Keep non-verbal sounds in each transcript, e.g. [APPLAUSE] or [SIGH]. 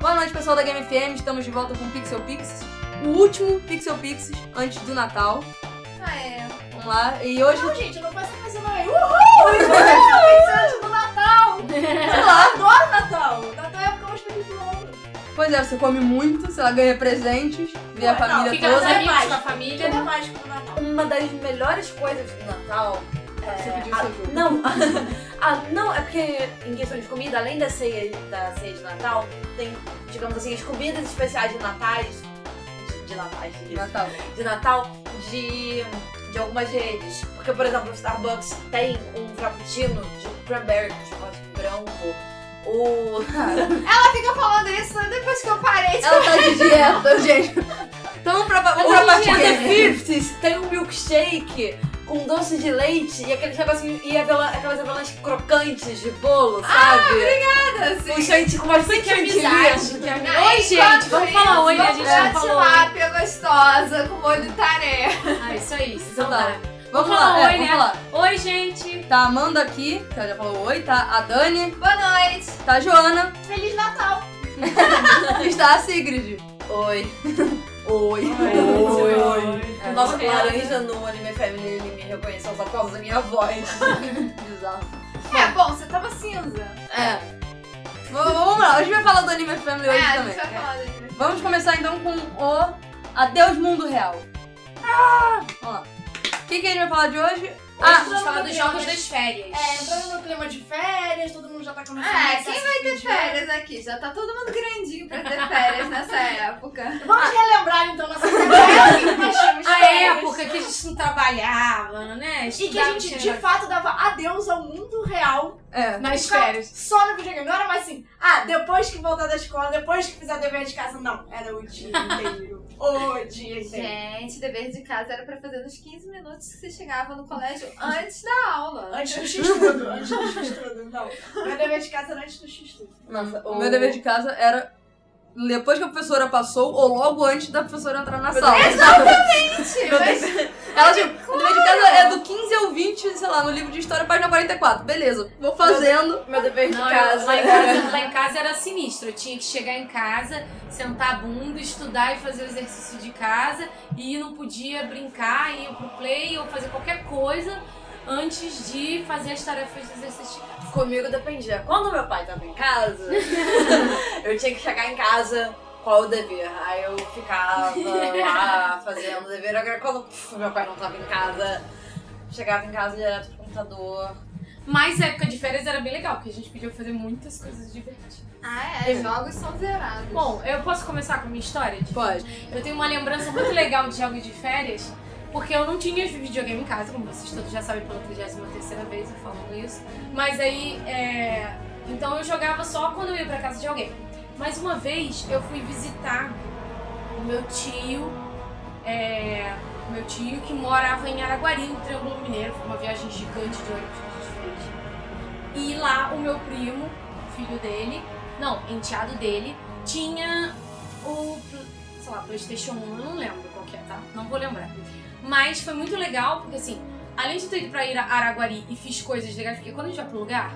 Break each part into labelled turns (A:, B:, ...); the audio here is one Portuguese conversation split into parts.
A: Boa noite, pessoal da Game FM. Estamos de volta com Pixel Pixies. O último Pixel Pixies antes do Natal.
B: Ah, é.
A: Vamos lá. E hoje.
B: Não, gente, eu não faço mais uma aí. Uhul! Uhul! do Natal! Eu adoro Natal! Natal é a época mais feliz do ano.
A: Pois é, você come muito, sei lá, ganha presentes, vê a
B: Não,
A: família
C: Fica com os
A: toda. é
B: até
C: amigos,
B: mais.
C: com a família.
B: Tudo é mágico no Natal.
D: Uma das melhores coisas do Natal. é,
A: Você pediu
D: a-
A: seu jogo.
D: Não, a- não, é porque em questão [LAUGHS] de comida, além da ceia, da ceia de Natal, tem, digamos assim, as comidas especiais de Natais. De, de Natais, de,
A: Natal.
D: de Natal, de, de algumas redes. Porque, por exemplo, o Starbucks tem um frappuccino de cranberry, com chocolate branco. O.
B: Ela fica falando isso né? depois que eu parei.
A: Ela tá de dieta, [LAUGHS] gente. Então vamos pra, vamos pra parte game.
D: Fifties tem um milkshake com doce de leite e aqueles negocinho, e aquela- aquelas avalanches crocantes de bolo, sabe?
B: Assim.
D: um chantilly
C: é
D: com bastante chantilly.
C: Oi, gente, vamos falar oi, a gente
B: já
C: não falou oi.
B: tilápia gostosa com molho taré.
C: Ah, isso aí,
A: Então tá.
C: saudade.
A: Vamos
C: Vamos
A: lá,
C: falar
A: é,
C: oi,
A: vamos
C: né?
A: lá.
C: Oi, gente.
A: Tá a Amanda aqui, que ela já falou oi, tá? A Dani,
B: Boa noite.
A: tá a Joana, [LAUGHS]
B: Feliz Natal.
A: e está a Sigrid. Oi.
C: É,
A: Oi.
D: Oi.
A: É,
D: Nossa,
C: Oi.
D: laranja no Anime Family ele me reconheceu só por causa da minha voz.
A: [LAUGHS] Bizarro.
B: É, bom, você tava cinza.
A: É. V- Vamos lá, a gente vai falar do Anime Family hoje
B: é,
A: também.
B: você vai falar do
A: Vamos começar então com o Adeus Mundo Real. Ah! Vamos lá. O que, que a gente vai falar de hoje?
C: Ah, a
A: Ah,
C: gente fala dos jogos das férias.
E: É, entrando no clima de férias, todo mundo já tá começando
B: Ah,
E: a
B: quem
E: vai ter
B: férias aqui. Já tá todo mundo grandinho pra ter férias nessa época.
E: Vamos relembrar
C: [LAUGHS]
E: então nossa semana que nós tínhamos
C: Ah. A
E: férias.
C: época que a gente não trabalhava, né?
E: E que a gente de fato dava adeus ao mundo real
A: é.
C: Nas
E: Ficava
C: férias.
E: só no videogame. Não era mais assim, ah, depois que voltar da escola, depois que fizer dever de casa. Não, era o
C: [LAUGHS]
E: dia inteiro. o dia inteiro.
B: Gente, dever de casa era pra fazer nos 15 minutos que você chegava no colégio
C: [LAUGHS]
B: antes da aula.
E: Antes do x-tudo, antes do x-tudo, não. Meu dever de casa era antes do x-tudo.
D: Nossa,
A: O meu dever de casa era depois que a professora passou ou logo antes da professora entrar na sala.
B: Gente,
A: Meu
B: mas
D: [LAUGHS]
A: Ela, tipo, o dever de casa é do 15 ao 20, sei lá, no livro de história, página 44. Beleza, vou fazendo.
D: Meu dever de
C: Não, eu,
D: casa.
C: lá, em casa lá em casa era sinistro. Eu tinha que chegar em casa, sentar a bunda, estudar e fazer o exercício de casa. E não podia brincar, ir pro play ou fazer qualquer coisa antes de fazer as tarefas do exercício de casa.
D: Comigo dependia. Quando meu pai tava em casa, [LAUGHS] eu tinha que chegar em casa. Qual o dever? Aí eu ficava lá fazendo o dever. Agora, quando puf, meu pai não tava em casa, chegava em casa direto pro computador.
C: Mas a época de férias era bem legal, porque a gente podia fazer muitas coisas divertidas.
B: Ah, é, jogos são zerados.
C: Bom, eu posso começar com a minha história? de
A: Pode.
C: Eu tenho uma lembrança muito legal de jogos de férias, porque eu não tinha videogame em casa, como vocês todos já sabem pela 33 vez eu falo isso. Mas aí, é... então eu jogava só quando eu ia pra casa de alguém. Mas uma vez eu fui visitar o meu tio, é... o meu tio que morava em Araguari, no Triângulo Mineiro, foi uma viagem gigante de ônibus que a gente fez. E lá o meu primo, filho dele, não, enteado dele, tinha o sei lá, Playstation 1, eu não lembro qual que é, tá? Não vou lembrar. Mas foi muito legal, porque assim, além de ter ido pra ir a Araguari e fiz coisas legais, porque quando a gente vai pro lugar,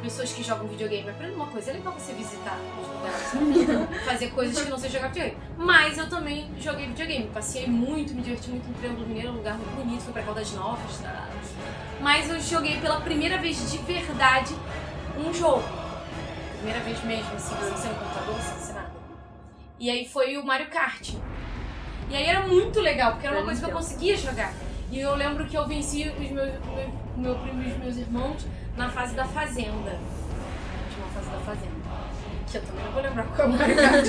C: pessoas que jogam videogame, aprendem uma coisa, é legal você visitar os lugares, fazer coisas que não seja jogar videogame. Mas eu também joguei videogame, passei muito, me diverti muito no Triângulo Mineiro, um lugar muito bonito, fui pra Caldas Novas, tá? Mas eu joguei pela primeira vez de verdade um jogo. Primeira vez mesmo, assim, sem ser um computador, sem ser nada. E aí foi o Mario Kart. E aí era muito legal, porque era uma
D: Foi
C: coisa que eu conseguia jogar. E eu lembro que eu venci os meus, meu, meu primo e os meus irmãos na fase da Fazenda. Tinha uma fase da Fazenda. Que eu também não vou lembrar qual é o Mario Kart.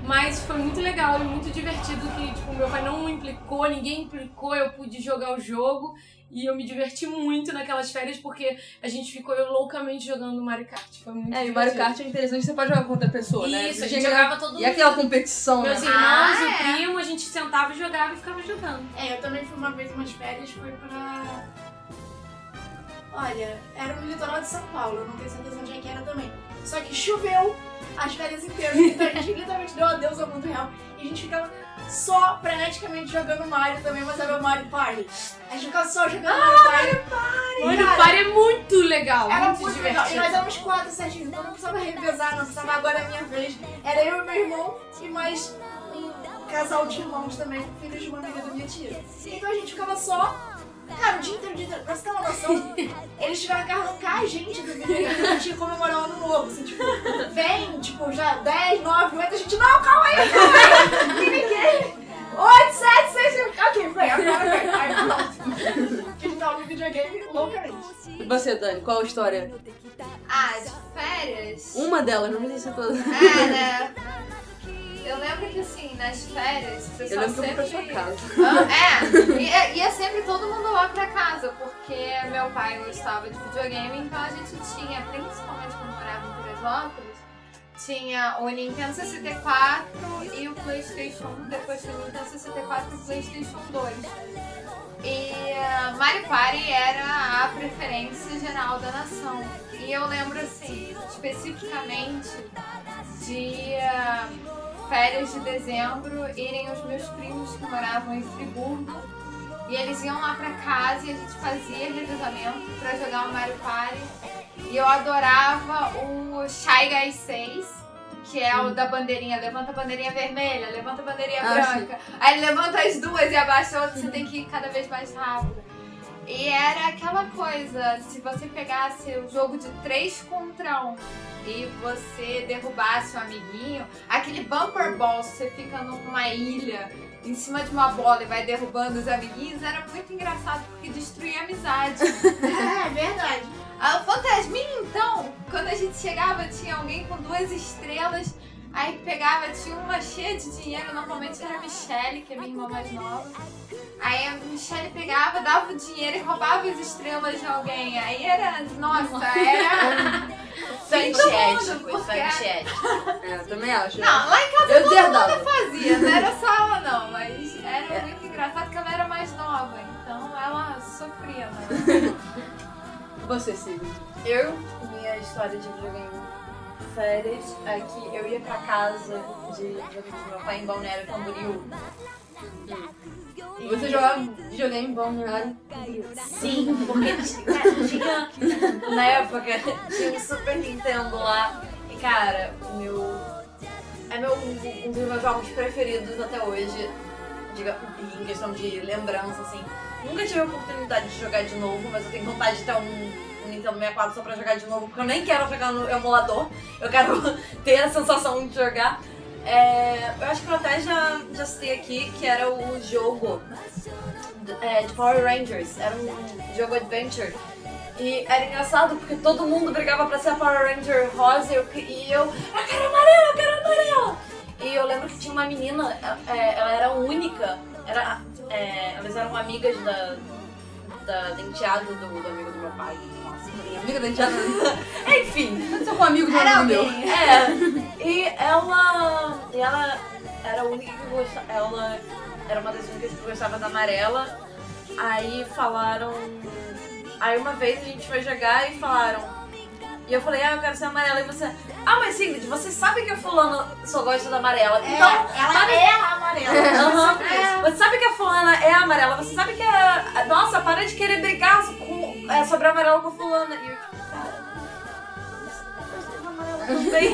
C: [LAUGHS] Mas foi muito legal e muito divertido que, tipo, meu pai não implicou, ninguém implicou, eu pude jogar o jogo. E eu me diverti muito naquelas férias, porque a gente ficou loucamente jogando Mario Kart. Foi muito
A: É, e
C: divertido.
A: Mario Kart é interessante, você pode jogar com outra pessoa, né?
C: Isso, a gente
A: Chega-
C: jogava todo
A: E
C: mundo.
A: aquela competição, né?
C: Meus irmãos,
B: Ah,
C: o
B: é.
C: primo, a gente sentava e jogava e ficava jogando.
E: É, eu também fui uma vez umas férias, foi pra. Olha, era no litoral de São Paulo, eu não tenho certeza onde é que era também. Só que choveu as férias [LAUGHS] inteiras, então a gente literalmente deu adeus ao mundo real. E a gente ficava só praticamente jogando Mario também, mas era o Mario Party. A gente ficava só jogando Ah, Mario Party.
C: Mano,
E: cara.
C: o par é muito legal,
E: Era
C: muito,
E: muito legal. E
C: divertido.
E: nós éramos quatro certinhos, então não precisava revezar, não precisava agora é a minha vez. Era eu e meu irmão e mais um casal de irmãos também, filhos de uma amiga da minha tia. Então a gente ficava só. Cara, o dia inteiro, o dia inteiro, pra você ter uma noção, eles tiveram que arrancar a gente do videogame porque a gente ia comemorar o ano novo. Assim, tipo, vem, tipo, já 10, 9, 8, a gente, não, calma aí, calma aí, tem ninguém. 8, 7, 6, 5, ok, vem, agora vem. Aí pronto. A gente tava no videogame loucamente.
A: E você, Dani, qual a história?
B: Ah, de férias?
A: Uma delas, não precisa ser todas.
B: É, né? Eu lembro que assim, nas férias, o
A: Eu
B: pessoal
A: lembro que eu fui pra sua
B: sempre.
A: casa.
B: É, e é, e é sempre todo mundo lá pra casa, porque meu pai gostava de videogame, então a gente tinha, principalmente quando morava em Teresópolis, tinha o Nintendo 64 e o Playstation, depois tinha o Nintendo 64 e o Playstation 2. E eh, Mario Party era a preferência geral da nação. E eu lembro, assim, especificamente de eh, férias de dezembro irem os meus primos que moravam em Friburgo. E eles iam lá pra casa e a gente fazia revezamento pra jogar o Mario Party. E eu adorava o Shy Guy 6, que é o da bandeirinha. Levanta a bandeirinha vermelha, levanta a bandeirinha
A: Ah, sim.
B: branca. Aí levanta as duas e abaixa a outra, você tem que ir cada vez mais rápido. E era aquela coisa, se você pegasse o jogo de 3 contra 1 e você derrubasse um amiguinho, aquele bumper ball, você fica numa ilha em cima de uma bola e vai derrubando os amiguinhos, era muito engraçado porque destruía a amizade.
E: É verdade.
B: A fantasminha, então, quando a gente chegava, tinha alguém com duas estrelas, aí pegava, tinha uma cheia de dinheiro, normalmente era a Michelle, que é minha irmã mais nova. Aí a Michelle pegava, dava o dinheiro e roubava as estrelas de alguém. Aí era, nossa, era.
D: Isso é
B: Todo mundo,
D: antiético, isso é
B: porque-
D: antiético.
A: É, eu também acho.
B: Não, lá em casa
A: eu derdava.
B: fazia, não era só ela não, mas era muito engraçado que ela era mais nova, então ela sofria, né?
A: E você, Sigma?
D: Eu, minha história de videogame férias é que eu ia pra casa de videogame do meu pai em Balneário Camboriú.
A: E você jogava videogame em Balneário?
D: Sim, porque tinha, tinha- na época tinha um Super Nintendo lá. E cara, o meu. É meu, um dos meus jogos preferidos até hoje. Diga, em questão de lembrança, assim. Nunca tive a oportunidade de jogar de novo, mas eu tenho vontade de ter um, um Nintendo 64 só pra jogar de novo, porque eu nem quero jogar no emulador. Eu quero [LAUGHS] ter a sensação de jogar. É, eu acho que eu até já, já citei aqui que era o jogo é, de Power Rangers. Era um jogo adventure. E era engraçado porque todo mundo brigava pra ser a Power Ranger rosa e eu, e eu, eu quero amarela, eu quero amarela! E eu lembro que tinha uma menina, é, é, ela era única, era, é, elas eram amigas da, da, da enteada do, do amigo do meu pai. Nossa, minha
A: Amiga da Tiana?
D: Enfim,
A: Aconteceu com um amigo de um amigo meu.
D: é, e ela. E ela era a única que gostava. Ela era uma das únicas que gostava da amarela. Aí falaram. Aí uma vez a gente foi jogar e falaram. E eu falei, ah, eu quero ser amarela. E você, ah, mas Sigrid, você sabe que a fulana só gosta da amarela. Então,
E: ela
D: sabe-
E: é a amarela.
D: Aham. [LAUGHS] Você sabe que a fulana é amarela, você sabe que a. Nossa, para de querer brigar com, é, sobre a amarela com a fulana. E eu, tipo, cara. Não sei.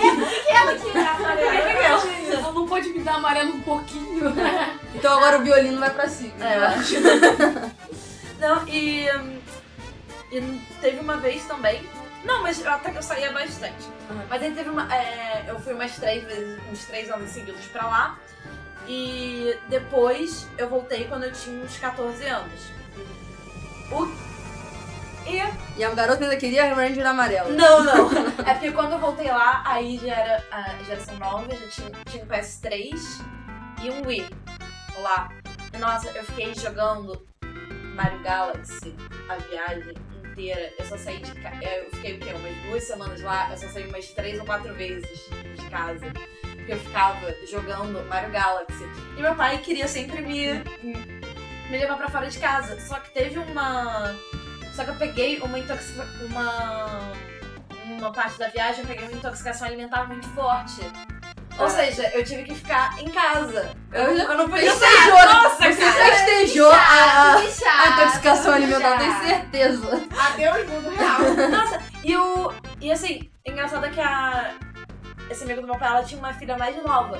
E: Ela que é a amarela.
D: tipo,
C: Ela não pode me dar amarelo um pouquinho.
A: Então agora o violino vai pra Sigma.
D: É, eu acho. [LAUGHS] Não, e, hum, e teve uma vez também. Não, mas eu- até que eu saía bastante.
A: Uhum.
D: Mas aí teve uma. é, eu fui umas três vezes, uns três anos seguidos pra lá. E depois eu voltei quando eu tinha uns 14 anos. O... E
A: E a garota ainda queria a Ranger amarela.
D: não, não. [LAUGHS] É porque quando eu voltei lá, aí já era a geração nova, já tinha, tinha um PS3 e um Wii lá. Nossa, eu fiquei jogando Mario Galaxy a viagem inteira. Eu só saí de casa. Eu fiquei o quê? Umas duas semanas lá, eu só saí umas três ou quatro vezes de casa. Porque eu ficava jogando Mario Galaxy. E meu pai queria sempre me, me levar pra fora de casa. Só que teve uma. Só que eu peguei uma intoxicação. Uma. Um uma parte da viagem, eu peguei uma intoxicação alimentar muito forte. Ou seja, eu tive que ficar em casa. Eu, É. eu não fui
A: Festejou,
D: Nossa,
A: você festejou a, a- a intoxicação alimentar, eu
B: alimentar
A: tenho certeza.
E: Adeus, mundo real.
D: Nossa, e o. E assim, engraçado é que a. Esse amigo do meu pai, ela tinha uma filha mais nova.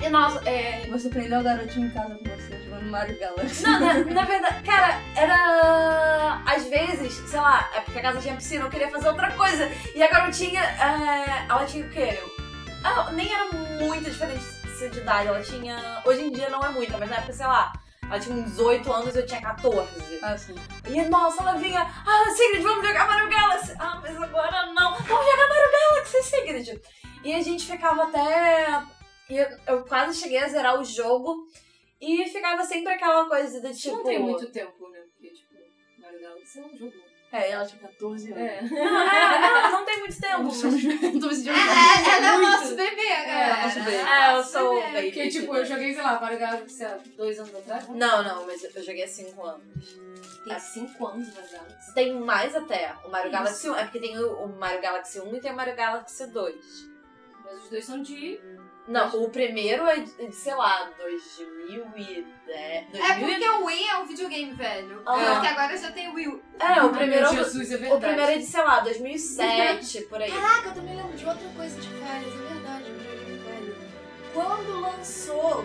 D: E nossa, é.
A: Você prendeu o garotinho em casa com você, jogando Mario Galaxy.
D: Não, na, na verdade, cara, era. Às vezes, sei lá, é porque a casa tinha piscina, eu queria fazer outra coisa. E a garotinha, é, ela tinha o quê? Ela nem era muito diferente de idade, ela tinha. Hoje em dia não é muita, mas na época, sei lá, ela tinha uns 8 anos e eu tinha 14.
A: Ah, sim.
D: E nossa, ela vinha, ah, Sigrid, vamos jogar Mario Galaxy. Ah, mas agora não, vamos jogar Mario Galaxy, Sigrid. E a gente ficava até. e eu, eu quase cheguei a zerar o jogo e ficava sempre aquela coisa do tipo.
C: Não tem
D: [LAUGHS]
C: muito tempo, né? Porque, tipo, Mario Galaxy é um jogo.
A: É, ela
D: [LAUGHS]
A: tinha 14 anos.
C: É.
D: Não, é, não, tipo, não tem muito tempo.
A: Eu não sou
D: mas-
C: [LAUGHS]
A: um- tô me sentindo
B: É, ela é o
A: muito.
B: nosso bebê, galera.
A: nosso bebê.
D: É, eu sou.
B: É,
D: baby.
C: Porque, tipo, eu joguei, sei lá, Mario Galaxy, sei lá, dois anos atrás.
D: Não, não, mas eu joguei há 5 anos.
C: Tem cinco anos Mario Galaxy.
D: Tem mais até. O Mario Galaxy 1. É porque tem o o Mario Galaxy 1 e tem o Mario Galaxy 2.
C: Mas os dois são de.
D: Não, o primeiro é, de, sei lá, 2010.
B: É porque o Wii é um videogame velho.
D: Ah.
B: Porque agora já tem o Wii.
D: É, o
C: Ah,
D: primeiro,
C: meu Jesus, é verdade.
D: o primeiro é de, sei lá, 2007, por aí.
E: Caraca, eu também lembro de outra coisa de férias, é verdade, um joguinho velho. Quando lançou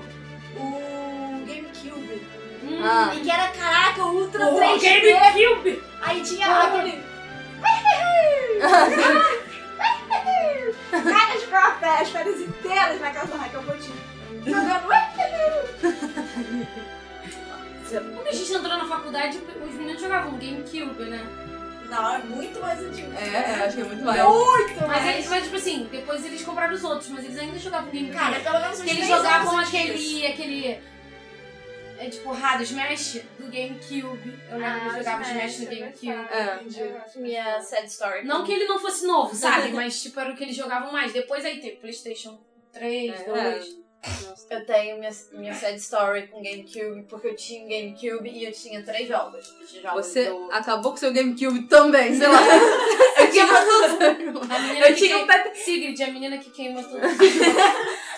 E: o GameCube,
C: Hum.
D: Ah.
E: e que era, caraca, Ultra
C: O
E: 3D,
D: é
C: GameCube!
E: aí tinha
C: Ah,
E: aquele...
A: Ah.
E: Cara, de café, as férias inteiras na casa da Raquel Coutinho. Jogando, ué,
C: Quando a gente entrou na faculdade, os meninos jogavam GameCube, né?
E: Não, é muito mais antigo.
A: É, eu acho que é muito mais.
E: Muito
C: Mas,
D: É.
C: eles,
E: mais.
C: mas, tipo assim, depois eles compraram os outros, mas eles ainda jogavam GameCube.
E: Cara, pelo menos uns
C: Porque eles
E: três
C: jogavam
E: anos
C: aquele. aquele. É de porrada, Smash do GameCube.
D: Ah,
C: Eu lembro
B: Ah,
C: que eu jogava Smash
B: é,
C: no GameCube.
D: Minha sad story.
C: Não que ele não fosse novo,
D: [LAUGHS]
C: sabe? Mas tipo, era o que eles jogavam mais. Depois aí teve Playstation 3,
D: É.
C: 2.
D: Eu tenho minha, minha sad story com GameCube, porque eu tinha um GameCube e eu tinha três jogos. Eu tinha jogos
A: Você
D: do...
A: acabou com seu GameCube também, sei lá. [LAUGHS] eu tinha
C: A menina
D: Eu
C: que
D: tinha
C: queim-
D: um Pepper...
C: Sigrid, a menina que queima tudo.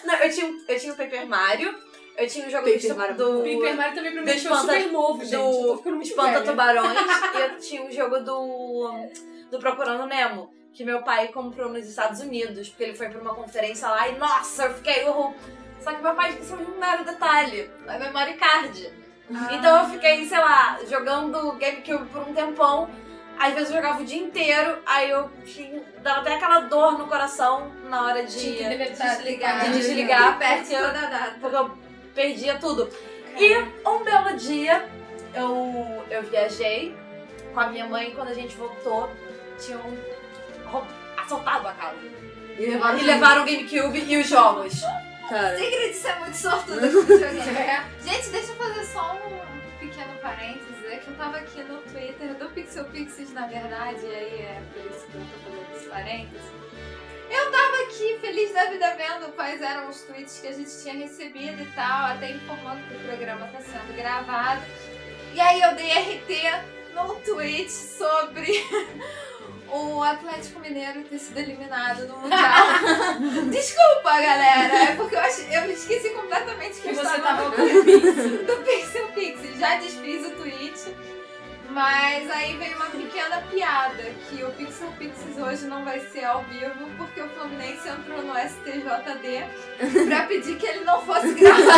D: Não, eu tinha, um- eu tinha um Paper Mario, eu tinha um jogo
A: Paper
D: do...
A: Mario.
D: do...
C: O Paper Mario também pra mim
D: Do
C: foi super
D: espanta-
C: novo, gente. Eu tô ficando
D: do
C: muito
D: Espanta
C: velha. [LAUGHS]
D: Tubarões e eu tinha um jogo do, do Procurando Nemo, que meu pai comprou nos Estados Unidos, porque ele foi pra uma conferência lá e nossa, eu fiquei uhul. Só que meu pai esqueceu de um mero detalhe, a memory card.
C: Ah.
D: Então eu fiquei, sei lá, jogando GameCube por um tempão. Às vezes eu jogava o dia inteiro, aí eu tinha- dava até aquela dor no coração na hora de
C: Tinha que deletar,
D: de
C: desligar.
D: desligar,
B: Perto
D: porque eu,
B: toda a data.
D: porque eu perdia tudo. E um belo dia eu, eu viajei com a minha mãe e quando a gente voltou, tinham roub- assaltado a casa.
A: E
D: E levaram o GameCube e os jogos.
A: Cara,
B: Sigrid, isso é muito sortuda com videogame. né? Gente, deixa eu fazer só um pequeno parênteses. É que eu tava aqui no Twitter do Pixel Pixies, na verdade, e aí é por isso que eu tô fazendo esse parênteses. Eu tava aqui feliz da vida vendo quais eram os tweets que a gente tinha recebido e tal, até informando que o programa tá sendo gravado. E aí eu dei RT num tweet sobre [LAUGHS] o Atlético Mineiro ter sido eliminado no Mundial. Desculpa, galera, é porque eu, ach- eu esqueci completamente que
C: Que
B: eu
C: você
B: estava
C: tava com o Pix.
B: [LAUGHS] do Pixel Pixel. Já desfiz o tweet. Mas aí veio uma pequena piada que o Pixel Pixies hoje não vai ser ao vivo porque o Fluminense entrou no STJD pra pedir que ele não fosse gravado. [LAUGHS]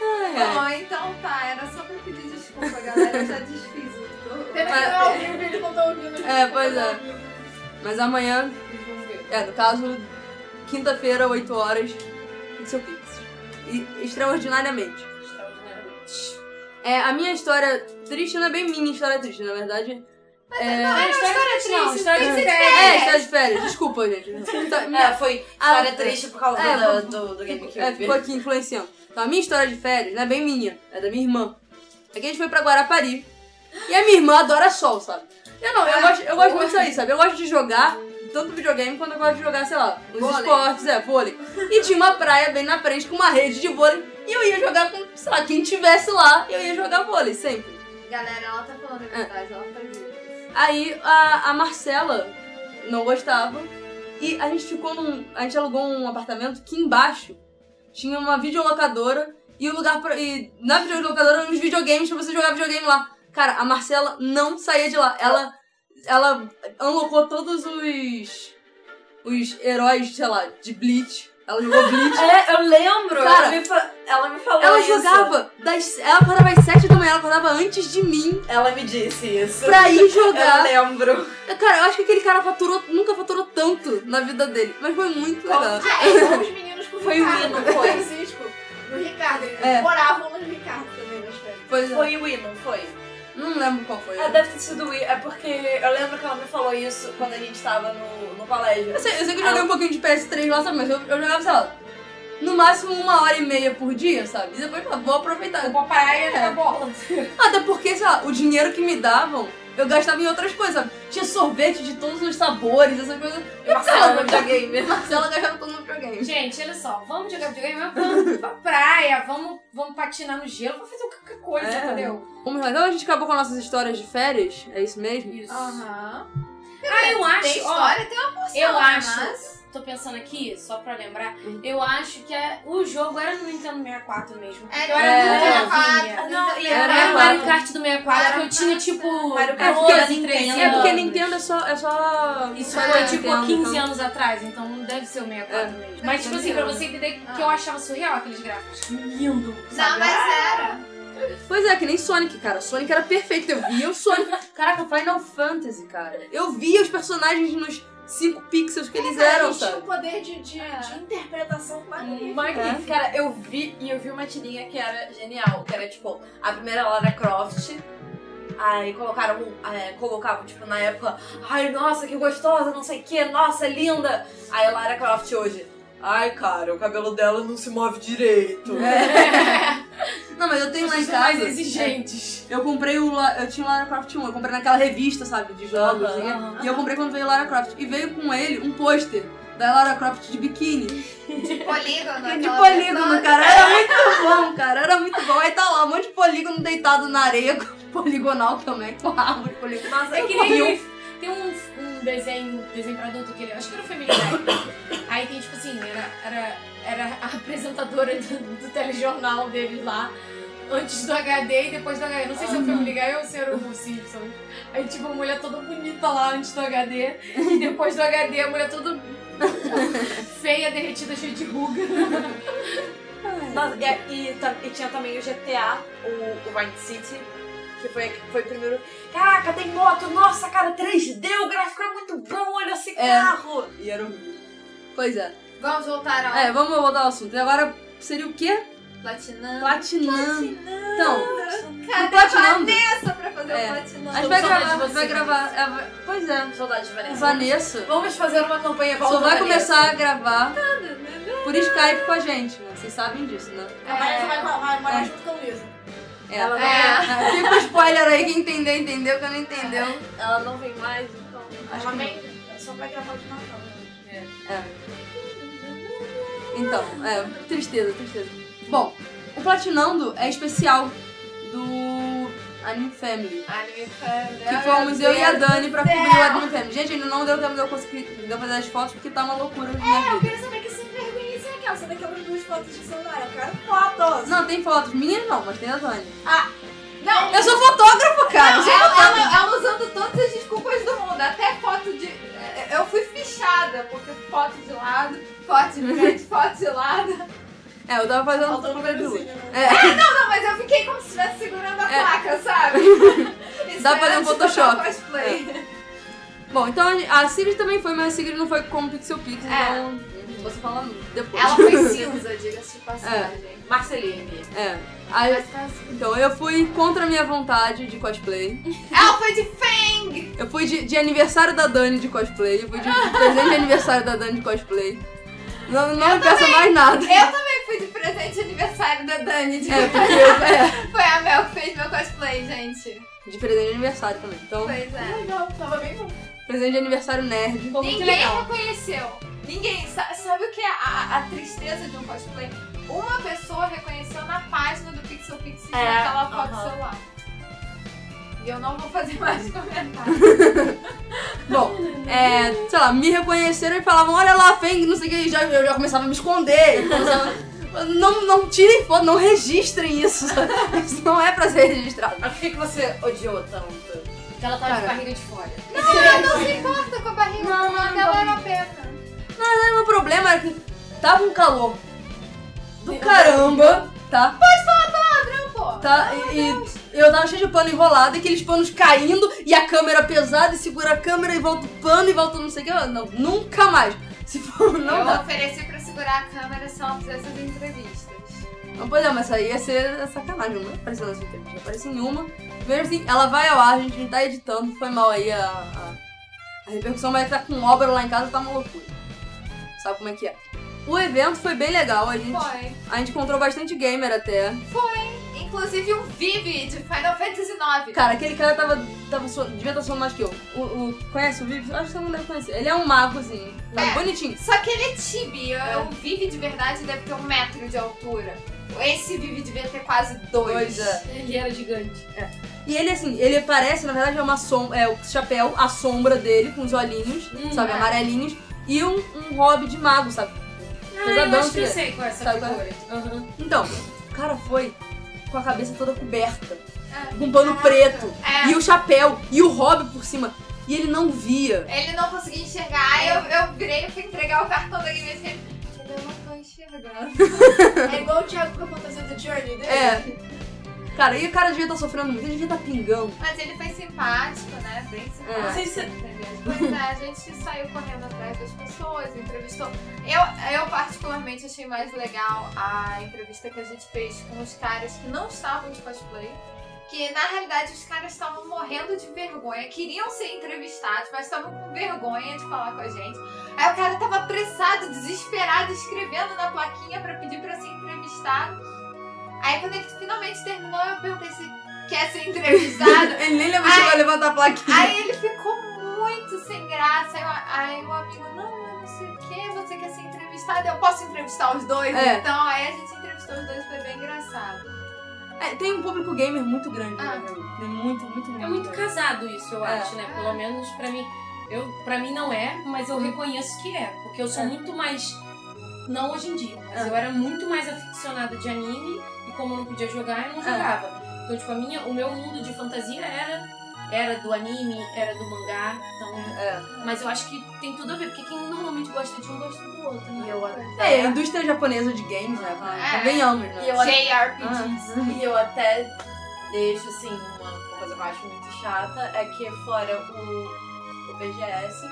C: Ah, é.
B: Bom, então tá, era só pra pedir desculpa, galera. Eu já desfiz o
E: Pena que não é ao vivo, ele não tá ouvindo.
A: É, pois é. mas amanhã, é, no caso, quinta-feira, 8 horas, Pixel Pix. E extraordinariamente. É, a minha história triste não é bem minha história triste, na verdade. É,
C: Não, a história é triste, não, a história é triste.
A: é, história de férias, desculpa, gente.
C: [LAUGHS]
A: Tá,
D: É, foi
A: Ah,
D: história triste por causa
A: é,
D: da-
A: foi-
D: do, do GameCube.
A: É, ficou aqui influenciando. Então, a minha história de férias não é bem minha, é da minha irmã. É que a gente foi pra Guarapari. E a minha irmã adora sol, sabe? Eu não, eu gosto, eu gosto muito disso aí, sabe? Eu gosto de jogar tanto videogame quanto eu gosto de jogar, sei lá, os
D: Vôlei.
A: esportes, é, vôlei. E tinha uma praia bem na frente com uma rede de vôlei. E eu ia jogar com, sei lá, quem tivesse lá, eu ia jogar vôlei sempre.
B: Galera, ela tá falando a verdade, ela tá viva.
A: Aí a, a Marcela não gostava. E a gente ficou num. A gente alugou um apartamento que embaixo tinha uma videolocadora e o lugar pra, e na videolocadora eram uns videogames pra você jogar videogame lá. Cara, a Marcela não saía de lá. Ela. Ela unlocou todos os. Os heróis, sei lá, de Bleach. Ela jogou Bleach.
D: [LAUGHS] É, eu lembro.
A: Cara,
D: ela, me fa- ela me falou
A: Ela
D: isso.
A: jogava das. Ela acordava às 7 da manhã, ela acordava antes de mim
D: Ela me disse isso.
A: pra ir
D: Eu
A: jogar.
D: lembro.
A: Cara, eu acho que aquele cara faturou, nunca faturou tanto na vida dele. Mas foi muito legal.
E: Ah, é, são os meninos com o
D: Foi o
E: Ricardo,
D: Nino,
E: com o
D: foi.
E: Francisco, no Ricardo. Eles
A: É.
E: moravam no Ricardo também nas férias.
A: Pois é.
D: Foi o Wii, não foi?
A: Não lembro qual foi.
D: Ah, deve ter sido o Wii. É porque eu lembro que ela me falou isso quando a gente tava no, no colégio.
A: Eu sei, eu sei que eu joguei um pouquinho de PS3 lá, sabe? Mas eu, eu jogava, sei lá, no máximo uma hora e meia por dia, sabe? E depois eu falava, vou aproveitar.
C: Eu vou parar e
A: É.
C: ia bola.
A: Até porque, sei lá, o dinheiro que me davam, eu gastava em outras coisas, sabe? Tinha sorvete de todos os sabores, essas coisas. [LAUGHS]
D: Eu
A: Marcela,
D: Marcela, videogame.
A: Marcela gastava todo no videogame.
C: Gente, olha só, vamos jogar videogame, mas vamos pra praia, vamos, vamos patinar no gelo, vamos fazer qualquer coisa,
A: É.
C: entendeu?
A: Vamos lá, então a gente acabou com nossas histórias de férias, é isso mesmo?
C: Isso.
B: Aham.
C: Ah, eu acho,
B: Tem
C: ó,
B: história, tem uma porção.
C: eu
B: né,
C: acho,
B: mas-
C: tô pensando aqui, só pra lembrar,
A: Uhum.
C: eu acho que é- o jogo era no Nintendo 64 mesmo.
B: É,
C: eu era
A: é,
C: muito
B: é,
C: novinha.
B: é,
D: Não, e
A: Era
D: era
C: Era o Mario
A: 64.
C: Kart do 64, que eu tinha tipo
D: Mario Kart
C: 14,
D: Nintendo.
C: 13 anos.
A: É porque Nintendo é só. É só...
C: Isso
A: Ah,
C: foi tipo há
A: Nintendo, É.
C: 15
A: então.
C: anos atrás, então não deve ser o 64 mesmo. Mas tipo assim, pra você entender que
B: Ah.
C: eu achava surreal aqueles gráficos. Lindo.
B: Não,
C: sabe?
B: mas é era.
A: Pois é, que nem Sonic, cara. Sonic era perfeito. Eu via o Sonic. Caraca, Final Fantasy, cara. Eu via os personagens nos 5 pixels que eles eram,
E: Eles tinham
A: sabe?
E: um poder de, de,
B: É.
E: de interpretação É. magnífico.
D: Magnífico. Cara, eu vi e eu vi uma tirinha que era genial. Que era tipo, a primeira Lara Croft. Aí colocaram, é, colocavam, tipo, na época, ai, nossa, que gostosa, não sei o que, nossa, linda. Aí a Lara Croft hoje, ai, cara, o cabelo dela não se move direito.
A: Não, mas eu tenho lá em
C: Vocês são
A: casa.
C: mais
A: assim, é,
C: exigentes.
A: Eu comprei o. La- Eu tinha o Lara Croft 1, eu comprei naquela revista, sabe, de jogos.
D: Aham,
A: né?
C: aham.
A: E eu comprei quando veio Lara Croft. E veio com ele um pôster da Lara Croft de biquíni. é
B: Polígono.
A: De
B: aquela
A: polígono,
B: versão.
A: cara. Era muito bom, cara. Era muito bom. Aí tá lá, um monte de polígono deitado na areia, [LAUGHS] com poligonal também, com árvore poligonal.
D: Nossa,
C: É
D: eu
C: que nem
D: queria.
C: aquele- tem um, um desenho, desenho pra adulto que ele- acho que era o Family Guy. Aí tem tipo assim, era, era, era a apresentadora do, do telejornal dele lá, antes do HD e depois do HD. Não sei se é o Family Guy ou se era o Simpsons. Aí tipo, a mulher toda bonita lá antes do HD e depois do HD a mulher toda feia, derretida, cheia de ruga.
D: Nossa, e, é, e ta- e tinha também o GTA, o, o Vice City, que foi, que foi o primeiro. Caraca, tem moto, nossa, cara, 3D, o gráfico é muito bom, olha esse carro. E era um
A: Pois é.
B: Vamos voltar ao
A: É, vamos voltar ao assunto. E agora seria o quê?
B: platinando.
A: Platinando. Então,
B: Cadê
A: platinando.
B: a Vanessa pra fazer um
A: É.
B: o
A: a
B: platinando?
A: gente vai
D: Saudade
A: gravar,
D: de você,
A: vai gravar. é, vai- pois é,
D: Saudade de Vanessa.
A: Vanessa
D: Vamos fazer uma campanha volta
A: só vai
D: Vanessa.
A: começar a gravar por Skype com a gente, né? Vocês sabem disso, né?
E: A Vanessa vai, vai morar junto com o Luísa.
D: Ela, não-
A: [LAUGHS]
B: É.
A: Ah, Fica o spoiler aí, quem entendeu, entendeu, quem não entendeu.
D: ela não vem mais, então.
A: Acho que não. É.
E: vem só pra gravar de Natal. né?
A: Então, é, tristeza, tristeza. Bom, o Platinando é especial do Anime Family.
B: Anime
A: Que
B: fandom.
A: fomos eu e a Dani pra cobrir o
B: céu.
A: Anime Family. Gente, ainda não deu tempo de eu conseguir de eu fazer as fotos porque tá uma loucura. minha vida.
E: Eu queria saber que se vergonha é aquela. Você daquelas duas fotos de celular. Eu quero fotos.
A: Não, tem fotos. Minhas não, mas tem a Dani.
E: Ah,
B: Não,
A: Eu sou fotógrafo, cara. eu sou
B: ela,
A: fotógrafo.
B: ela- ela usando todas as desculpas do mundo, até foto de. é, Eu fui fichada, porque foto de lado, foto de
A: [LAUGHS]
B: frente, foto de lado.
A: É, eu tava fazendo
E: Faltou o
A: fotógrafo de luz.
E: númerozinho, né?
A: É,
B: Não, mas eu fiquei como se estivesse segurando a
A: É.
B: placa, sabe?
A: [LAUGHS] Dá pra fazer um
B: Esperando
A: Photoshop.
B: botar Cosplay.
A: bom, então a Siri também foi, mas a Siri não foi como Pixel Pix,
B: É.
A: então você fala depois.
B: Ela foi cinza, diga-se de passagem.
D: Marceline.
A: É. Aí-
B: Mas tá assim.
A: então eu fui contra a minha vontade de cosplay.
B: Ela foi de fé.
A: Eu fui de, de aniversário da Dani de cosplay. Eu fui
C: [LAUGHS]
A: de presente de aniversário da Dani de cosplay. Não, não me peça mais nada.
B: Eu também fui de presente de aniversário da Dani. de-
A: É, porque eu, é.
B: Foi a Mel que fez meu cosplay, gente.
A: De presente de aniversário também. Então,
B: Pois é.
E: Legal, tava bem bom.
A: presente de aniversário nerd.
C: Ficou muito
B: Ninguém
C: legal.
B: reconheceu. Ninguém. Sa- Sabe o que é a, a- a tristeza de um cosplay? Uma pessoa reconheceu na página do Pixel Pixel
D: É,
B: aquela foto do
D: aham.
B: celular. E eu não vou fazer mais comentários.
A: Bom, é, sei lá, me reconheceram e falavam, olha lá, Feng, não sei o que, e já, eu já começava a me esconder. e começava- não, não tirem foto, não registrem isso. [LAUGHS] sabe? Isso não é pra ser registrado.
D: Mas por que, que você odiou tanto?
C: Porque ela tava
A: Cara.
C: de barriga de fora.
B: Ela não se importa tá com a barriga, não, ela era peta.
A: O meu problema era que tava um calor do caramba, tá? Pode falar palavrão, pô! Tá, e, e eu tava cheio de pano enrolado, e aqueles panos caindo, e a câmera pesada, e segura a câmera, e volta o pano, e volta não sei o que. Não, nunca mais. Se for, não
B: eu
A: dá.
B: ofereci pra segurar a câmera se ela fizesse as entrevistas.
A: Não, pois é, mas isso aí ia ser sacanagem, não apareceu nas entrevistas, não apareceu nenhuma. Primeiro assim, ela vai ao ar, a gente tá editando, foi mal aí a, a, a repercussão, mas tá com obra lá em casa, tá uma loucura. Sabe como é que é? O evento foi bem legal, a gente,
B: Foi.
A: a gente encontrou bastante gamer até.
B: Inclusive um Vivi de Final Fantasy IX.
A: Cara, aquele cara tava, tava suando, devia estar suando mais que eu. O, o- conhece o Vivi? Acho que todo mundo deve conhecer. Ele é um mago, assim,
B: É.
A: bonitinho.
B: Só que ele é tibi.
A: É.
B: O Vivi de verdade deve ter um metro de altura. Esse Vivi devia ter quase dois.
A: Pois é.
C: Ele era gigante.
A: E ele, assim, ele parece, na verdade, é uma som é o chapéu, a sombra dele, com os olhinhos,
C: Hum,
A: sabe,
B: é.
A: amarelinhos, e um, um hobby de mago, sabe?
C: Ah, eu
A: Pesadão,
C: acho que
A: filha.
C: eu sei qual é essa
A: Sabe qual
C: figura.
A: Então, o cara foi com a cabeça toda coberta,
B: É.
A: com um pano
B: Caraca.
A: preto,
B: É.
A: e o chapéu, e o hobby por cima, e ele não via.
B: Ele não conseguia enxergar. Aí eu, eu virei e fui entregar o cartão da Game Ele Eu não tô enxergando.
E: É igual o Thiago com a fantasia do Journey dele.
A: É. Cara, e o cara devia estar sofrendo muito, ele devia estar pingando.
B: Mas ele foi simpático, né? Bem simpático.
A: É.
E: Vocês-
B: Entendeu? Pois é, a gente [LAUGHS] saiu correndo atrás das pessoas, entrevistou. Eu, eu particularmente achei mais legal a entrevista que a gente fez com os caras que não estavam de cosplay. Que na realidade os caras estavam morrendo de vergonha, queriam ser entrevistados, mas estavam com vergonha de falar com a gente. Aí o cara tava apressado, desesperado, escrevendo na plaquinha pra pedir pra ser entrevistado. Aí quando ele finalmente terminou, eu perguntei se quer ser entrevistado.
A: Ele nem lembra se
B: Ai.
A: vai levantar a plaquinha.
B: Aí ele ficou muito sem graça. Aí, eu- aí o amigo, não, eu não sei o que, você quer ser entrevistado? Eu posso entrevistar os dois,
A: É.
B: então. Aí a gente entrevistou os dois, foi bem engraçado.
A: É, tem um público gamer muito grande, né? É muito, muito grande.
C: É muito casado isso, eu
A: É.
C: acho, né? Pelo menos pra mim. Eu, pra mim não é, mas eu reconheço que é. Porque eu sou
A: É.
C: muito mais. Não hoje em dia, mas
A: É.
C: eu era muito mais aficionada de anime e como eu não podia jogar, eu não
A: É.
C: jogava. Então, tipo, a minha, o meu mundo de fantasia era, era do anime, era do mangá. Então,
A: É.
C: mas eu acho que tem tudo a ver, porque quem normalmente gosta de um gosta do outro, né?
D: E eu adoro.
A: É, a indústria japonesa de games, né?
B: É.
A: Convenhamos, né?
D: E eu
B: JRPGs.
D: E eu até deixo assim, uma uma coisa que eu acho muito chata é que fora o, o BGS,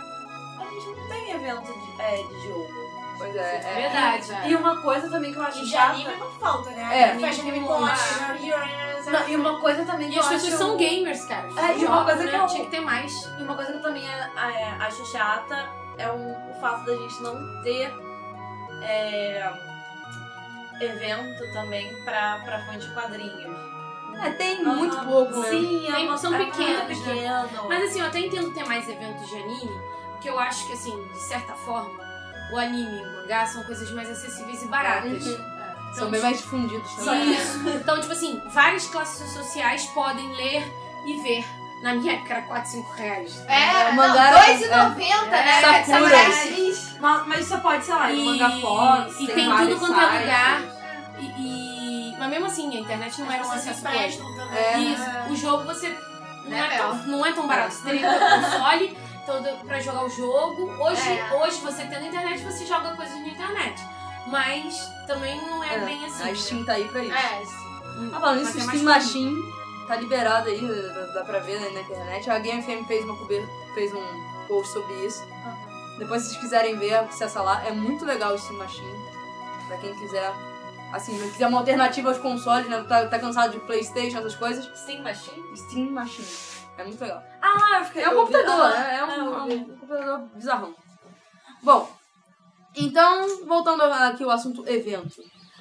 D: a gente não tem evento de, é, de jogo.
A: Pois é, é.
C: Verdade.
D: E uma coisa também que eu acho
E: E de
D: chata.
E: anime não falta, né?
A: É.
E: Anime, Faz anime com
C: Ah.
D: Não,
E: né?
D: e uma coisa também que
C: E as
D: eu
C: pessoas
D: acho-
C: são gamers, cara.
D: É, e uma coisa
C: Né?
D: que eu-
C: Tinha que ter mais.
D: E uma coisa que eu também é, é, acho chata é o, o fato da gente não ter é, evento também pra, pra fã de quadrinhos.
A: É, tem
D: Aham.
A: muito pouco, né?
D: Sim, é
C: Tem-
D: uma,
C: são
D: é
C: pequenos,
D: muito
C: né?
D: pequeno.
C: Mas assim, eu até entendo ter mais eventos de anime, porque eu acho que, assim, de certa forma, o anime e o mangá são coisas mais acessíveis e baratas. Então,
A: São bem mais difundidos
C: tipo,
A: também.
C: Isso. Então, tipo assim, várias classes sociais podem ler e ver. Na minha época era 4, 5 reais.
B: É,
A: É,
B: não,
A: mandaram- é.
B: 2,90, né?
A: Sakura.
B: Samurai X.
D: Mas, mas você pode, sei lá, ir no manga Fox,
C: e tem
D: vários
C: tudo quanto é
D: sites.
C: lugar. E, e- Mas mesmo assim, a internet não era um acesso hoje.
A: É.
C: Isso, o jogo você não,
B: Né,
C: é, tão, não é tão barato. Você teria
A: [LAUGHS]
C: que ter um console todo pra jogar o jogo. Hoje,
B: É.
C: hoje você tendo internet, você joga coisas na internet. Mas também não é,
A: É,
C: bem assim.
A: A Steam tá aí pra isso.
B: É,
A: Ah, falando
C: Mas
A: isso,
C: é
A: Steam
C: mais
A: Machine tá liberado aí, dá- dá pra ver né, na internet. A Game FM fez, uma cobe- fez um post sobre isso. Depois, se vocês quiserem ver, acessa lá. É muito legal o Steam Machine. Pra quem quiser, assim, não quiser uma alternativa aos consoles, né? Tá, tá cansado de Playstation, essas coisas.
D: Steam Machine?
A: Steam Machine. É muito legal.
D: Ah, eu fiquei...
A: É um
D: eu vi-
A: computador,
D: ah,
A: é, é
D: eu
A: um,
D: vi.
A: um computador bizarrão. Bom, então, voltando aqui ao assunto evento.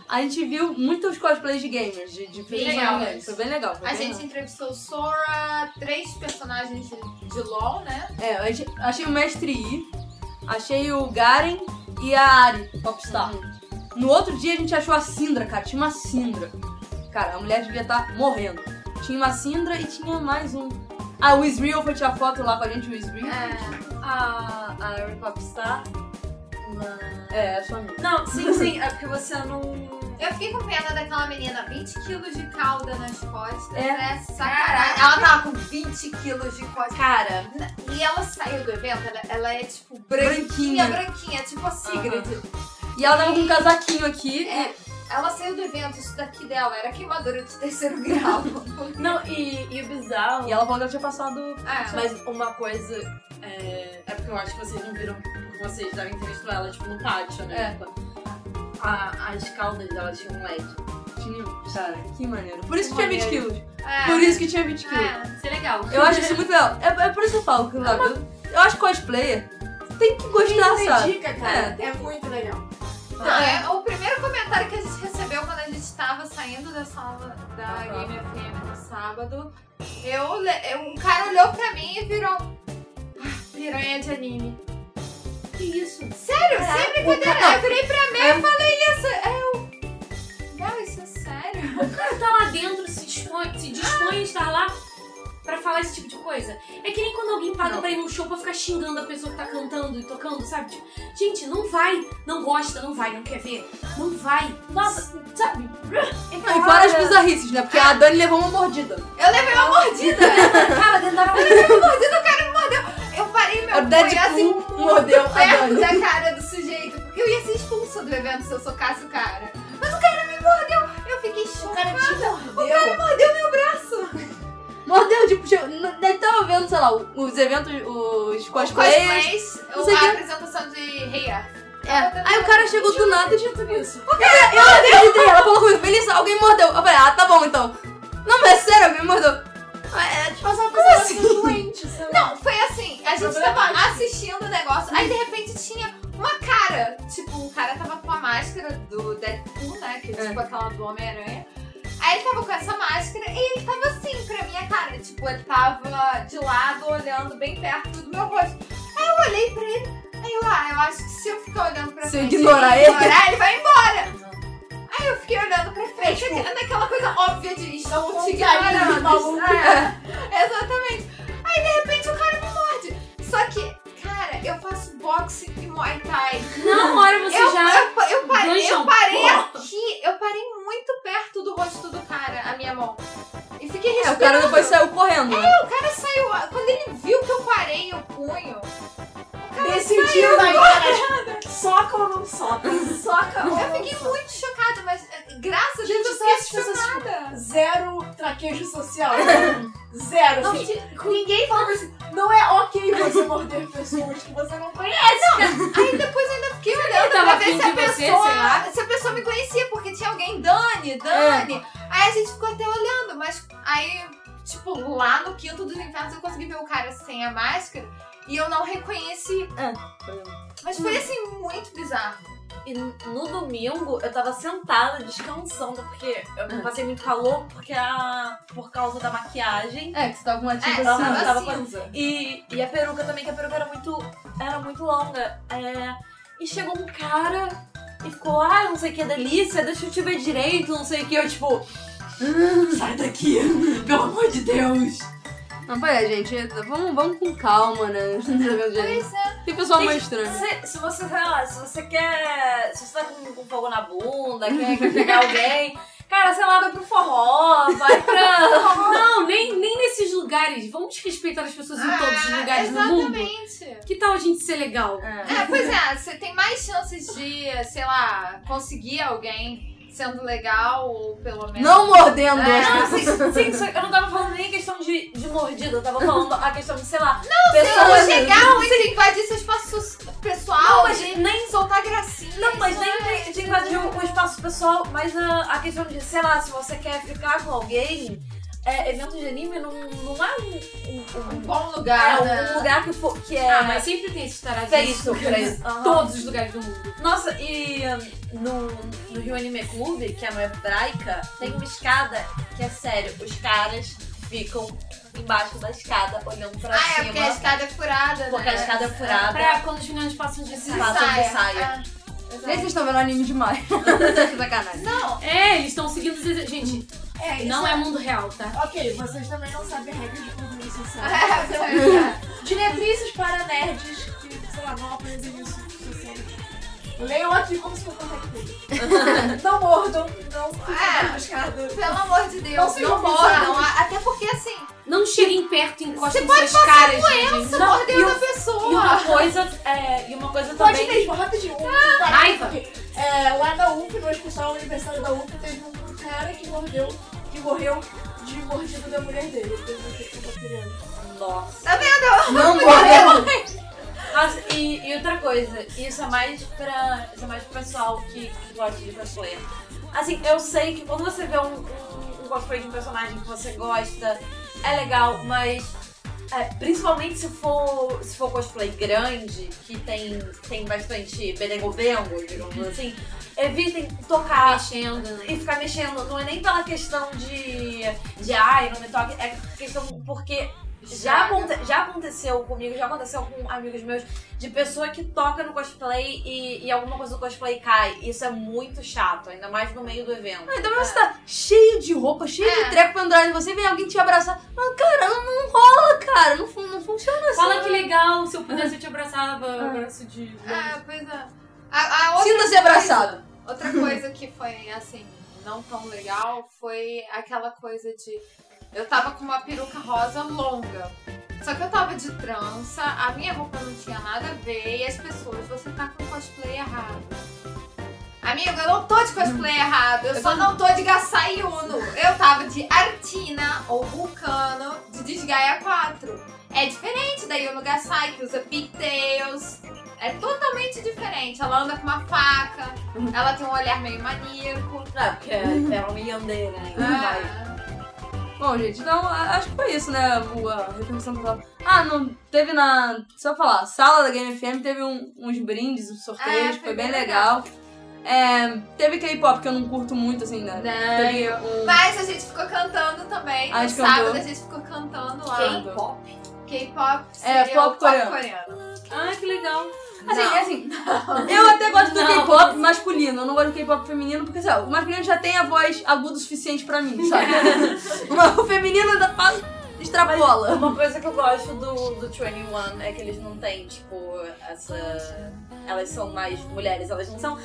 A: A gente viu muitos cosplays de gamers, de, de
B: Bem
A: pessoas
B: legal,
A: gamers.
B: mas-
A: Foi bem legal. foi
B: A
A: bem
B: gente entrevistou Sora, três personagens de, de LOL, né?
A: legal. É, a gente- achei o Mestre Yi, achei o Garen e a Ari, Popstar.
D: Uhum.
A: No outro dia a gente achou a Sindra, cara. Tinha uma Sindra. Cara, a mulher devia estar tá morrendo. Tinha uma Sindra e tinha mais um. Ah, o Israel foi tirar foto lá com a gente, o Israel.
D: É. A, a Erin Popstar. na-
A: É, é só mim.
D: Não, sim, sim, é porque você não.
B: Eu fiquei com pena daquela menina, 20 quilos de calda nas costas,
A: É.
B: né? Sacanagem. Ela tava com 20 quilos de costas.
D: Cara,
B: E ela saiu do evento, ela, ela é tipo
A: Branquinha.
B: branquinha, branquinha, tipo a Sigrid.
A: E ela tava com um casaquinho aqui.
B: É. Ela saiu do evento, isso daqui dela era queimadura de terceiro [LAUGHS] grau.
D: não, e, e o bizarro.
A: E, e ela falou que ela tinha passado.
B: Ah,
D: Mas uma coisa é, é porque eu acho que vocês não viram, porque vocês devem ter visto ela, tipo, no pátio, né?
A: É.
D: A, as caudas dela tinham LED.
A: Tinha. Cara, que maneiro. Por isso que tinha 20
D: Maneiro.
A: quilos.
B: é,
A: Por isso que tinha 20 quilos.
B: é.
C: Isso é legal.
A: Eu acho
C: [LAUGHS]
A: isso muito legal. É, é por isso que eu falo, que sabe? Eu- Eu acho que cosplayer tem que gostar,
E: Quem se
A: sabe?
E: dedica, cara, é muito legal.
B: Não, é o primeiro comentário que a gente recebeu quando a gente tava saindo da sala da
A: Aham.
B: Game FM no sábado. Eu, le- eu- um cara olhou pra mim e virou. "Ah, Piranha de anime. Que isso? Sério? Sem brincadeira.
A: cara-
B: eu virei pra mim
A: É.
B: e falei isso. Aí eu. Não, isso é sério.
A: [LAUGHS]
C: tá lá dentro, se dispõe, se dispõe a estar lá pra falar esse tipo de coisa. É que nem quando alguém paga pra ir num show pra ficar xingando a pessoa que tá cantando e tocando, sabe? Tipo, gente, não vai, não gosta, não vai, não quer ver, não vai. Nossa, sabe?
A: E fora as bizarrices, né? Porque a Dani levou uma mordida.
B: Eu levei uma mordida.
C: Cara, dentro da
B: Eu parei meu
A: O
B: punho assim
A: Deadpool tipo, um mordeu a
B: perto
A: Dani.
B: da cara do sujeito. Porque eu ia ser expulsa do evento se eu socasse o cara. Mas o cara me mordeu. Eu fiquei
E: O
B: chocada.
E: cara te mordeu.
A: Mordeu, tipo, chegou- n- ele tava vendo, sei lá, os eventos, os cosplayers.
B: cosplays,
A: não sei o quê.
B: a apresentação de Rhea.
A: É. Aí o cara chegou do nada e dito isso. É, Eu não acreditei, ela falou comigo, Melissa, alguém mordeu. Eu falei, ah, tá bom então. Não, mas é sério, alguém mordeu. É, tipo,
E: Mas a pessoa assim? doente, sabe?
B: Não, foi assim, a gente
A: é
B: tava assistindo o negócio, aí de repente tinha uma cara. Tipo, o cara tava com a máscara do Deadpool, né? Que é tipo aquela do Homem-Aranha. Aí ele tava com essa máscara e ele tava assim pra minha cara. Tipo, ele tava de lado, olhando bem perto do meu rosto. Aí eu olhei pra ele, aí eu, ah, eu acho que se eu ficar olhando pra
A: Se
B: frente. e
A: ignorar ele.
B: ignorar, ele vai embora. Aí eu fiquei olhando pra frente, naquela coisa óbvia de um estou te
E: Carinho de
B: ignorando.
E: maluco.
B: É. Exatamente. Aí de repente o cara me morde. Só que, cara, eu faço boxing e muay thai.
C: Na hora você
B: Eu,
C: já.
B: eu, eu parei,
C: Ganhou.
B: eu parei aqui, eu parei muito perto do rosto do cara, a minha mão. E fiquei
A: é,
B: respirando.
A: o cara depois saiu correndo, né?
B: O cara saiu. Quando ele viu que eu parei o punho,
E: Decidiu na cara. Soca ou não soca? Soca ou
B: eu
E: não
B: fiquei muito chocada, mas eh, graças a
E: Gente,
B: Deus eu
E: só essas
B: fiquei
E: pessoas,
B: chocada.
E: Zero traquejo social. Zero.
B: Não,
E: assim.
B: ninguém
E: Fala pra você, Não é ok você morder pessoas que você não conhece.
B: Aí depois eu ainda fiquei olhando
C: tava
B: pra ver
C: afim
B: se a
C: de você,
B: pessoa.
C: sei lá. É.
B: se a pessoa me conhecia, porque tinha alguém, Dani, Dani. Aí a gente ficou até olhando, mas aí, tipo, lá no quinto dos infernos eu consegui ver o cara sem a máscara e eu não reconheci.
C: É.
B: Mas foi assim, muito bizarro.
D: E no domingo eu tava sentada, descansando, porque eu passei muito calor porque a, por causa da maquiagem.
A: É, que você tava com uma tinta
B: É,
A: assim.
D: tava-
A: né?
D: tava
B: cinza.
D: E, e a peruca também, que a peruca era muito, era muito longa. É, e chegou um cara e ficou, ah, não sei o que, delícia, deixa eu te ver direito, não sei o que. Eu, tipo, "Ah, sai daqui, pelo amor de Deus.
A: Não, pera, gente, vamos, vamos com calma, né? [LAUGHS]
B: Pois é.
A: Que pessoal
D: Gente,
A: mais estranho.
D: Se, se você, sei lá, se você quer. Se você tá com, com fogo na bunda, quer, quer pegar alguém, cara, sei lá, vai pro forró, vai pra.
C: Não, nem, nem nesses lugares. Vamos respeitar as pessoas em todos os
B: Ah,
C: lugares do mundo.
B: Exatamente.
C: Que tal a gente ser legal?
B: É, pois é, você tem mais chances de, sei lá, conseguir alguém sendo legal ou pelo menos.
A: Não mordendo
B: É.
A: as
D: Não,
A: pessoas.
D: assim, sim, só que eu não tava falando nem questão de, de mordida, eu [LAUGHS] tava falando a questão de, sei lá,
B: Não
D: pessoas.
B: chegar muito, invadir seu espaço pessoal.
D: Não, mas nem.
B: soltar gracinha.
D: Não, Ah, mas
B: isso
D: nem de- de invadir o o espaço pessoal, mas a, a questão de, sei lá, se você quer ficar com alguém, é, evento de anime não, não é um, um-
B: é um
D: um-
B: bom
D: é
B: lugar,
D: um
B: né?
D: lugar que, for, que é.
C: Ah, mas sempre tem esses taradinhos.
D: feito pra isso.
C: em Todos os lugares do mundo.
D: Nossa, e hum, no, no Rio Anime Clube, que é no Hebraica, tem uma escada que é sério, os caras ficam embaixo da escada olhando pra
B: Ah, é
D: cima.
B: porque a escada é furada,
D: assim, porque
B: né?
D: a escada é furada.
C: Pra quando os meninos passam de
B: De
D: Passam de saia.
B: Ah, [LAUGHS]
A: Gente, vocês estão vendo anime demais. Sacanagem.
B: Não, [LAUGHS]
C: É, eles estão seguindo os exemplos. Gente,
E: É, isso
C: Não é mundo real, tá?
E: Ok, vocês também não sabem regras de convívio social.
B: Ah, É,
E: Diretrizes para nerds que, sei lá, não aprendem isso. vocês- Leiam aqui como se for correto. não mordam, não fiquem buscada.
B: pelo amor de
E: Não
B: Deus,
E: se
B: não
E: bizarro.
B: mordam. a- Até porque assim,
C: Não cheguem perto, encostem
B: Você pode
C: suas caras, gente.
B: você
C: Não,
B: mordeu
C: e o-
B: outra pessoa.
D: E uma coisa, é, e uma coisa
E: Pode
D: também.
E: mesmo, rapidinho. Um, ah,
C: raiva.
E: É, lá na UF, no hospital aniversário da UF, teve um cara que mordeu, que morreu de mordida da mulher dele. Depois eu sei que eu tô criando.
D: Nossa.
A: Não mordeu!
D: Mas, e, e outra coisa, isso é mais pra. Isso é mais pro pessoal que, que gosta de cosplayer. Assim, eu sei que quando você vê um, um, um cosplay de um personagem que você gosta, é legal, mas é, principalmente se for, se for cosplay grande, que tem, tem bastante bedengo-bengo, digamos assim, evitem tocar
C: Mexendo, né?
D: e ficar mexendo. Não é nem pela questão de, de ai, não me toque, é questão porque
B: Ah,
D: já, aconte- já aconteceu comigo, já aconteceu com amigos meus, de pessoa que toca no cosplay e, e alguma coisa do cosplay cai. Isso é muito chato, ainda mais no meio do evento.
A: Ainda mais você tá cheio de roupa, cheio
B: É.
A: de treco pendurado em você, vem alguém te abraçar. Mas, cara, não, não rola, cara. Não, fun- não funciona assim.
C: Fala que legal, se eu pudesse eu te abraçava, abraço de...
B: Ah, pois é. A, a outra
A: Sinta-se
B: coisa-
A: abraçado.
B: Outra coisa que foi, assim, não tão legal foi aquela coisa de. Eu tava com uma peruca rosa longa. Só que eu tava de trança, a minha roupa não tinha nada a ver, e as pessoas, você tá com cosplay errado. Amigo, eu não tô de cosplay errado, eu só não tô de Gasai Uno. Eu tava de Artina ou Vulcano de Desgaia 4. É diferente da Yuno Gasai, que usa pigtails. É totalmente diferente. Ela anda com uma faca, ela tem um olhar meio maníaco. né?
C: ah,
D: Não, porque
C: é,
D: era um Yandere, né? Então vai.
B: Ah,
A: Bom, gente, então a- acho que foi isso, né? o- A repercussão do pessoal. Ah, não. Teve na. Só falar, sala da Game FM teve um- uns brindes, uns
B: Ah,
A: sorteios,
B: foi
A: foi bem
B: bem
A: legal. É, teve K-pop, que eu não curto muito, assim, né?
B: Não,
A: Teve
B: eu-
A: um-
B: Mas a gente ficou cantando também.
A: A
B: No
A: gente cantou.
B: sábado a gente ficou cantando lá.
D: K-pop.
B: K-pop
A: É,
B: seria
A: pop
B: o
A: coreano. [LAUGHS]
C: Ah, que legal.
A: Assim,
B: não.
A: é assim, eu até gosto do
C: Não.
A: K-pop masculino, eu não gosto do K-pop feminino, porque sabe, o masculino já tem a voz aguda o suficiente pra mim, sabe? [LAUGHS] o feminino ainda faz, extrapola.
D: Uma coisa que eu gosto do, do 21 é que eles não têm, tipo, essa. Elas são mais mulheres, elas não são.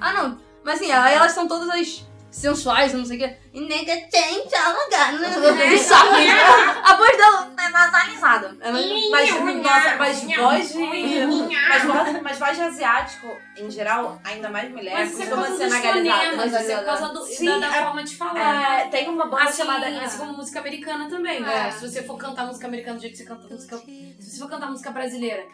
A: Ah, não. Mas assim, aí elas são todas as sensuais, eu não sei o quê. E nega tem lugar.
C: É,
A: né? [LAUGHS] Sabe? A voz dela é nasalizada. Ela-
D: Mas, nossa, mas voz de. Mas voz, mas voz de asiático, em geral, ainda mais mulher,
C: Mas isso é por
D: costuma
C: causa
D: ser
C: dos
D: nagalizada.
C: fonemas, isso é por causa do-
D: Sim,
C: da, da
D: é-
C: forma de falar.
D: É, tem uma banda
C: Assim,
D: chamada.
C: assim como música americana também,
B: É.
C: né? Se você for cantar música americana do jeito que você canta música. Se você for cantar música brasileira,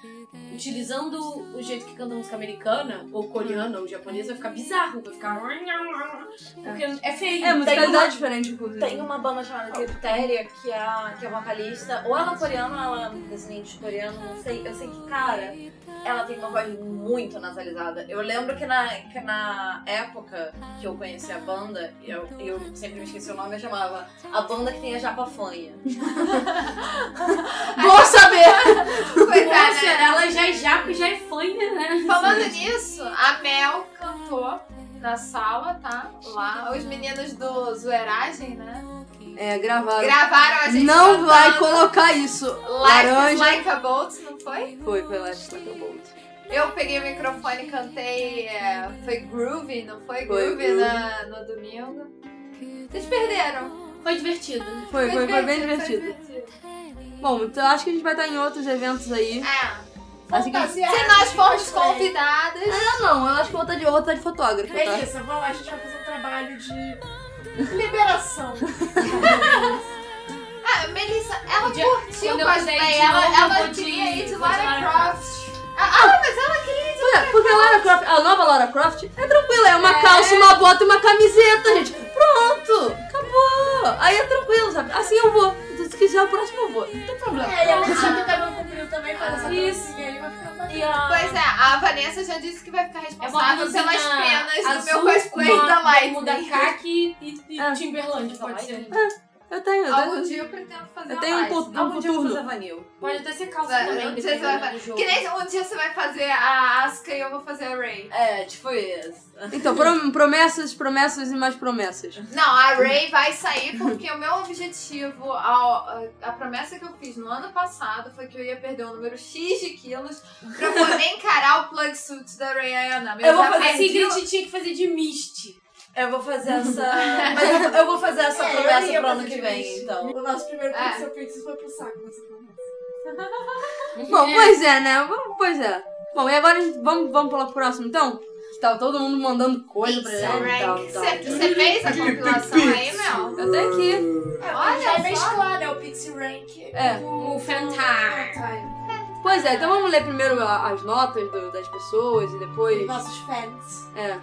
C: utilizando o jeito que canta música americana, ou coreana, ou japonesa, vai ficar bizarro, vai ficar. Porque é feio.
A: É,
D: uma-
A: musicalidade diferente, inclusive.
D: Tem uma banda chamada Criptéria, que é a, que a vocalista, ou ela é coreana ou ela é descendente de coreano, não sei. Eu sei que, cara, ela tem uma voz muito nasalizada. Eu lembro que na, que na época que eu conheci a banda, eu, eu sempre me esqueci o nome, eu chamava a banda que tem a japa fanha.
A: Bom saber!
B: Pois é,
C: Nossa,
B: né?
C: ela já é japa e já é fã, né?
B: Falando nisso, a Mel cantou na sala, tá? Lá. Os meninos do Zoeiragem, né?
A: É, gravaram.
B: Gravaram a gente
A: Não vai
B: cantando
A: colocar isso.
B: Life is
A: Laranja.
B: Like a Bolt, não foi?
A: Foi, foi Life is Like a Bolt.
B: Eu peguei o microfone e cantei. é, foi Groovy, não
A: Foi
B: foi? Groovy
A: Groovy.
B: na, no domingo. Vocês perderam.
C: Foi divertido.
A: Foi, foi, foi bem
B: foi
A: divertido. Bom, então acho que a gente vai estar em outros eventos aí.
B: É.
A: Assim que...
B: Se nós formos convidadas.
A: Ah, não, eu acho que eu vou estar de, eu vou estar de fotógrafo, tá?
E: É isso, eu vou lá, a gente vai fazer um trabalho de liberação.
B: Ah, Melissa, ela
C: Dia-
B: curtiu
C: quando
B: o
C: eu
B: cosplay.
C: mudei de
B: Ela,
C: novo, eu
B: ela
C: vou de-
B: queria ir de
C: vou de
B: Lara
C: Lara
B: Croft. Ah, ah, mas ela queria ir de
A: Porque, porque a Lara Croft, a nova Lara Croft, é tranquila, é uma calça, uma bota e uma camiseta, gente. Pronto! Acabou! Aí é tranquilo, sabe? Assim eu vou. Se quiser é o próximo eu vou. Não tem problema.
E: É, e a Letícia que tá no cumprido também faz essa
C: Isso.
E: dancinha aí, vai ficar
D: E
E: bacana.
D: a,
B: Pois é, a Vanessa já disse que vai ficar responsável
C: blusinha
B: pelas penas do
C: azul
B: meu cosplay
C: com a
B: da Lightning.
C: Bermuda khaki e, e
A: Ah.
C: Timberland, pode ser.
A: Eu tenho, eu
B: Algum
A: tenho.
B: dia eu pretendo fazer
A: Eu tenho um
B: mais.
A: pouco-
D: Algum dia eu vou
A: coturno.
D: fazer vanil.
C: Pode até ser calça
B: Vai,
C: também,
B: um dia você
C: dependendo
B: vai-
C: do jogo.
B: Que nem um dia você vai fazer a Asuka e eu vou fazer a Ray.
D: É, tipo isso.
A: Então, prom- promessas, promessas e mais promessas.
B: Não, a Ray vai sair porque o meu objetivo, a, a promessa que eu fiz no ano passado foi que eu ia perder um número X de quilos pra poder encarar o plug suit da Ray Ayanami.
D: Eu vou
B: já
D: fazer
C: A
B: perdi o-
C: Sigrid tinha que fazer de Misty.
D: Eu vou fazer essa. Mas eu, eu vou fazer essa
E: É, eu
D: promessa
E: ia
D: pro ano
E: fazer
D: que
E: de
D: vem,
E: vez.
D: então.
E: O nosso primeiro
B: É.
E: Pixel Pixel foi pro saco é nessa conversa.
A: Bom, pois é, né? Bom, Pois é. Bom, e agora a gente- vamos, vamos para o próximo, então? Que Tá todo mundo mandando coisa pra
B: Pixel
A: gente. e Tal,
B: Rank.
A: tal.
B: Você você fez a compilação aí, Mel?
A: [LAUGHS] Eu tenho aqui.
E: É,
B: Olha
E: Olha, já
B: só.
E: mesclado, é o Pixie Rank.
A: É,
E: o
C: o Fantasma.
E: Fantasma.
A: Pois é, então vamos ler primeiro a- as notas do- das pessoas e
E: Os
A: depois.
E: nossos fans.
A: É.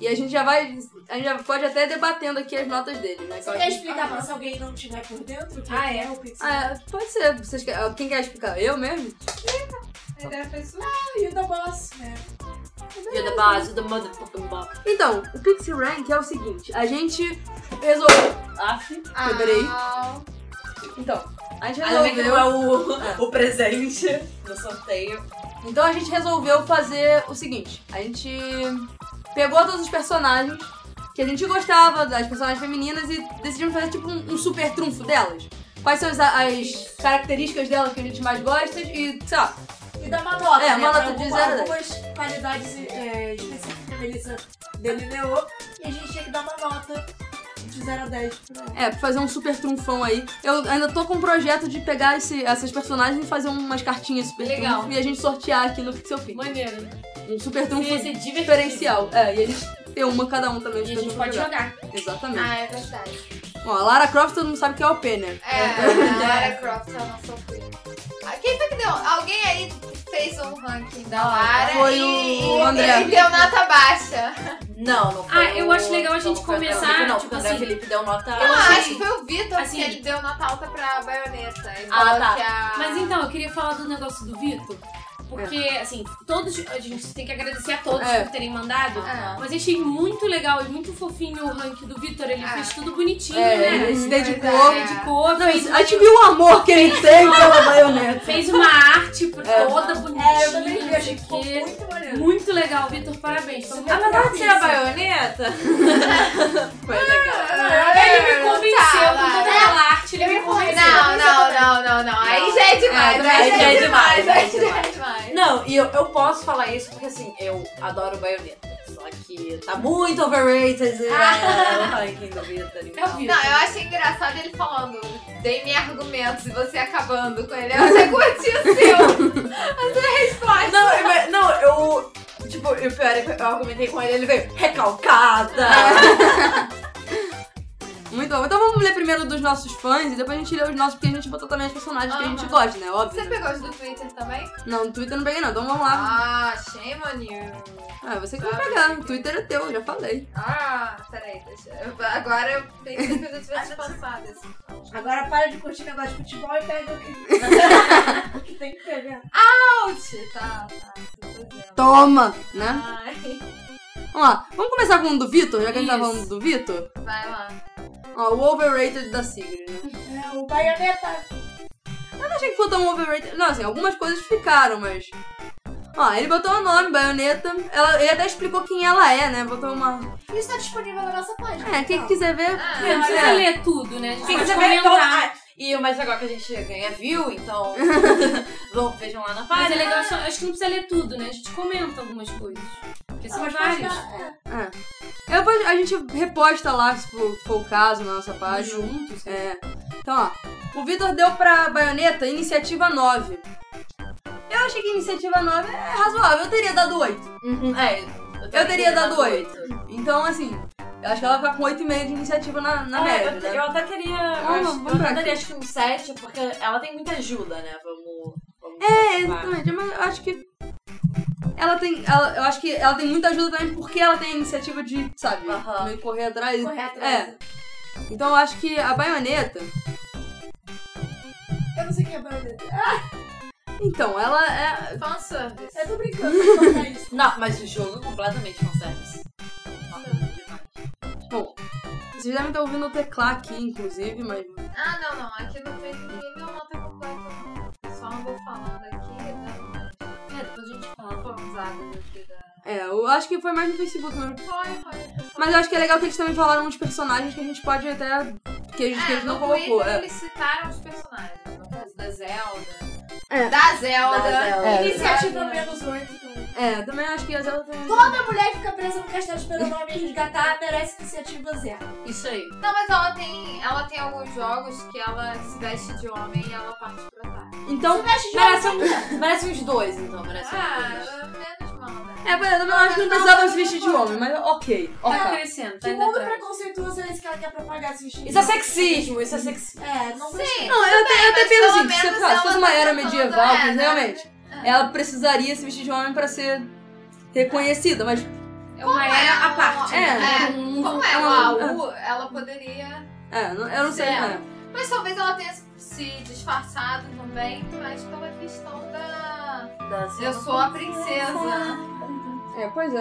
A: E a gente já vai. A gente já pode até debatendo aqui as notas dele, né?
E: Você quer explicar pra se alguém não tiver por dentro o que
C: Ah,
E: é,
C: é?
E: o Pixie Rank?
A: Ah, é, pode ser. Vocês quer- Quem quer explicar? Eu mesmo?
B: A ideia foi sua.
E: Ah, e o da Boss, né?
D: Dia da base, da motherfucking bop.
A: Então, o Pixie Rank é o seguinte: a gente resolveu.
D: Aff.
A: Quebrei.
B: Ah,
A: Então, a gente
D: Ainda bem que
A: resolveu.
D: não é o, o presente do sorteio.
A: Então a gente resolveu fazer o seguinte: a gente pegou todos os personagens que a gente gostava, das personagens femininas, e decidimos fazer tipo um, um super trunfo delas. Quais são as, as características delas que a gente mais gosta e, sei lá,
E: E dá uma nota,
A: É,
E: né?
A: uma
E: Pra
A: nota de
E: alguma-
A: zero a
E: Algumas qualidades é, específicas que a Melissa delineou. E a gente tinha que dar uma nota de 0 a 10 pra ela.
A: é, fazer um super trunfão aí. Eu ainda tô com um projeto de pegar esse- essas personagens e fazer umas cartinhas super
C: Legal.
A: trunfo e a gente sortear aqui no Pixel Pix.
C: Maneiro, né?
A: Um super trunfo
C: Ia ser divertido.
A: diferencial. É, e a gente tem uma cada um também.
C: E a gente pode
A: jogar.
C: jogar.
A: Exatamente.
B: ah, é verdade.
A: Bom, a Lara Croft todo mundo sabe que é o P, né?
B: É, a Lara Croft é a nossa queen. Ah, Quem foi que deu? Alguém aí fez um ranking da Lara
A: Foi
B: e,
A: o
B: e-
A: André.
B: e deu nota baixa.
D: Não, não foi
C: Ah,
D: o- então
C: eu acho legal a
D: não
C: gente
D: foi o André
C: começar,
D: Felipe, Não,
C: tipo
D: porque o André
C: assim,
D: Felipe deu nota.
B: Eu
C: achei-
B: acho que foi o Vitor
C: assim-
B: que ele deu nota alta pra baioneta. Ele
D: Ah,
B: falou
D: tá.
B: que a...
C: Mas então, eu queria falar do negócio do Vitor. Porque, assim, todos. A gente tem que agradecer a todos
A: É.
C: por terem mandado.
B: Ah,
C: Mas eu achei muito legal e muito fofinho o rank do Vitor. Ele
B: Ah.
C: fez tudo bonitinho,
A: É,
C: né?
A: ele se dedicou.
B: Pois é.
C: Dedicou,
A: Não,
C: fez,
A: isso- a gente viu o amor que ele tem pela baioneta.
C: fez uma arte por
A: É.
C: toda
E: É, eu também vi,
C: bonitinha,
E: achei que ficou
C: que
E: muito maneiro.
C: Muito legal, Vitor, parabéns. Foi muito
E: Ah, mas
C: legal.
E: dá pra tirar a
D: baioneta? foi legal.
C: Ele me convenceu
B: Tá,
C: com toda
B: Lara.
C: aquela arte, ele me convenceu.
B: Não, não, não, não, não. Aí já é demais.
D: É,
B: aí já é
D: demais,
B: demais. Aí
D: é
B: já é demais.
D: Não, e eu, eu posso falar isso porque assim, eu adoro baioneta. Só que tá muito overrated. né?
C: Ah.
D: O ranking do Vitor.
C: É o
D: Então.
C: Vitor.
B: Não, eu achei engraçado ele falando, dei-me argumentos e você acabando com ele. [LAUGHS] Você curtiu o seu, é
D: Não, eu, não, eu. Tipo, e o pior é que eu argumentei com ele, ele veio
C: Ah,
D: recalcada.
A: Muito bom. Então vamos ler primeiro dos nossos fãs e depois a gente lê os nossos, porque a gente botou também os personagens que a gente
B: Aham.
A: gosta, né? Óbvio.
B: Você pegou os do Twitter também?
A: Não, no Twitter eu não peguei não, então vamos lá.
B: Ah, shame on you.
A: Ah, você que vai pegar. O Twitter é teu, eu já falei.
B: Ah, peraí, deixa eu... Agora eu pensei que eu já tivesse passado assim.
E: Agora para de curtir negócio de futebol e pega o que, o que [LAUGHS] tem que pegar.
B: Out, tá, tá, tô fazendo.
A: Toma, né?
B: Ai,
A: Vamos lá. Vamos começar com o do Vitor, já que a gente tá
C: Isso.
A: falando do Vitor.
B: vai lá.
A: Ó, o overrated da Sigrid, né?
E: É, o baioneta.
A: Eu não achei que foi tão overrated. Não, assim, algumas coisas ficaram, mas... Ó, ele botou o nome, Baioneta. Ela, ele até explicou quem ela é, né? Botou uma...
E: Isso tá disponível na nossa página.
A: É, quem
E: então.
A: quiser ver...
B: Ah,
C: Não
A: mas
C: precisa
A: é.
C: ler tudo, né? A gente
D: Tem que
C: pode
D: saber todo.
C: comentar.
D: Ah, e mas agora que a gente ganha view,
C: [LAUGHS]
D: então. vão, vejam lá na
C: Mas é
D: página.
C: legal, só- acho que não precisa ler tudo, né? A gente comenta algumas coisas. Porque são
E: Mas pode
C: várias.
E: dar-
A: É.
E: é.
A: Eu, a gente reposta lá, se for, for o caso, na nossa página.
C: Juntos. né?
A: É. Então, ó. O Vitor deu pra baioneta iniciativa 9. Eu achei que iniciativa 9 é razoável. Eu teria dado 8.
D: Uhum, é,
A: Eu teria dado
D: oito.
A: Então, assim, eu acho que ela vai com 8,5 de iniciativa na, na
D: É,
A: média.
D: eu,
A: né?
D: te- eu até teria. Eu,
A: Vamos,
D: acho-
A: vamos
D: eu
A: pra
D: até daria acho que um 7, porque ela tem muita ajuda, né? Vamos. vamos
A: É,
D: participar.
A: exatamente. Mas eu acho que. Ela tem. ela- eu acho que ela tem muita ajuda também porque ela tem a iniciativa de, sabe,
D: Aham.
A: meio correr atrás.
E: Correr atrás.
A: É. Então eu acho que a baioneta.
E: Eu não sei o que é baioneta.
A: Então, ela é.
B: um Fanservice.
E: Eu tô brincando, eu vou cortar isso.
D: Não, mas o jogo é completamente fanservice. Nossa, demais.
A: Bom, Vocês devem estar ouvindo o teclar aqui, inclusive, mas.
B: Ah, não, não. Aqui no Facebook não nota completa. Só não vou falando aqui. Né?
C: É, depois a gente fala.
B: Fanzadas aqui da...
A: É, eu acho que foi mais no Facebook mesmo.
B: Foi, foi.
A: Mas eu acho que é legal que eles também falaram uns personagens que a gente pode até. que a gente, que a
B: É,
A: gente não
B: no
A: colocou.
B: Twitter
A: É.
B: eles citaram os personagens. No caso da Zelda.
A: É.
B: Da Zelda.
D: Da Zelda.
A: É.
B: Iniciativa
F: Iniciativa
B: mesmo.
F: menos 8.
E: então.
F: também.
A: É, também acho que a Zelda tem.
F: Toda mulher que fica presa no castelo esperando um homem resgatar merece iniciativa zero.
C: Isso aí.
B: Não, mas ela tem, ela tem alguns jogos que ela se veste de homem e ela parte pro ataque.
A: Então.
F: Veste de
D: Merece,
F: homem
D: um, merece uns dois, então. Merece uns dois.
B: Ah, menos mal, né?
A: É, mas eu também acho que não precisava se vestir de homem, mas ok.
C: Tá
A: Ok.
C: crescendo, tá
F: Que
C: indo
F: mundo
C: atrás.
F: preconceituoso é esse que ela quer propagar esse vestido?
D: Isso é sexismo, isso é sexismo.
F: É, não gostei.
A: Não, eu até, eu até
B: mas
A: penso
B: pelo
A: assim, se,
B: menos
A: se fosse
B: ela
A: uma
B: tá
A: era
B: tentando,
A: medieval,
B: é,
A: mas
B: né?
A: realmente,
B: É.
A: ela precisaria se vestir de homem pra ser reconhecida, mas
C: É uma
B: Como
C: era
B: um-
C: à parte.
A: É.
C: Um-
B: Como
A: É
B: é
A: uma-
B: uma AU, ela poderia.
A: é, não- eu não sei.
B: É.
A: né?
B: Mas talvez ela tenha se disfarçado também, mas pela questão da. Eu sou a princesa.
A: É, pois é,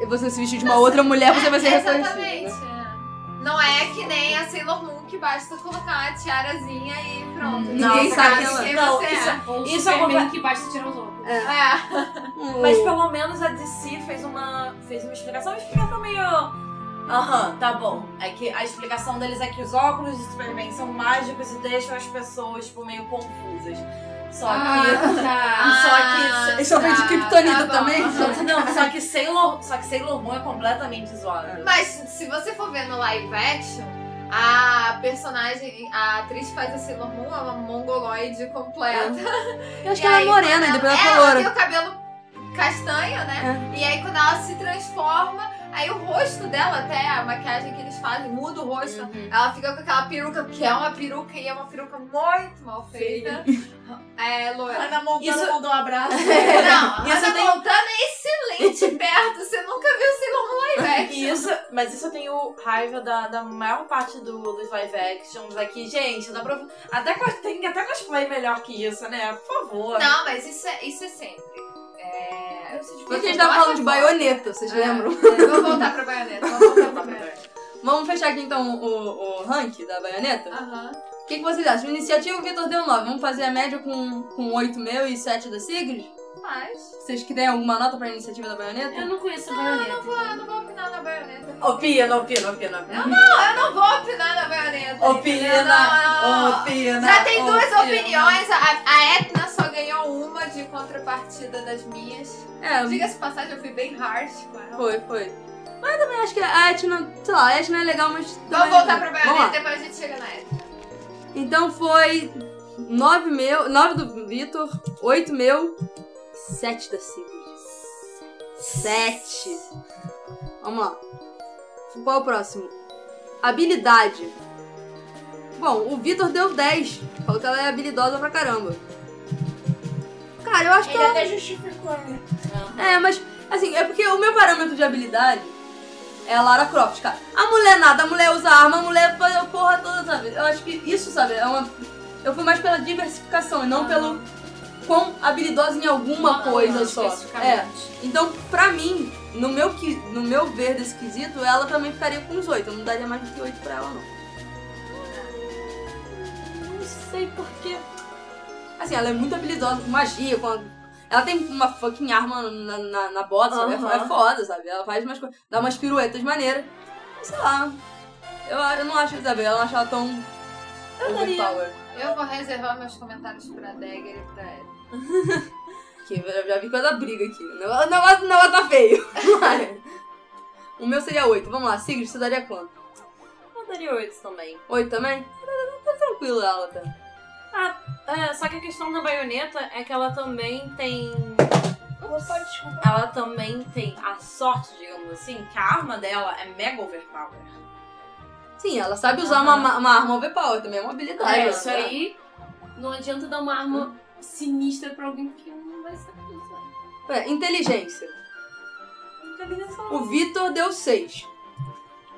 A: é. Você se vestir de uma outra mulher, você vai ser
B: Exatamente.
A: reconhecida.
B: é. Não é que nem a Sailor Moon que basta colocar a tiarazinha e pronto.
A: Não, Ninguém sabe
B: quem
A: quem
B: você
D: ela-
B: é.
D: Não,
C: Ou o
D: Isso é
C: Superman
D: compa-
C: que basta tirar os óculos.
B: É.
A: Hum.
D: Mas pelo menos a DC fez uma, fez uma explicação. Uma explicação meio. Aham, tá bom. É que a explicação deles é que os óculos de Superman são mágicos e deixam as pessoas tipo, meio confusas. Só que.
B: Ah.
C: tá.
D: Só que-
A: Isso é o de Kryptonita
B: tá, bom.
A: também?
D: Só que, [LAUGHS] não, só que Sailor, só que Sailor Moon é completamente zoada.
B: Mas se você for ver no live action, a personagem, a atriz que faz a Sailor Moon, é uma mongoloide completa.
A: Eu acho
B: E
A: que ela é
B: aí, quando
A: morena e depois ela é
B: Ela
A: loura.
B: tem o cabelo castanho, né?
A: É.
B: E aí quando ela se transforma, aí o rosto dela, até a maquiagem que eles fazem, muda o rosto.
A: Uhum.
B: Ela fica com aquela peruca, que é uma peruca e é uma peruca muito mal feita. [LAUGHS] É,
A: [LAUGHS]
B: loira.
F: Ana Montana
D: Isso-
F: mandou um abraço.
B: Não,
D: Isso
B: essa
D: tem-
A: um
B: Montana é excelente [LAUGHS] perto. Você nunca viu Sailor Moon live action.
D: E é, isso, mas isso eu tenho raiva da, da maior parte do, dos live actions aqui. Gente, dá pra, até, cos- tem até cosplay melhor que isso, né? Por favor.
B: Não, mas isso é, isso é sempre. É...
A: Porque a gente tava falando de baioneta, vocês
B: É.
A: lembram? [LAUGHS]
B: Vamos voltar pra baioneta. Vamos voltar pra baioneta.
A: Vamos fechar aqui então o, o rank da baioneta?
B: Aham.
A: O que, que vocês acham? Iniciativa, o Vitor deu 9. Vamos fazer a média com, com 8 meu e 7 da Sigrid?
B: Mas.
A: Vocês que deem alguma nota pra iniciativa da baioneta?
C: Ah, Eu não conheço a baioneta.
B: Eu não vou opinar na baioneta.
D: Opina, opina, opina. opina.
B: Eu não vou opinar na baioneta. entendeu? Não,
D: Opina,
B: não, não.
D: opina.
B: Já tem duas
D: opina.
B: opiniões. A, a Etna só ganhou uma de contrapartida das minhas.
A: É,
B: Diga-se passagem, eu fui bem harsh com ela.
A: foi, foi. Mas eu também acho que a Etna, sei lá, a Etna é legal, mas.
B: Vamos
A: também-
B: voltar pra
A: Vamos
B: baioneta,
A: lá.
B: depois a gente chega na Etna.
A: Então foi 9 meu, 9 do Vitor, 8 meu, 7 da Sigrid. 7. Vamos lá. Qual é o próximo? Habilidade. Bom, o Vitor deu 10. Falou que ela é habilidosa pra caramba. Cara, eu acho que
F: Ele até justificou, né?
A: É, mas, assim, é porque o meu parâmetro de habilidade é a Lara Croft, cara. A mulher é nada, a mulher usa arma, a mulher faz a porra toda, sabe? Eu acho que isso, sabe, é uma... Eu fui mais pela diversificação e não pelo quão habilidosa em alguma coisa só. É.
C: especificamente.
A: Então, pra mim, no meu, qui- no meu ver desse quesito, ela também ficaria com os oito. Eu não daria mais do que oito pra ela, não. Não sei porquê. Assim, ela é muito habilidosa com magia, com... a- Ela tem uma fucking arma na, na, na bota, sabe? É fo- É
D: Aham.
A: foda, sabe? Ela faz umas coisas, dá umas piruetas maneiras. Mas, Sei lá. Eu, eu não acho, sabe? Eu não acho ela tão...
D: Eu daria.
A: overpower.
B: É, Eu vou reservar meus comentários pra Dagger e pra Etna.
A: Que eu já vi quase a briga aqui. O negócio, o negócio, o negócio tá feio. [LAUGHS] Vai. o meu seria 8. Vamos lá, Sigrid, você daria quanto?
D: Eu daria oito também.
A: 8 também? Tá tranquilo ela, tá?
D: É, só que a questão da baioneta é que ela também tem.
F: Opa, desculpa.
D: Ela também tem a sorte, digamos assim, que a arma dela é mega overpower.
A: Sim, ela sabe usar uma, ma- uma arma overpower também, é uma habilidade.
C: É,
A: né?
C: isso aí. Não adianta dar uma arma sinistra pra alguém que não vai saber usar.
A: É, inteligência.
D: Inteligência
A: O Vitor deu 6.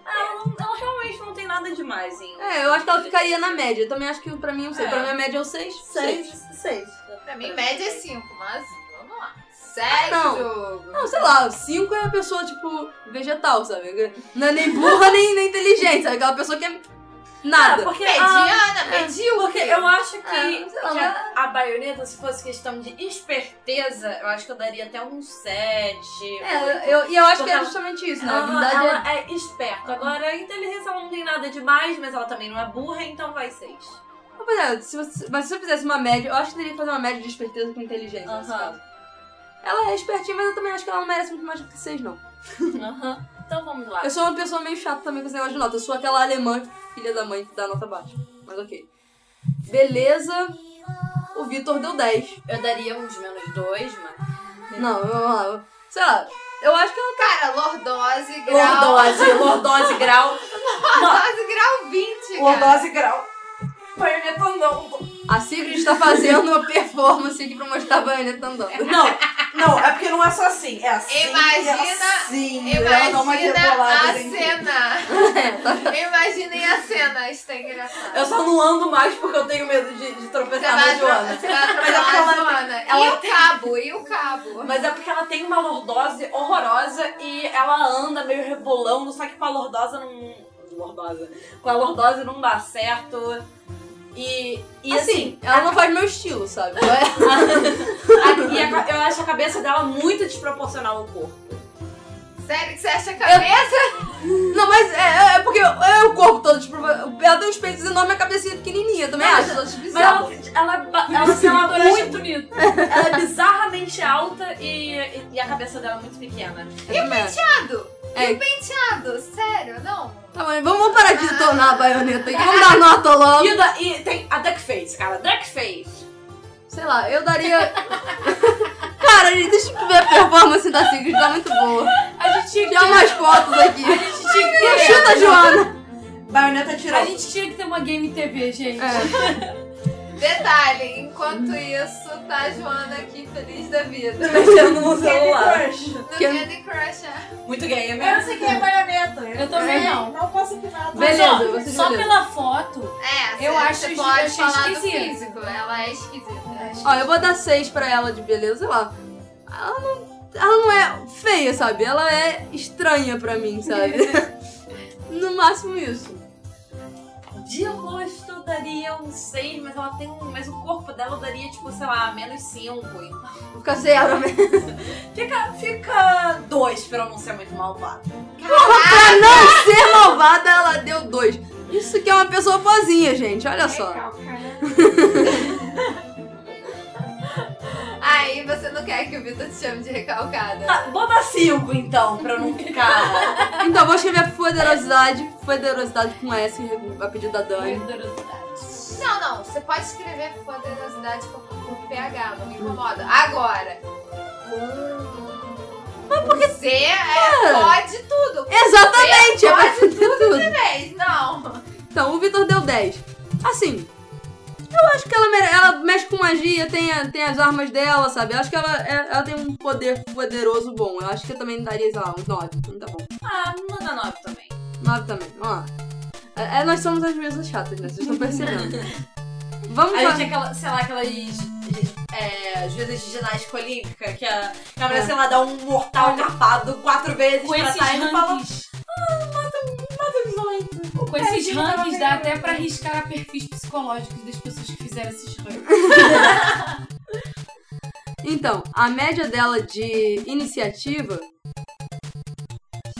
D: Ela, Ah, não- ela realmente não tem nada demais em.
A: É, eu acho que ela ficaria na média. Eu também acho que pra mim não sei.
D: É.
A: Pra mim a média é o 6.
D: Seis. Seis.
B: Pra mim, média é 5, mas vamos lá. Sério,
A: Não.
B: jogo?
A: Não, sei lá, cinco é a pessoa, tipo, vegetal, sabe? Não é nem burra, nem, nem inteligente, sabe? Aquela pessoa que é
D: Ah,
A: nada.
D: porque, ah,
A: É,
B: Mediana, É medíocre.
D: porque eu acho que,
A: Ah, sei lá,
D: que a, a baioneta, se fosse questão de esperteza, eu acho que eu daria até um 7.
A: É, eu, e eu acho que é justamente isso, né? A
D: Ela,
A: habilidade é
D: Ah, ela é esperta. Agora, a inteligência ela não tem nada demais, mas ela também não é burra, então vai 6.
A: Rapaziada, se você, mas se eu fizesse uma média, eu acho que teria que fazer uma média de esperteza com inteligência nesse
D: Aham.
A: caso. Ela é espertinha, mas eu também acho que ela não merece muito mais do que vocês, não.
D: Aham. Então vamos lá.
A: Eu sou uma pessoa meio chata também com esse negócio de nota. Eu sou aquela alemã, filha da mãe, que dá nota baixa. Mas ok. Beleza. O Vitor deu 10.
D: Eu daria uns menos 2, mas.
A: Não, vamos lá. eu- Sei lá. Eu acho que ela
B: Cara, lordose, grau.
D: Lordose, lordose, grau.
B: Lordose, grau 20,
E: né?
B: cara.
E: Lordose grau. Baioneta não.
A: A Sigrid está fazendo uma performance aqui pra mostrar a baioneta andando.
E: Não, não, é porque não é só assim. É assim.
B: Imagina-
E: é assim. Ela dá uma
B: Imagina a
E: rebolada, gente.
B: cena. Imaginem a cena, isso tá engraçado.
D: Eu só não ando mais porque eu tenho medo de, de
B: Você
D: tropeçar na
B: vai
D: Joana.
B: atro- você vai
E: Mas é porque
B: atropelar a
E: ela-
B: Joana. E
D: ela
B: o cabo, e o cabo.
D: Mas é porque ela tem uma lordose horrorosa e ela anda meio rebolando, só que com a lordosa não. Lordosa. Com a lordose não dá certo. E, e
A: [LAUGHS] assim,
D: assim,
A: ela não faz meu estilo, sabe?
D: a- e a ca- eu acho a cabeça dela muito desproporcional ao corpo.
B: Sério que você acha a cabeça?
A: Não, mas é, é porque é o corpo todo, tipo, ela tem uns peitos enormes e a cabecinha é pequenininha, eu também acho, eu acho
D: Mas
A: bizarro.
D: ela, ela, é ba- ela, assim, ela é muito bonita. Ela é bizarramente alta e, e, e a cabeça dela é muito pequena.
A: E o penteado? É.
B: Cado, sério, não.
A: Tá, mas vamos, vamos parar de detonar a baioneta aqui, vamos dar nota logo.
D: E, o da- e tem a duck face, cara. Duck face.
A: Sei lá, eu daria... [LAUGHS] Cara, gente, deixa eu ver a performance da Sigrid, tá muito boa.
C: A gente tinha que
A: Tirar umas fotos aqui. Não chuta, Joana.
E: Baioneta tirou.
C: A gente tinha que ter uma game TV, gente.
A: É.
B: Detalhe, enquanto isso, tá a Joana aqui feliz da vida.
D: Mexendo no
E: Candy
D: celular.
E: é Crush.
B: No
A: Que-
B: Candy Crush, é.
D: é Muito gamer.
E: Eu não sei quem é baioneta.
C: Eu também
D: É.
C: não.
E: Não posso opinar.
A: Beleza,
C: Mas, ó,
A: você
C: só
A: beleza.
C: pela foto.
B: É,
C: Eu
B: você-
C: acho
B: você
C: que
B: pode
C: achei
B: falar
C: esquisito.
B: do físico, ela é esquisita.
A: Ó, eu vou dar seis pra ela de beleza, sei lá. Ela não, ela não é feia, sabe? Ela é estranha pra mim, sabe? [LAUGHS] No máximo isso.
D: De rosto Um eu daria um 6, mas ela tem um. Mas o corpo dela eu daria, tipo, sei lá, menos 5.
A: Vou ficar zero, né?
D: Fica. Então Fica 2 pra eu não ser muito malvada.
A: Pra não ser malvada, ela deu dois. Isso que é uma pessoa pozinha, gente. Olha só. [LAUGHS]
B: Aí você não quer que o Vitor te chame de recalcada.
D: Tá, bota 5 então, pra eu não
C: [LAUGHS]
D: ficar.
A: Então, vou escrever poderosidade. Poderosidade com S, a pedido da Dani.
B: Não, não, você pode escrever poderosidade com, com PH, não me incomoda. Agora, com. Mas porque. Z é,
A: Ah!
B: pode tudo.
A: Exatamente! É pra
B: Pode
A: fazer tudo.
B: Três, não.
A: Então, o Vitor deu 10. Assim, eu acho que ela, mere- ela mexe com magia, tem, a- tem as armas dela, sabe? Eu acho que ela, é- ela tem um poder poderoso bom. Eu acho que eu também daria, sei lá, uns 9. Então, tá bom.
D: ah, manda 9 também.
A: 9 também, vamos lá. É, é, nós somos as mesmas chatas, né? Vocês estão percebendo.
D: [LAUGHS]
A: Vamos
D: A
A: lá.
D: gente é aquela, sei lá, aquelas. É, juízes de ginástica olímpica, que a, que a mulher, sei lá, dá um mortal capado quatro vezes
C: É. Com
D: pra
C: esses
D: trás e fala. "Ah,
C: rankings.
D: "Mata um É, os oito."
C: Com esses rankings dá até pra arriscar perfis psicológicos das pessoas que fizeram esses rankings.
A: Então, a média dela de iniciativa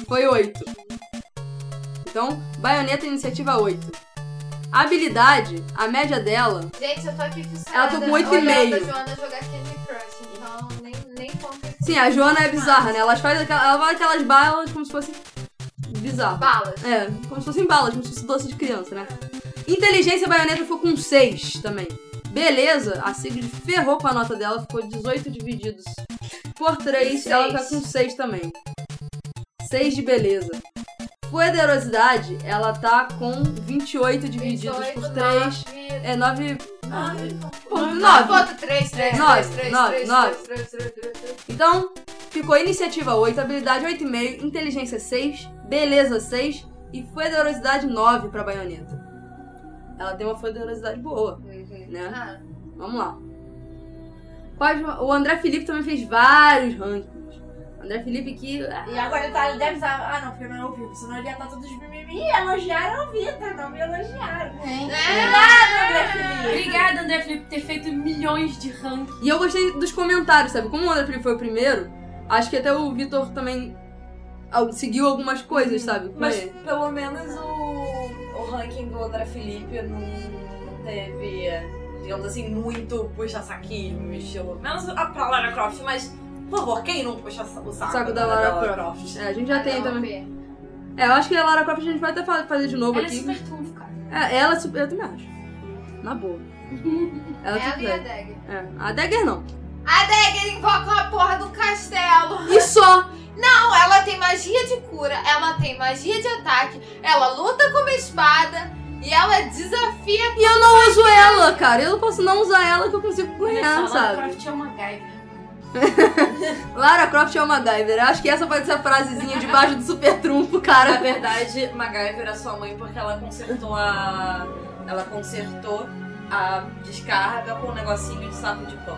A: foi 8. Então, baioneta iniciativa 8. Habilidade, a média dela.
B: Gente, eu tô aqui fissurada.
A: Ela tá com oito e
B: olhando
A: meio.
B: a Joana jogar Candy Crush, então nem, nem Ah, conta isso.
A: Sim, a Joana é bizarra, né? Elas faz aquela, ela faz aquelas balas como se fossem bizarro.
B: Balas.
A: É, como se fossem balas, como se fosse doce de criança, né? Inteligência a baioneta ficou com 6 também. Beleza, a Sigrid ferrou com a nota dela, ficou 18 divididos por 3, ela tá com 6 também. 6 de beleza. Poderosidade, ela tá com 28 divididos por 3. É 9.
B: Não,
A: 9.
B: bota 3, 3,
A: Nove,
B: 3, 3,
A: nove,
B: 3,
A: nove.
B: 3, 3, 3, 3, 3.
A: Então, ficou iniciativa 8, habilidade 8,5, inteligência 6, beleza 6 e poderosidade 9 pra baioneta.
C: Uhum.
A: Ela tem uma poderosidade boa, né?
B: Ah,
A: Vamos lá. Pode- o André Felipe também fez vários rankings. O André Felipe que. ah,
F: E agora ele, tá, ele deve estar. Ah, não, porque não é ao vivo, senão ele ia estar todos mimimi. Elogiaram a Vita, não me
E: É,
F: elogiaram.
D: É.
C: Obrigada, André Felipe, por ter feito milhões de ranking.
A: E eu gostei dos comentários, sabe? Como o André Felipe foi o primeiro, acho que até o Vitor também ah, seguiu algumas coisas, sabe?
D: Mas pelo menos o, o ranking do André Felipe não, não teve, digamos assim, muito puxa-saquismo, estilo. Menos a pra Lara Croft, mas, por favor, quem não puxa o saco,
A: Saco da Lara Croft. É, a gente já tem também.
B: também.
A: É, eu acho que a Lara Croft a gente vai até fa- fazer de novo
C: Ela é
A: aqui.
C: super trunfo, cara.
A: É, ela é super. Eu também acho. Na boa.
B: É
A: Ela
B: a
A: super.
B: minha
A: É,
B: Dagger.
A: A Dagger não.
B: Ele invoca uma porra do castelo.
A: E só!
B: Não, ela tem magia de cura, ela tem magia de ataque, ela luta com uma espada e ela desafia.
A: E eu não uso ela, cara. Eu não posso não usar ela que eu consigo ganhar,
C: Olha só, Lara
A: sabe?
C: Croft é uma gaiva. [LAUGHS]
A: Lara Croft é uma MacGyver. Acho que essa pode ser a frasezinha debaixo do super trunfo, cara.
D: Na É verdade, MacGyver é sua mãe porque ela consertou a. Ela consertou a descarga com um negocinho de saco de pão.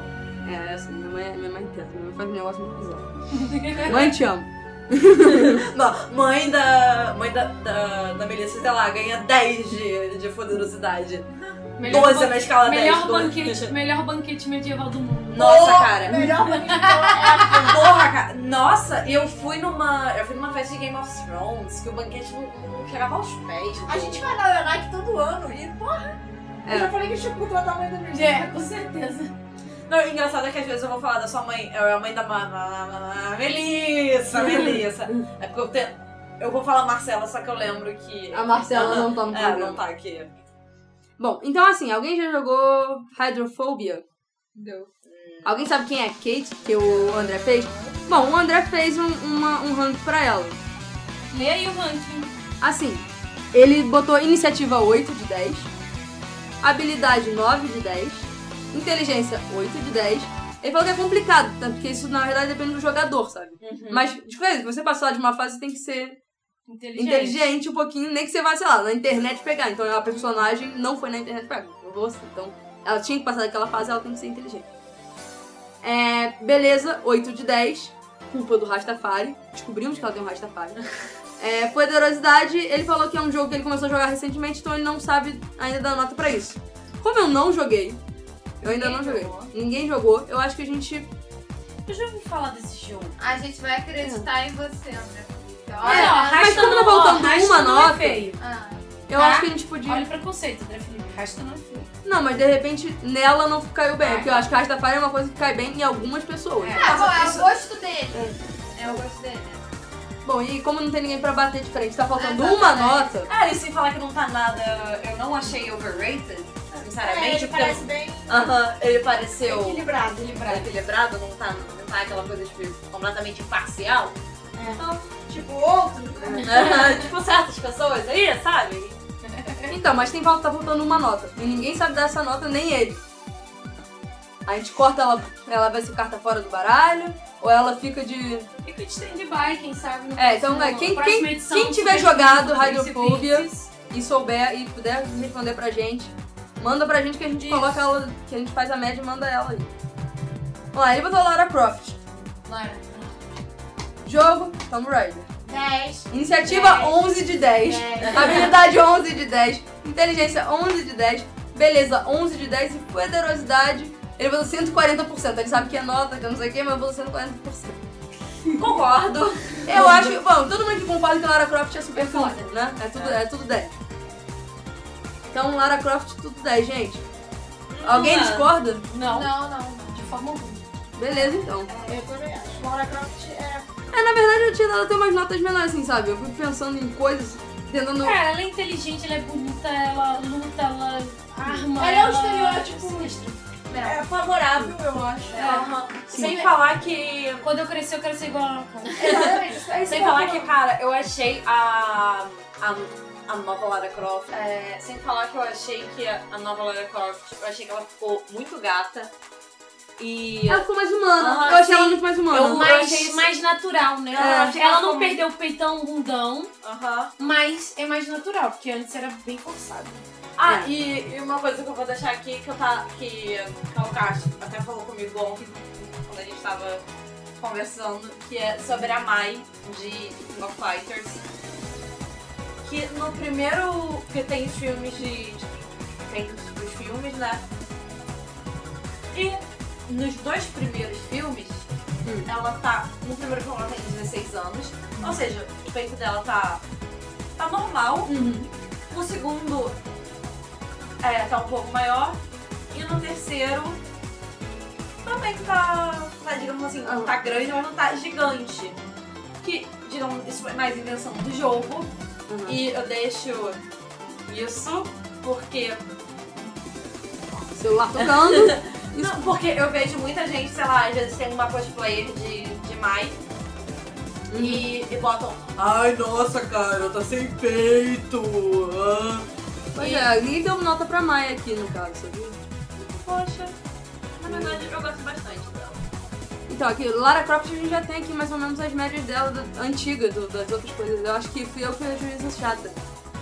A: É, assim, minha mãe, minha mãe tenta, minha mãe faz um negócio muito bizarro. mãe, te amo.
D: Não, mãe da. Mãe da, da, da Melissa, sei lá, ganha 10 de, de funerosidade. 12 na escala
A: Tá
D: 10.
C: melhor,
D: doze.
C: banquete, melhor banquete medieval do mundo.
D: Nossa, cara.
E: É Melhor então. bandido.
D: Porra, cara. Nossa, eu fui numa. Eu fui numa festa de Game of Thrones que o banquete não, não chegava aos pés.
E: A gente vai na Leonardo todo ano e, porra,
A: É.
E: eu já falei que tinha que contratar a mãe da minha irmã.
C: É, com certeza.
D: Não, o engraçado é que às vezes eu vou falar da sua mãe. Eu é a mãe da ma- ma- ma- ma-
E: [LAUGHS]
D: Melissa, Melissa. É porque eu tenho. Eu vou falar Marcela, só que eu lembro que.
E: Ah,
A: A Marcela não tá no
D: É, não
A: programa.
D: tá aqui.
A: Bom, então assim, alguém já jogou Hydrophobia?
B: Não.
A: Alguém sabe quem é a Kate, que o André fez? Bom, o André fez um, uma, um rank pra ela.
C: Lê aí o ranking.
A: Assim, ele botou iniciativa 8 de 10, habilidade 9 de 10, inteligência 8 de 10. Ele falou que é complicado, tá? porque isso na verdade depende do jogador, sabe? Mas, tipo, se você passar de uma fase, tem que ser
C: Inteligente.
A: inteligente um pouquinho, nem que você vá, sei lá, na internet pegar. Então a personagem não foi na internet pegar, não vou assim. Então ela tinha que passar daquela fase, ela tem que ser inteligente. É, beleza, 8 de 10, culpa do Rastafari. Descobrimos que ela tem um Rastafari. É, poderosidade, ele falou que é um jogo que ele começou a jogar recentemente, então ele não sabe ainda dar nota pra isso. Como eu não joguei, eu ainda não joguei. Ninguém jogou, eu acho que a gente.
C: Eu já ouvi falar desse jogo.
B: A gente vai acreditar em você, André. Felipe.
C: É, ó,
B: Olha,
A: Ah, mas como
C: rastando-
A: tá faltando
C: ó, rastando
A: uma
C: não
A: nota?
C: É feio.
B: ah,
A: Eu
C: Tá.
A: acho que a gente podia.
C: Olha o preconceito, André Felipe. Rasta não é feio.
A: Não, mas de repente nela não caiu bem. Porque eu acho que a Rastafari é uma coisa que cai bem em algumas pessoas.
C: É.
B: ah, bom, é o gosto dele. É o gosto dele.
A: Bom, e como não tem ninguém pra bater de frente, tá faltando
B: Exatamente.
A: uma nota.
D: Ah, e sem falar que não tá nada. Eu não achei overrated,
E: É,
D: sinceramente.
E: ele
D: porque eu-
E: parece bem
D: Aham, ele pareceu
E: equilibrado.
D: equilibrado, equilibrado, não tá, não tá aquela coisa tipo, completamente imparcial. Então,
E: Tipo, outro.
D: Aham, [LAUGHS] tipo certas pessoas aí, sabe?
A: Então, mas tem falta, tá faltando uma nota. E ninguém sabe dar essa nota, nem ele. A gente corta ela, ela vai ser carta fora do baralho, ou ela fica de.
C: E que stand-by, quem sabe. no
A: É, então,
C: próximo-
A: é, quem-
C: na próxima
A: quem-
C: edição,
A: quem tiver
C: se
A: jogado
C: vocês forem
A: Hydrophobia,
C: principiantes,
A: e souber e puder responder pra gente, manda pra gente que a gente coloca ela, que a gente faz a média e manda ela aí. Vamos lá, ele botou Lara Croft.
C: Lara.
A: Jogo, Tomb Raider.
E: 10.
A: Iniciativa 11 de 10. Habilidade 11 de 10. Inteligência 11 de 10. Beleza 11 de 10. E poderosidade, ele botou 140%. Ele sabe que é nota, que eu não sei o que, mas botou 140%.
D: Concordo.
A: Eu acho. Bom, todo mundo que concorda que Lara Croft é super foda, né? É tudo, é tudo 10. Então, Lara Croft, tudo 10, gente. Alguém
D: Hum.
A: discorda?
C: Não,
B: Não, não, não.
C: de forma alguma.
A: Beleza, então.
E: Eu também acho. Laura Croft é.
A: É, na verdade, eu tinha dado até umas notas menores, assim, sabe? Eu fui pensando em coisas, tentando.
C: Cara, ela é inteligente, ela é bonita, ela luta, ela arma.
E: Ela é um estereótipo.
B: Não.
E: É favorável, eu acho.
D: Aham.
A: Sim.
D: É Sem falar que.
C: Quando eu crescer, eu quero ser igual a ela, cara.
E: Exatamente. Isso
F: é
E: aí
D: Sem
E: você
D: falar
E: falou.
D: que, cara, eu achei a. a, a nova Lara Croft. é, sem falar que eu achei que a, a nova Lara Croft, eu achei que ela ficou muito gata. E
A: Ela ficou mais humana.
C: Aham,
A: eu achei ela
C: sim.
A: muito mais humana. Uhum.
D: Eu- achei
C: mais,
D: isso-
C: mais natural, né?
A: É, eu
C: Ela,
F: achei ela
C: não
F: como-
C: perdeu o peitão bundão,
D: Aham.
C: mas é mais natural, porque antes era bem forçado.
D: Ah, e, e uma coisa que eu vou deixar aqui que eu tá, que o Castro até falou comigo ontem, quando a gente tava conversando, que é sobre a Mai de King of Fighters. Que no primeiro. Porque tem os filmes de. de- tem os, os filmes, né? E nos dois primeiros filmes,
A: Hum.
D: ela tá. No primeiro filme ela tem 16 anos. Ou seja, o peito dela tá. tá normal. No segundo, é, tá um pouco maior. E no terceiro, também tá, tá, digamos assim, não tá grande, mas não tá gigante. Que, digamos, isso foi mais invenção do jogo.
A: Uhum.
D: E eu deixo isso porque.
A: Celular tocando.
D: Não, porque eu vejo muita gente, sei lá, às vezes tem uma cosplayer de, de Mai.
A: Uhum.
D: E, e botam. Ai, nossa, cara, tá sem peito. ah."
A: [LAUGHS] pois é, ninguém deu nota pra Maia aqui no caso, sabia?
D: Poxa, na
A: Uhum.
D: verdade eu gosto bastante dela.
A: Então, aqui, Lara Croft a gente já tem aqui mais ou menos as médias dela do, antiga, do- das outras coisas. Eu acho que fui eu que fui a juíza chata.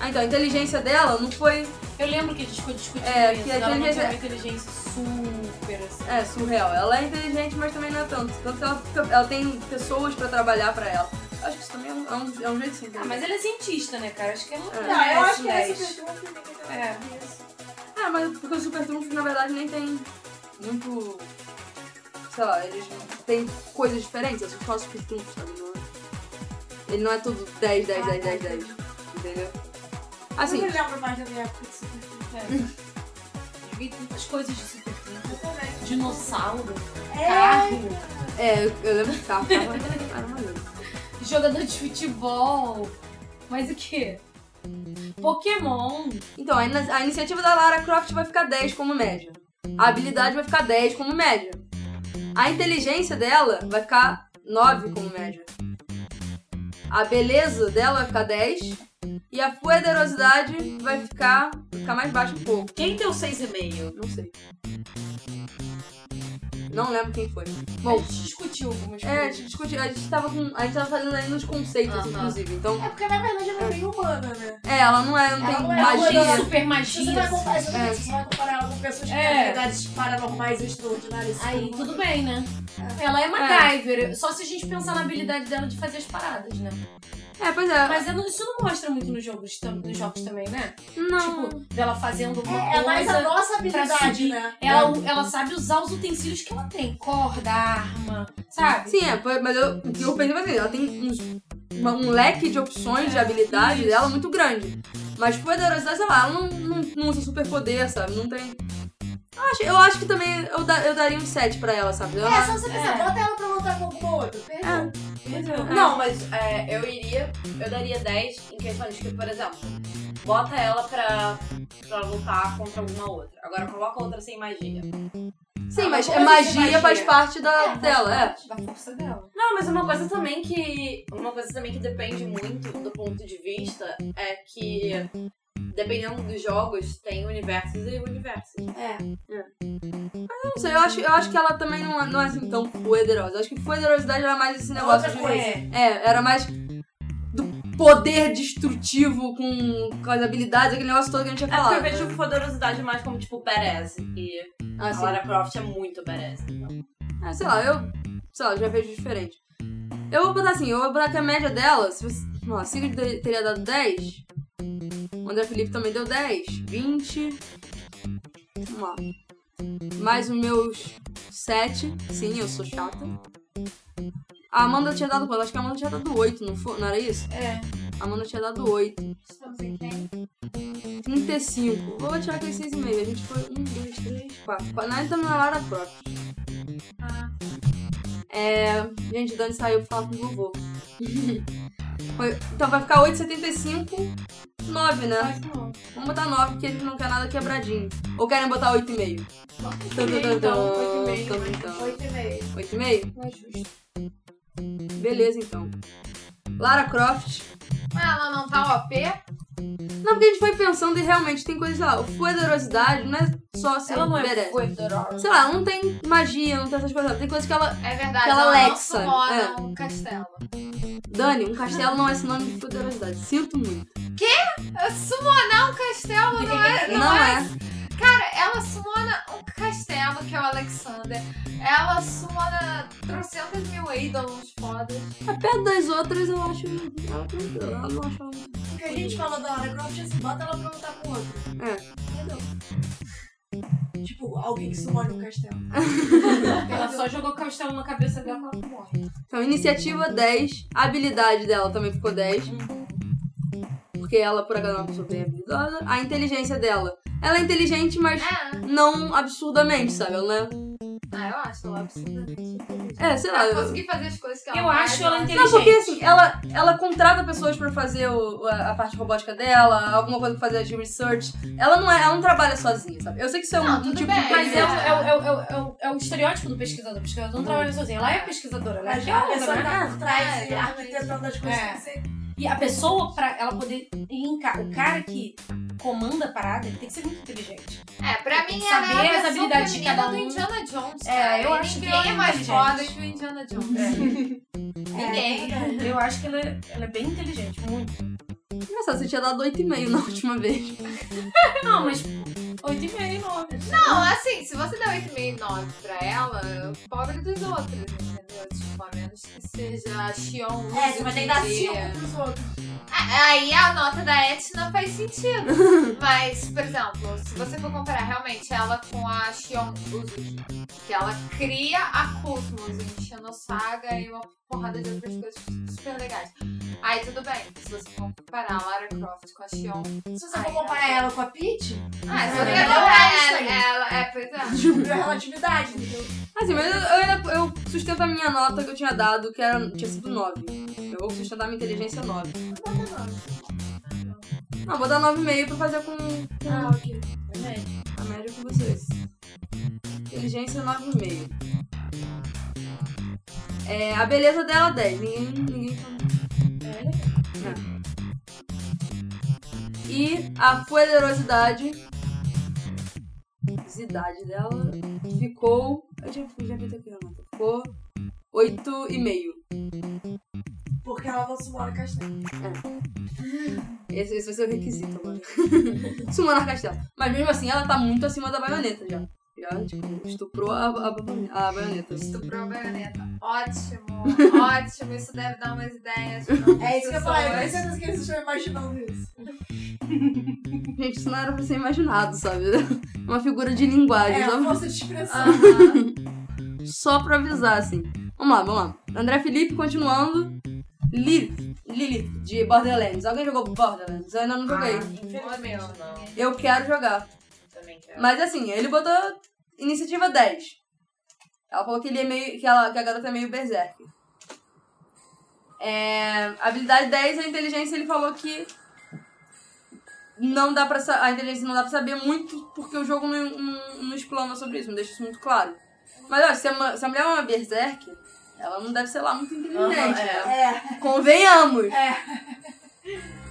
A: Ah, então, a inteligência dela não foi
C: Eu lembro que a gente ficou discutindo
A: É,
C: isso.
A: que a
C: Ela não
A: inteligência-
C: tinha uma inteligência super assim.
A: é, surreal. Ela é inteligente, mas também não é tanto. Tanto que ela, fica- ela tem pessoas pra trabalhar pra ela. Eu acho que isso também é um, é um- é um jeito de se entender.
C: Ah, mas ele é cientista, né, cara? Acho que é muito
A: É.
C: legal.
F: Não, eu acho que é
C: é
F: super trunfo, né, que
C: É.
F: eu não conheço.
A: É, mas porque o Super Trunfo, na verdade, nem tem muito. Sei lá, eles têm coisas diferentes, é só Super Trunfo, sabe? Não é- Ele não é tudo 10, 10, 10, 10, 10. Entendeu? Assim,
F: Eu não lembro mais da minha época de super trunfo.
C: Vi tantas coisas de super tempo.
F: Eu também.
C: Dinossauro,
F: É,
C: carro,
A: é, eu, eu lembro que carro tava, era maneiro.
C: jogador de futebol. Mas o quê? Pokémon.
A: Então, a, ina- a iniciativa da Lara Croft vai ficar 10 como média. A habilidade vai ficar 10 como média. A inteligência dela vai ficar 9 como média. A beleza dela vai ficar 10. E a poderosidade vai ficar, vai ficar mais baixa um pouco.
D: Quem deu 6,5?
A: Não sei. Não lembro quem foi.
C: A
A: Bom,
C: gente discutiu algumas
A: é, a
C: coisas.
A: gente discutiu- a gente tava com. A gente tava fazendo ainda os conceitos,
D: Aham.
A: inclusive. Então,
F: é porque na verdade ela é meio humana, né?
A: é, ela não é, não
F: Ela
A: tem
F: não é
A: magia.
F: humana.
C: Super
F: Se você vai
C: magia.
F: comparar, exatamente,
A: É.
F: se você vai comparar ela com pessoas que
C: É.
F: têm habilidades paranormais extraordinárias.
C: Aí
F: assim,
C: tudo bem, né? Ela é MacGyver, só se a gente pensar na habilidade dela de fazer as paradas, né?
A: É, pois é.
C: Mas eu não- isso não mostra muito nos jogos, tam- nos jogos também, né?
A: não.
C: Tipo, dela fazendo alguma
F: É, é mais a
C: coisa.
F: nossa
C: pra
F: habilidade,
C: subir.
F: né?
C: Ela, ela sabe usar os utensílios que ela tem. Corda, arma, sabe?
A: Sim, é, foi- mas eu, o que eu pensei assim, ela tem uns- uma- um leque de opções de habilidade dela muito grande. Mas tipo, poderosidade, sei lá, ela não, não, não usa superpoder, sabe? Não tem. Eu acho, eu acho que também eu, da- eu daria um 7 pra ela, sabe? Ela-
F: É, só você pensar,
C: É.
F: bota ela pra lutar com algum outro. Perdeu.
A: Uhum.
D: Não, mas é, eu iria, eu daria 10 em questão de que, por exemplo, bota ela pra, pra lutar contra alguma outra. Agora coloca outra sem magia. Ah,
A: Sim, mas
F: mas
A: é
F: como
A: magia,
F: assim magia?
A: faz parte da, dela, é.
F: tipo,
C: Da força dela.
D: Não, mas uma coisa também que. Uma coisa também que depende muito do ponto de vista é que dependendo dos jogos, tem universos e universos.
A: Eu não sei, eu acho, eu acho que ela também não, é- não é assim tão poderosa. Eu acho que poderosidade era mais esse negócio
F: Outra
A: de.
F: coisa.
A: É, era mais do poder destrutivo com, com as habilidades, aquele negócio todo que a gente tinha
D: É porque eu
A: falado.
D: vejo poderosidade mais como tipo badass. E
A: Ah,
D: a
A: sim.
D: Lara Croft é muito badass. então.
A: Ah, sei lá, eu. Sei lá, já vejo diferente. Eu vou botar assim, eu vou botar que a média dela, se você. Ó, a Sigrid de- teria dado 10. O André Felipe também deu 10. 20. Vamos lá. Mais os meus 7. Sim, eu sou chata. A Amanda tinha dado quanto? Acho que a Amanda tinha dado 8, não, foi? não era isso?
C: É.
A: A Amanda tinha dado 8.
B: Estamos em quem?
A: 35. Vou tirar aqueles 6,5. A gente foi 1, 2, 3, 4. Nós estamos na Lara Croft.
B: Ah,
A: É. Gente, o Dani saiu pra falar com o vovô. [LAUGHS] Foi- Então vai ficar 8,75, 9, né?
C: Mas não.
A: Vamos botar 9, porque a gente não quer nada quebradinho. Ou querem botar 8,5?
C: Então, 8,5,
A: Tum, tum, tum.
F: 8,5.
A: 8,5?
C: não é justo.
A: Beleza, então. Lara Croft.
B: Mas ela não tá OP?
A: Não, porque a gente foi pensando e realmente tem coisas lá. Poderosidade não é só assim,
D: Ela não é
A: merece.
D: poderosa.
A: Sei lá, não tem magia, não tem essas coisas. Tem coisas que ela.
B: É verdade,
A: Aquela
B: ela
A: Alexa,
B: não mora
A: é.
B: num castelo.
A: Dani, um castelo não é sinônimo de poderosidade. Sinto muito.
B: Sumonar um castelo não é. Não,
A: Não
B: é.
A: é.
B: Cara, ela sumona um castelo, que é o Alexander. Ela sumona trocentas mil ídolos fodas.
A: É Perto das outras, eu acho. Ela tranquila, ela não achou.
F: Porque a gente falou da hora Croft, assim, bota ela pra lutar com o outro.
A: É.
F: Entendeu? Tipo, alguém que sumora no castelo.
C: Ela só jogou castelo na cabeça dela e ela morre.
A: Então, iniciativa 10. A habilidade dela também ficou 10. Porque ela, por acaso, é uma pessoa bem habilidosa. A inteligência dela. Ela é inteligente, mas
B: É.
A: não absurdamente, sabe? Ela não é.
B: Ah, eu acho ela absurdamente inteligente.
A: É, sei lá.
B: Ela conseguiu fazer as coisas que ela
C: Eu
B: faz,
C: acho ela
B: acho-
A: Não,
C: inteligente.
A: porque assim, ela,
B: né?
A: ela contrata pessoas pra fazer o- a, a parte robótica dela, alguma coisa pra fazer de research. Ela não, é, ela não trabalha sozinha, sabe? Eu sei que isso é um,
B: Não,
A: um
B: tudo
A: tipo
B: bem, né?
A: de
C: Mas
A: coisa.
C: é o, é, o, é, o, é, o- é o, é o estereótipo do pesquisador. O pesquisador não trabalha sozinho. Ela é pesquisadora, ela é
F: Mas já a pessoa
C: arqueóloga,
F: tá
C: né?
F: por
B: É,
F: trás,
B: exatamente.
F: arquitetando as coisas
C: É.
F: que você
C: E a pessoa, pra ela poder linkar, o cara que comanda a parada, ele tem que ser muito inteligente.
B: É, pra mim
C: Saber
B: ela é a
C: as
B: versão
C: habilidades de
B: feminina
C: cada
B: do
C: um.
B: Indiana Jones.
C: É,
B: cara.
C: eu
B: E
C: acho que
B: ninguém
C: ela é
B: é mais
C: inteligente.
B: foda que
C: [LAUGHS]
B: o Indiana Jones. Ninguém.
C: Eu acho É, que ela é, ela é bem inteligente, muito.
A: Engraçado, você tinha dado 8,5 na última vez.
C: Não, mas 8,5, 9.
B: Não, assim, se você der 8,69 pra ela, pobre dos outros, entendeu? Tipo, a menos que seja a Xion.
F: É, você vai ter que dar
B: hoje em dia.
F: 5 pros outros.
B: A- Aí a nota da Etna faz sentido.
F: [LAUGHS]
B: Mas, por exemplo, se você for comparar realmente ela com a Shion Uzuki, que ela cria a Cosmos em Xenosaga e uma porrada de outras coisas super legais. Aí tudo bem, se você for comparar a Lara Croft com a Shion.
F: Se você for comparar ela com a Peach,
B: Ah, se
F: É,
B: você
F: é
B: comparar
F: Einstein.
B: ela, ela. É, pois é.
F: descobriu a relatividade, entendeu?
A: Assim, mas eu, eu ainda eu sustento a minha nota que eu tinha dado, que era, tinha sido 9. Eu vou sustentar a minha inteligência 9. Não, vou dar 9,5 pra fazer com, com
F: Ah, ok.
A: a média com vocês. Inteligência 9,5. É, a beleza dela 10. Ninguém, ninguém falou.
C: É,
A: E a poderosidade. Idade dela ficou. Eu já, já vi aqui, não. Ficou 8,5.
F: Porque ela não sumora no castelo.
A: Esse, esse vai ser o requisito
D: Uhum.
A: agora. [LAUGHS] Sumonar Castelo. Mas mesmo assim, ela tá muito acima da baioneta já. Já, tipo, estuprou a, a, a baioneta.
B: Estuprou a baioneta. Ótimo, ótimo. Isso deve dar umas ideias. pra outras
F: É isso que eu falei,
B: pessoas.
F: eu certeza que eles estão imaginando isso.
A: Gente, isso não era pra ser imaginado, sabe? [LAUGHS] Uma figura de linguagem.
F: É,
A: só,
F: a força de expressão.
B: Aham.
A: só pra avisar, assim. Vamos lá, vamos lá. André Felipe, continuando. Lilith, Lilith, de Borderlands. Alguém jogou Borderlands? Eu ainda não joguei.
D: Infelizmente não.
A: Eu quero jogar.
D: Ah, Também quero.
A: Mas assim, ele botou iniciativa 10. Ela falou que ele é meio. que, ela, que a garota é meio berserk. É, habilidade 10, a inteligência ele falou que não dá pra sa- a inteligência não dá pra saber muito porque o jogo não, não, não explana sobre isso, não deixa isso muito claro. Mas olha, se a, ma- se a mulher é uma berserk, ela não deve ser lá muito inteligente.
D: Aham, é.
A: né?
F: É,
A: Convenhamos.
F: É.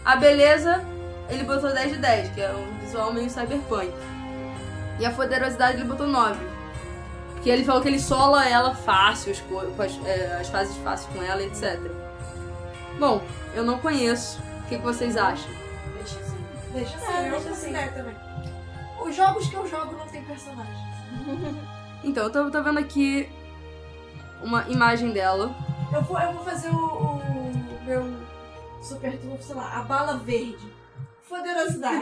A: A beleza, ele botou 10 de 10, que é um visual meio cyberpunk. E a poderosidade, ele botou 9. Porque ele falou que ele sola ela fácil, as, co- com as, é, as fases fáceis com ela, etc. Bom, eu não conheço. O que, que vocês acham?
F: deixa assim. Deixa assim,
C: É,
F: eu
C: deixa
F: não
C: assim.
F: considero também. Os jogos que eu jogo não tem personagem.
A: Então, eu tô, tô vendo aqui uma imagem dela.
F: Eu vou, eu vou fazer o, o meu super trunfo, sei lá, a bala verde.
E: [LAUGHS]
F: Poderosidade.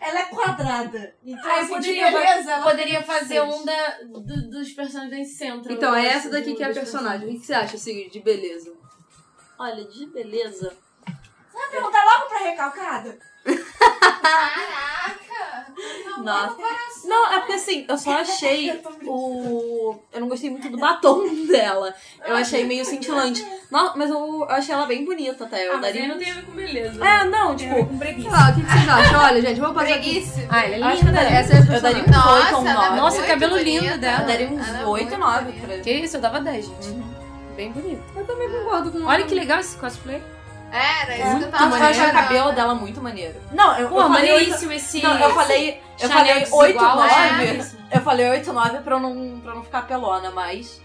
F: Ela é quadrada. Então,
C: Ah, eu
F: assim,
C: poderia-
F: de beleza, ela
C: Poderia
F: tem
C: fazer
F: seis.
C: um da, do- dos personagens centro.
A: Então, é
C: eu acho,
A: essa daqui
C: do-
A: que é a
C: dos
A: personagem. O que que você acha, Sigrid, de beleza?
D: Olha, de beleza.
F: Vai perguntar logo pra recalcada?
B: Caraca!
D: Nossa. Não, é porque assim, eu só achei o. Eu não gostei muito do batom dela. Eu achei meio cintilante. Não, mas eu, eu achei ela bem bonita até.
C: Ah,
D: Eu
C: mas
D: daria.
C: aí não tem a ver com beleza.
D: É, não,
C: Tem a ver
D: tipo.
C: com
A: Sei
C: preguiça.
A: lá, Ah, o que, que vocês acham? Olha, gente, vamos passar aqui.
B: Preguiça.
D: Ah, ela é
A: Acho que eu
D: linda.
A: daria- essa é a
D: eu
A: personagem.
D: daria uns 8 ou
B: Nossa, ela é
D: 9.
B: muito
G: Nossa, cabelo
B: bonita.
G: lindo
D: Eu
G: dela.
D: daria uns
B: Ela
D: 8
B: é
D: ou
B: muito
D: 9
B: bonita.
D: pra
C: Uhum.
G: Que isso, eu dava 10, gente. Bem bonito.
A: Eu também concordo com
G: Olha que legal esse cosplay.
B: É, Era, isso que eu
G: Muito
B: tava
G: maneiro. Eu achei o
B: falando.
G: cabelo dela muito maneiro. Não, eu,
C: Pô,
G: eu falei oito-
C: maneiríssimo esse.
G: Não, eu falei, eu
C: Chanel
G: falei
C: desigual, é
G: 8,
C: eu achei
D: né?
G: 9.
C: maneiríssimo.
G: Eu falei 8, 9 pra eu não, pra eu não ficar pelona, mas.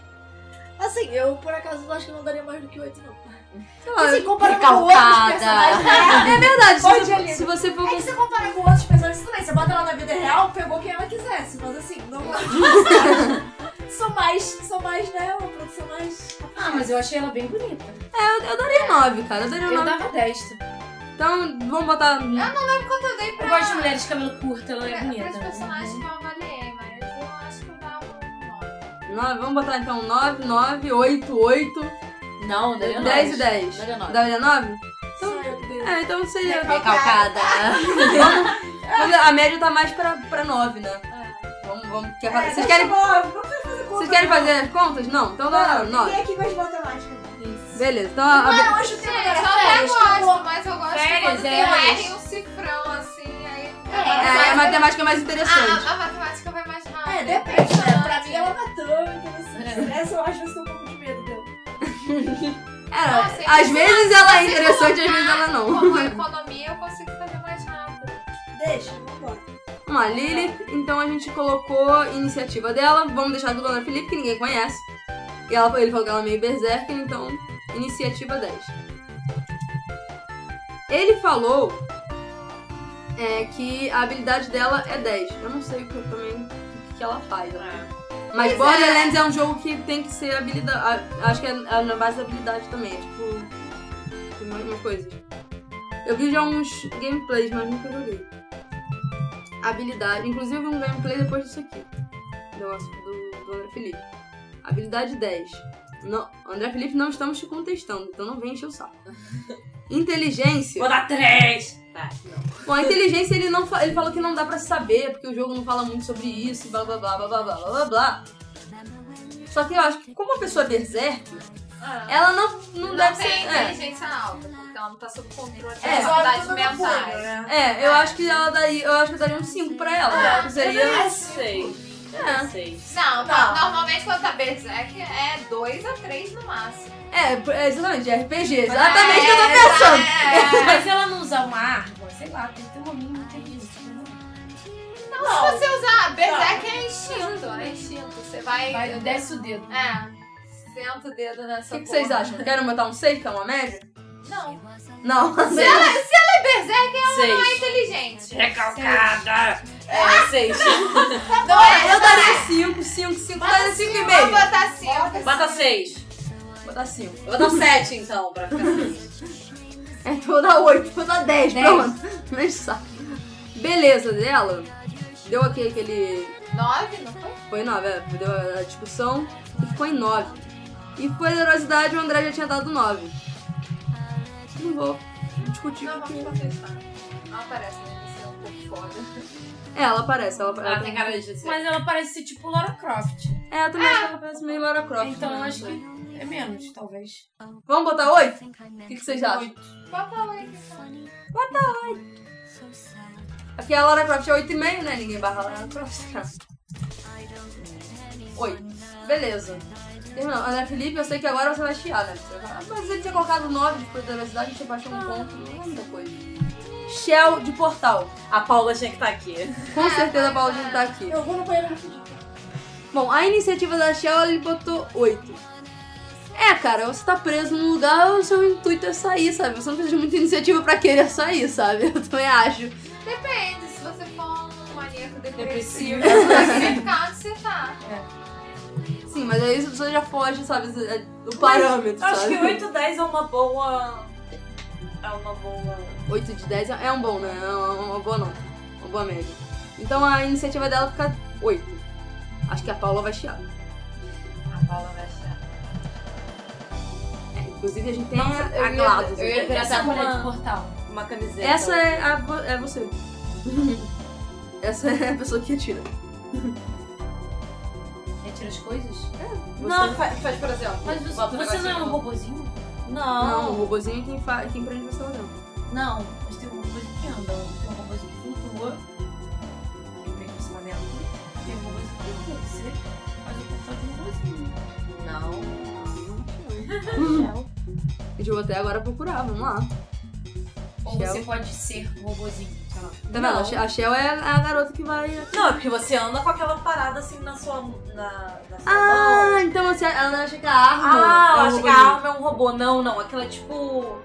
H: Assim, eu por acaso acho que não daria mais do que oito, não.
A: Sei lá,
H: Porque, assim, comparando com outros personagens.
G: Recalcada.
A: é verdade.
E: Pode
A: Se,
E: ali.
A: você- se você for
E: É que você compara com outros personagens também. Você bota ela na vida real, pegou quem ela quisesse. Mas assim,
F: [LAUGHS]
E: não. sou mais. Sou mais, né? Uma produção mais.
C: Ah, mas eu achei ela bem bonita.
A: com 9, cara, eu daria
C: Eu
A: 9.
C: dava 10.
A: Então, vamos botar.
B: Eu dei pra,
C: Eu gosto de mulheres de cabelo curto, ela
B: pra,
C: é bonita.
B: pras personagens que eu avaliei, mas eu acho que eu dava um nove.
A: 9, vamos botar então 9, 9, 8, 8,
G: Não, é daria 9.
A: 10 e 10.
G: Daria 9.
A: Daria 9?
E: Sou eu que dei.
A: É, então seria.
E: né?
G: Recalcada.
A: Mas A média tá mais pra, pra 9, né? Vamos, vamos. quer fa-
E: É,
A: vocês, querem,
E: deixa eu-
F: é
E: vamos fazer conta,
A: vocês querem
E: não.
A: fazer as contas? Não? Então dá
E: Não,
A: 9.
E: ninguém aqui gosta de matemática.
F: né?
A: Beleza, então a-
E: Não, hoje tem uma
B: Gente, eu
E: galera
B: até
E: férias, que
B: gosto, mas eu gosto
C: Férias,
B: quando tem um
C: férias.
B: R e um cifrão, assim, aí...
A: é, a
B: Mas-
A: matemática é mais interessante.
B: A, a matemática vai mais rápido.
E: É, depende, né? Pra
B: é
E: mim ela matou, então
F: É.
E: assim, essa eu acho que eu tenho um pouco de medo dela.
A: Era,
B: Nossa,
A: É, às
B: então,
A: vezes ela é
B: se
A: interessante, às
B: colocar
A: vezes ela não.
B: Como economia, eu consigo fazer mais rápido.
E: Deixa, vambora.
A: Vamos lá, Lilith, então a gente colocou a iniciativa dela. Vamos deixar do Dona Felipe, que ninguém conhece. E ela, ele falou que ela é meio berserker, então iniciativa 10. Ele falou é, que a habilidade dela é 10. Eu não sei o que, eu também, o que ela faz. né? Mas Borderlands é. um jogo que tem que ser habilidade. Acho que é na base da habilidade também. É tipo. Tem mais uma coisa. Eu vi já uns gameplays, mas nunca joguei habilidade. Inclusive, eu vi um gameplay depois disso aqui. Negócio do, do André Felipe. Habilidade 10. Não, André Felipe, não estamos te contestando, então não vem encher o saco. Inteligência.
G: Vou dar 3.
A: Bom, a inteligência ele, não, fa- ele falou que não dá pra saber, porque o jogo não fala muito sobre isso, blá blá blá blá blá blá blá blá. Só que eu acho que, como a pessoa é berserk, ela não, não,
B: Ah. Não
A: deve
B: tem né?
A: ser. é.
B: inteligência alta, porque ela não tá sob controle das
A: É,
B: habilidades
E: Resolve tudo no punho,
B: mentais.
E: né?
A: É, eu acho que ela daria. Eu acho que eu daria um 5 pra
B: Ah,
A: ela. Seria.
D: É seis.
G: Ah.
D: É seis.
B: Não,
E: Não.
B: normalmente quando tá Berserk é 2 a 3 no máximo.
A: É, é, exatamente, de RPG, exatamente o que eu tô
B: É,
A: pensando.
B: é,
C: Mas ela não usa uma arma, sei lá, tem que né? ter um homem muito inteligente.
B: Não, se você usar Berserk é instinto, é instinto. Você vai.
C: Vai, desce o dedo.
B: É. Senta o dedo
A: O
B: nessa
A: que, que vocês acham? Querem botar um 6, que é uma média?
B: Não.
A: Não. [LAUGHS]
B: Berserk
D: Seis.
B: é inteligente.
G: Recalcada.
D: É, seis.
B: Não é?
A: Eu daria 5, 5, 5, daria 5 e
B: Vou
A: meio.
B: botar 5.
D: Ah. Bota seis.
A: Vou dar 5.
D: Eu vou
G: um
D: dar sete, então, pra ficar feliz.
A: É, então vou dar 8, vou dar 10, pronto. [LAUGHS] Não enche o saco. Beleza dela. Deu aqui aquele...
B: 9, não foi?
A: Foi 9, é. Deu a a discussão e ficou em 9. E com generosidade, o André já tinha dado 9. Não vou discutir.
B: Não,
A: porque-
B: vamos contestar. Não aparece, né? Isso é um pouco foda.
A: É, ela aparece. Ela, ela
D: Ah, tem cara de ser.
C: Mas ela parece ser tipo Lara Croft.
A: É, eu também acho que ela parece meio Lara Croft.
C: Então eu
A: né?
C: acho que é menos, talvez.
A: Vamos botar 8? O que, que vocês acham?
B: Bota um o like, só.
A: Aqui a Lara Croft é 8,5, né? Ninguém barra a Lara Croft, cara. 8. Beleza. Terminou. André Felipe, eu sei que agora você vai chiar, né? Você vai falar, "Ah, Mas ele tinha colocado 9 de poderosidade, a gente abaixou um ponto, não é muita coisa. Shell de portal.
D: A Paula tinha que
G: tá
D: estar aqui.
A: Com certeza a Paula tá aqui.
E: Ah, Eu vou no banheiro rapidinho.
A: Bom, a iniciativa da Shell, ele botou 8. É, cara, você tá preso num lugar, o seu intuito é sair, sabe? Você não precisa de muita iniciativa pra querer sair, sabe? [LAUGHS] Eu também acho.
B: Depende, se você for um maníaco
D: Depressivo.
B: depressivo, você vai querer ficar onde você tá.
A: Sim, mas aí você já foge, sabe, do parâmetro,
D: Acho
A: sabe?
D: que
A: [LAUGHS]
D: 8 e 10 é uma boa. É uma boa.
A: 8 de 10 é um bom, né? É uma, uma boa nota. Uma boa média. Então a iniciativa dela fica 8. Acho que a Paula vai chiar.
D: A Paula vai achar.
A: É, inclusive a gente tem
D: Nossa,
A: a, a
D: eu ia-
A: Gladys.
D: eu ia-
C: Essa
D: Essa
C: mulher
D: uma-
C: de portal.
D: Uma camiseta.
A: Essa é, a, vo- é você. [LAUGHS] Essa é a pessoa que atira.
C: Retira as coisas?
A: Você.
D: Não, faz, faz, por exemplo.
C: Mas você,
D: bota um
C: você não é
D: negocinho
C: um
D: no-
C: robozinho?
A: Não, o
D: Não.
A: robozinho é quem, fa... quem prende você lá dentro.
C: Não, mas tem um robôzinho que anda, tem um robôzinho que flutua, que tem por cima dela, tem um robôzinho que flutua, você faz o portal de um robôzinho.
D: Não.
A: [LAUGHS] Gente, eu vou até agora procurar, vamos lá.
I: Ou você pode ser robozinho, sei lá.
A: Tá vendo? A She- A Shell é a garota que vai.
D: Não, é porque você anda com aquela parada assim na sua. na, na sua mão.
A: Ah, então você, ela acha que a arma.
D: Ah,
A: é um
D: eu acho que a
A: robozinho.
D: arma é um robô. Não, não. Aquela é tipo.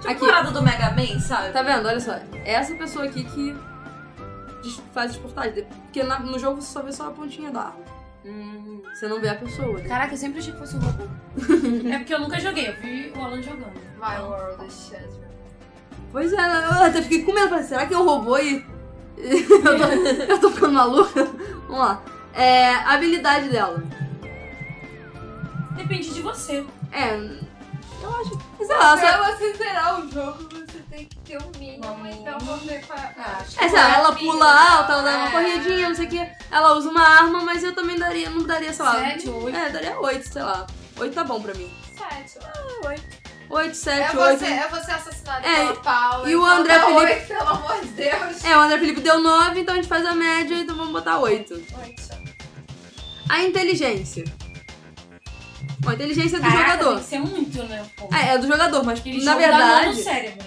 D: Tipo
A: Aqui.
D: parada do Mega Man, sabe?
A: Tá vendo? Olha só. É essa pessoa aqui que des- faz desportagem. Porque na- no jogo você só vê só a pontinha da arma. Você não vê a pessoa. né?
I: Caraca, eu sempre achei que fosse um robô.
C: É porque eu nunca joguei, eu vi o Alan jogando.
B: My world is shattered.
A: Pois é, eu até fiquei com medo. Falei, será que é um robô e. [LAUGHS] eu, tô, eu tô ficando maluca? Vamos lá. É, a habilidade dela.
C: Depende de você.
A: É. Eu acho. que- Sei lá, só-
B: Pra você zerar o jogo, você tem que ter um mínimo, então você faz.
A: É, sei lá, ela pula alta, ela
C: É.
A: dá uma corridinha, não sei o que. Ela usa uma arma, mas eu também daria, não daria, sei lá.
C: Sete, oito.
A: É, daria 8, sei lá. 8 tá bom pra mim.
B: Sete, ó.
A: 8,
B: É
A: 7, 8.
B: você, é você assassinado
A: É,
B: pela Paula.
A: e o
B: então
A: André
B: dá
A: Felipe-
B: oito, pelo amor de Deus.
A: É, o André Felipe deu 9, então a gente faz a média, então vamos botar 8.
B: Oito.
A: A inteligência. Bom, a inteligência é do
C: Caraca, tem
A: jogador.
C: que ser muito, né? Pô.
A: É, é do jogador, mas
C: Porque eles
A: na
C: vão dar nó
A: verdade.
C: no cérebro.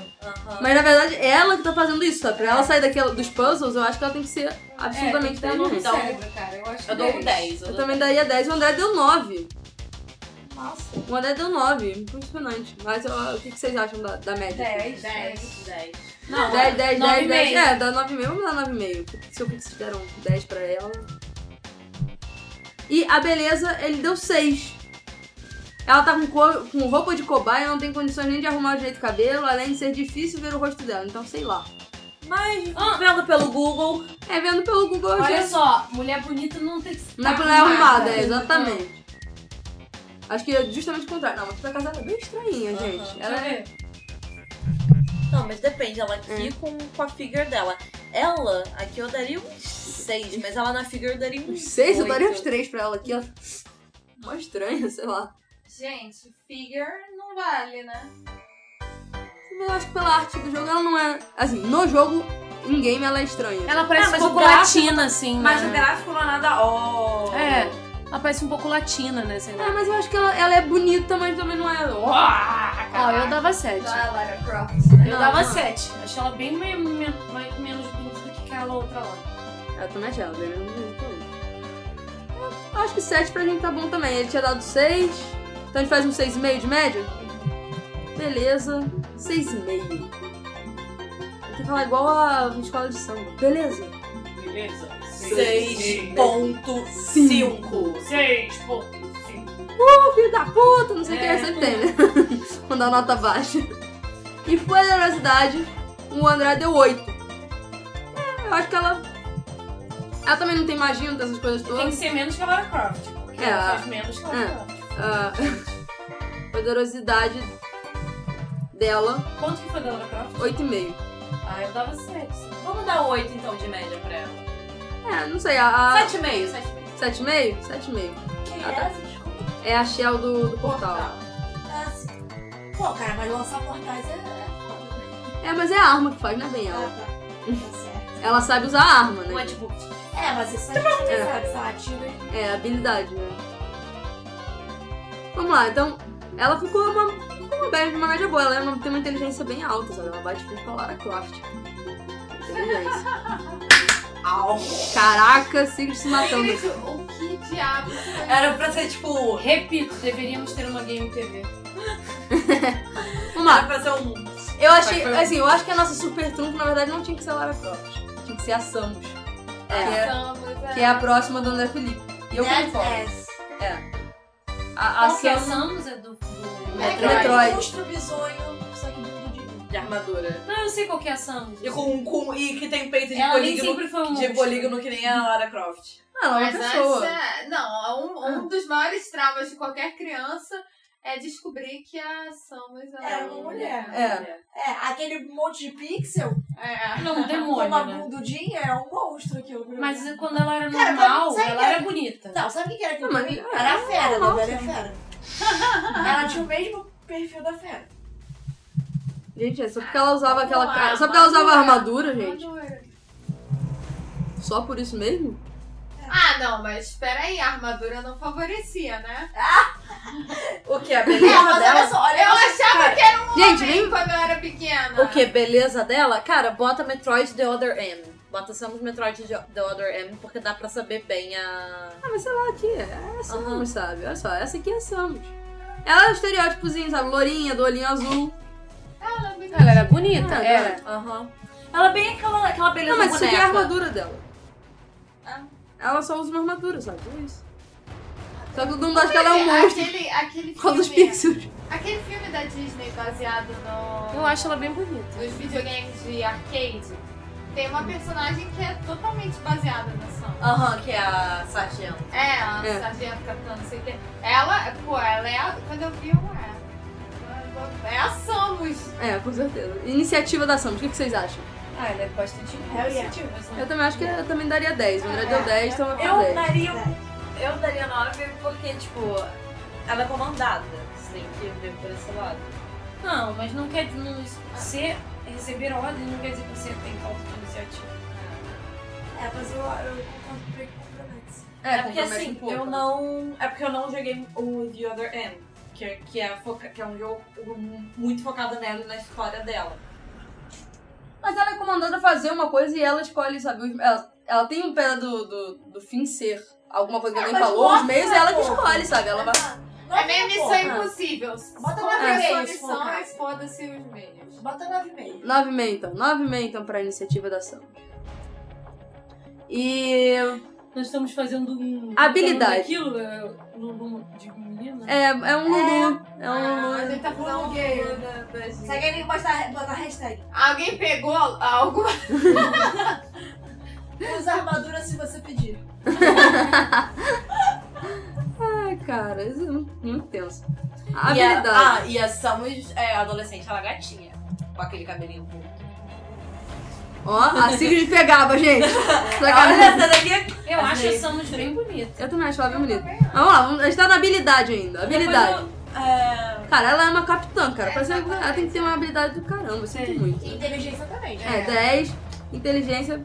A: Mas na verdade, é ela que tá fazendo isso, tá? Pra ela sair daquela, dos puzzles, eu acho que ela tem que ser
C: É, tem
A: absolutamente
C: que dar nó no
A: inteligente.
C: cérebro, cara. Eu acho que
D: Eu dou um
C: dez.
D: 10.
A: Eu também daria 10. O André deu 9.
F: Nossa.
A: O André deu 9. Impressionante. Mas ó, o que que vocês acham da, da média?
C: Dez.
D: 10. 10.
A: 10, 10, 10,
C: 9,5.
A: 10. É, dá 9,5. Vamos dar 9,5. Se eu Pix deram 10 pra ela. E a beleza, ele deu 6. Ela tá com, co- com roupa de cobaia, não tem condições nem de arrumar direito o cabelo, além de ser difícil ver o rosto dela. Então, sei lá.
D: Mas, vendo pelo Google,
A: É, vendo pelo Google, eu
C: Ah. Olha
A: já...
C: só, mulher bonita não tem que ser.
A: Não é pra arrumada, é, exatamente. Acho que é justamente o contrário. Não, mas pra casa ela é bem estranha, gente.
C: Ah,
A: Ela é...
D: Não, mas depende, ela aqui com, com a figure dela. Ela, aqui eu daria uns 6, mas ela na figure eu daria uns
A: Uns 6, Um eu
D: oito.
A: daria uns 3 pra ela aqui, ó. Mó estranha, sei lá.
B: Gente, figure não vale, né?
A: Eu acho que pela arte do jogo ela não é. Assim, no jogo, em game ela é estranha.
I: Ela parece
D: Ah, mas
I: um
D: o
I: pouco
D: gráfico-
I: latina, assim.
D: Mas o
I: né?
D: gráfico não é nada. Oh.
I: É, ela parece um pouco latina, né? Sei lá.
A: É, mas eu acho que ela, ela é bonita, mas também não é. Ó,
I: Ó, eu dava 7.
B: Não é Lara Croft.
I: Eu
A: Não,
I: dava
A: não.
I: 7. Achei ela bem me- me- mais- menos bonita do que aquela outra lá.
A: Eu também achei ela, tá bem menos bonita. Eu tá acho que 7 pra gente tá bom também. Ele tinha dado 6. Então a gente faz um 6,5 de média? Beleza. 6,5. Tem que falar igual a escola de samba. Beleza.
G: Beleza?
D: 6.5.
G: 6.5.
A: Ô, filho da puta, não sei o que, sempre tem, né? [LAUGHS] Mandar nota baixa. E poderosidade, o André deu 8. É, eu acho que ela. Ela também não tem magia, não tem essas coisas
C: Tem que
A: todas.
C: ser menos que a Lara Croft. Porque
A: É,
C: ela
A: a-
C: faz menos que a Lara
A: é.
C: Croft.
A: Ah, poderosidade dela,
C: Quanto que foi da Lara Croft?
A: 8,5.
C: Ah, eu dava 7. sim.
D: Vamos dar 8 então de média pra ela.
A: É, não sei,
D: Ah.
A: a. a...
D: 7,5, 7,5.
A: 7,5? 7,5.
F: Quem
A: Ah,
F: é
A: tá.
F: essa? Desculpa.
A: É a Shell do, do portal.
F: Ah, sim. Pô, cara, mas lançar portais é é foda, né?
A: É, mas é a arma que faz, não é bem
F: Ah,
A: ela.
F: tá. Tá certo.
A: Ela sabe usar a arma, né?
D: tipo,
F: É, mas isso aí é sabe, sei lá, tira e-
A: É, habilidade, né? Vamos lá, então. Ela ficou uma, ficou uma bad, uma média boa. Ela é uma- tem uma inteligência bem alta, sabe? Ela bate frente com a Lara Croft. Inteligência. Caraca, Sigrid se matando.
B: Gente, o que diabo foi
D: era pra ser tipo.
C: Repito, deveríamos ter uma Game TV.
A: Vamos
D: Era
A: lá.
D: pra ser um.
A: Eu
I: Tá
A: achei, assim, eu acho que a nossa super trunfo, na verdade, não tinha que ser a Lara Croft. Tinha que ser a Samus. Que é,
B: Samus, é?
A: que é a próxima do André Felipe. E eu concordo. É. A, a
C: Né? É. Qual que é a
A: Samus.
C: Samus é do, do
A: Metroid. Metroid.
F: Monstro bizonho, só que dentro de mim.
D: De armadura.
C: Não, eu sei qual que é a Samus.
D: E com, com. E que tem peito de
C: Ela nem
D: polígono.
C: sempre foi um
D: De
C: monstro.
D: polígono que nem a Lara Croft.
A: Ela é
B: Mas
A: uma pessoa. Ah.
B: essa- não, um, um dos maiores traumas de qualquer criança é descobrir que a Samus é
F: Era uma mulher.
A: É.
F: É, aquele monte de pixel,
B: É.
C: Não,
D: [LAUGHS]
C: um
F: com
C: demônio,
F: uma
C: né?
F: bundudinha, é um monstro aquilo. pra mim.
C: Mas quando ela era
F: Cara,
C: normal,
F: sabe
C: ela
F: que-
C: era bonita.
F: Não, sabe o que era
B: Ah,
F: aquilo?
A: Não, mas-
F: pra
B: é,
F: mim? Era a fera,
A: Não,
F: da velha
B: [LAUGHS]
F: fera. Ela tinha o mesmo perfil da fera.
A: Gente, é só porque ela usava aquela
B: Não, a
A: cara. Ah, Só porque ela usava
B: armadura.
A: armadura, gente.
B: Armadura.
A: Só por isso mesmo?
B: Ah, não, mas peraí, a armadura não favorecia, né?
D: O que? A
E: É,
D: beleza
E: mas olha
D: dela?
E: só, olha,
B: Eu achava
D: Cara,
B: que era um
A: Gente,
B: homem
A: nem-
B: quando eu era pequena.
D: O que? Beleza dela? Cara, bota Metroid The Other M. Bota Samus Metroid The Other M, porque dá pra saber bem a.
A: Ah, mas sei lá, aqui é a Samus,
D: Aham.
A: sabe? Olha só, essa aqui é a Samus. Ela é o estereótipozinho, sabe? Lourinha, do olhinho azul.
I: Ela era bonita,
A: Ah,
D: É.
I: era.
D: Aham. Ela é bem aquela, aquela beleza
A: Não, mas isso aqui é a
D: boneca.
A: armadura dela. Ela só usa uma armadura, sabe? É isso. Só que todo mundo acha que ela é um monstro
B: Aquele, aquele
A: por causa dos
B: filme-
A: pixels.
B: Aquele filme da Disney baseado no,
I: Eu acho ela bem bonita.
B: nos videogames de arcade, tem uma personagem que é totalmente baseada na Sam.
D: Aham, que é a sargento.
B: É, a
A: É.
B: sargento capitã, não sei o quê. Ela, pô, ela é a, Quando eu vi, ué. É a Samus.
A: É, com certeza. Iniciativa da Samus, o que que vocês acham?
I: Ah, ela é bastante
E: Hell yeah.
A: Eu também acho que eu também daria 10. O André deu 10, então né? eu vou
D: Eu
C: é
A: dar 10.
D: daria.
F: É,
D: Eu daria 9 porque, tipo, ela é comandada. Você tem que ver por esse lado.
I: Não, mas não quer dizer. Não, isso- você receber ordem não quer dizer que você tem falta de iniciativa.
F: É, mas eu, eu concordo com o Drake compromete.
D: É, porque
A: compromete
D: assim,
A: um pouco,
D: eu
A: né?
D: não. É porque eu não joguei o The Other M, que, é- que, é, foca, que é um jogo muito focado nela e na história dela.
A: Mas ela é comandada a fazer uma coisa e ela escolhe, sabe? os- Ela, ela tem um pé do, do, do fim ser alguma coisa que alguém
E: mas
A: falou, os
E: mostra,
A: meios é ela que
E: pô.
A: escolhe, sabe? Ela vai.
E: Não
B: é meio missão
A: pô.
B: impossível.
E: Bota
B: Qual
E: na
B: é a
E: veia,
B: sua
E: eles
B: missão
E: colocaram.
B: é foda-se os meios.
E: Bota 9,5.
A: 9 meia então, 9 meia então pra iniciativa da Samus. E.
I: Nós estamos fazendo um.
A: Habilidade.
I: Aquilo, é, Lulu de né? menina.
A: É, é um Lulu. É um
B: Ah,
A: Lulu.
B: a gente tá fazendo um
E: Buguei.
B: pulo da- das-
E: Você quer botar, botar hashtag?
B: Alguém pegou alguma
E: [LAUGHS] Usa armadura se você pedir.
A: Ai, cara, isso é muito, muito tenso. A
D: E a-
A: habilidade.
D: ah, e a Samus é adolescente, ela é gatinha. Com aquele cabelinho curto.
A: Ó, a Sigrid pegava,
D: [LAUGHS]
A: gente.
D: Olha
A: Sacanagem.
D: essa daqui. é
A: É.
I: Eu acho a Samus bem bonita.
A: Eu também acho ela bem bonita. Vamos lá, vamos- a gente tá na habilidade ainda. Habilidade.
D: É,
A: Cara, ela é uma capitã, cara. Pra ser- ela tem que ter uma habilidade do caramba, eu
D: É.
A: sinto muito.
E: Inteligência também.
A: É, 10. Inteligência.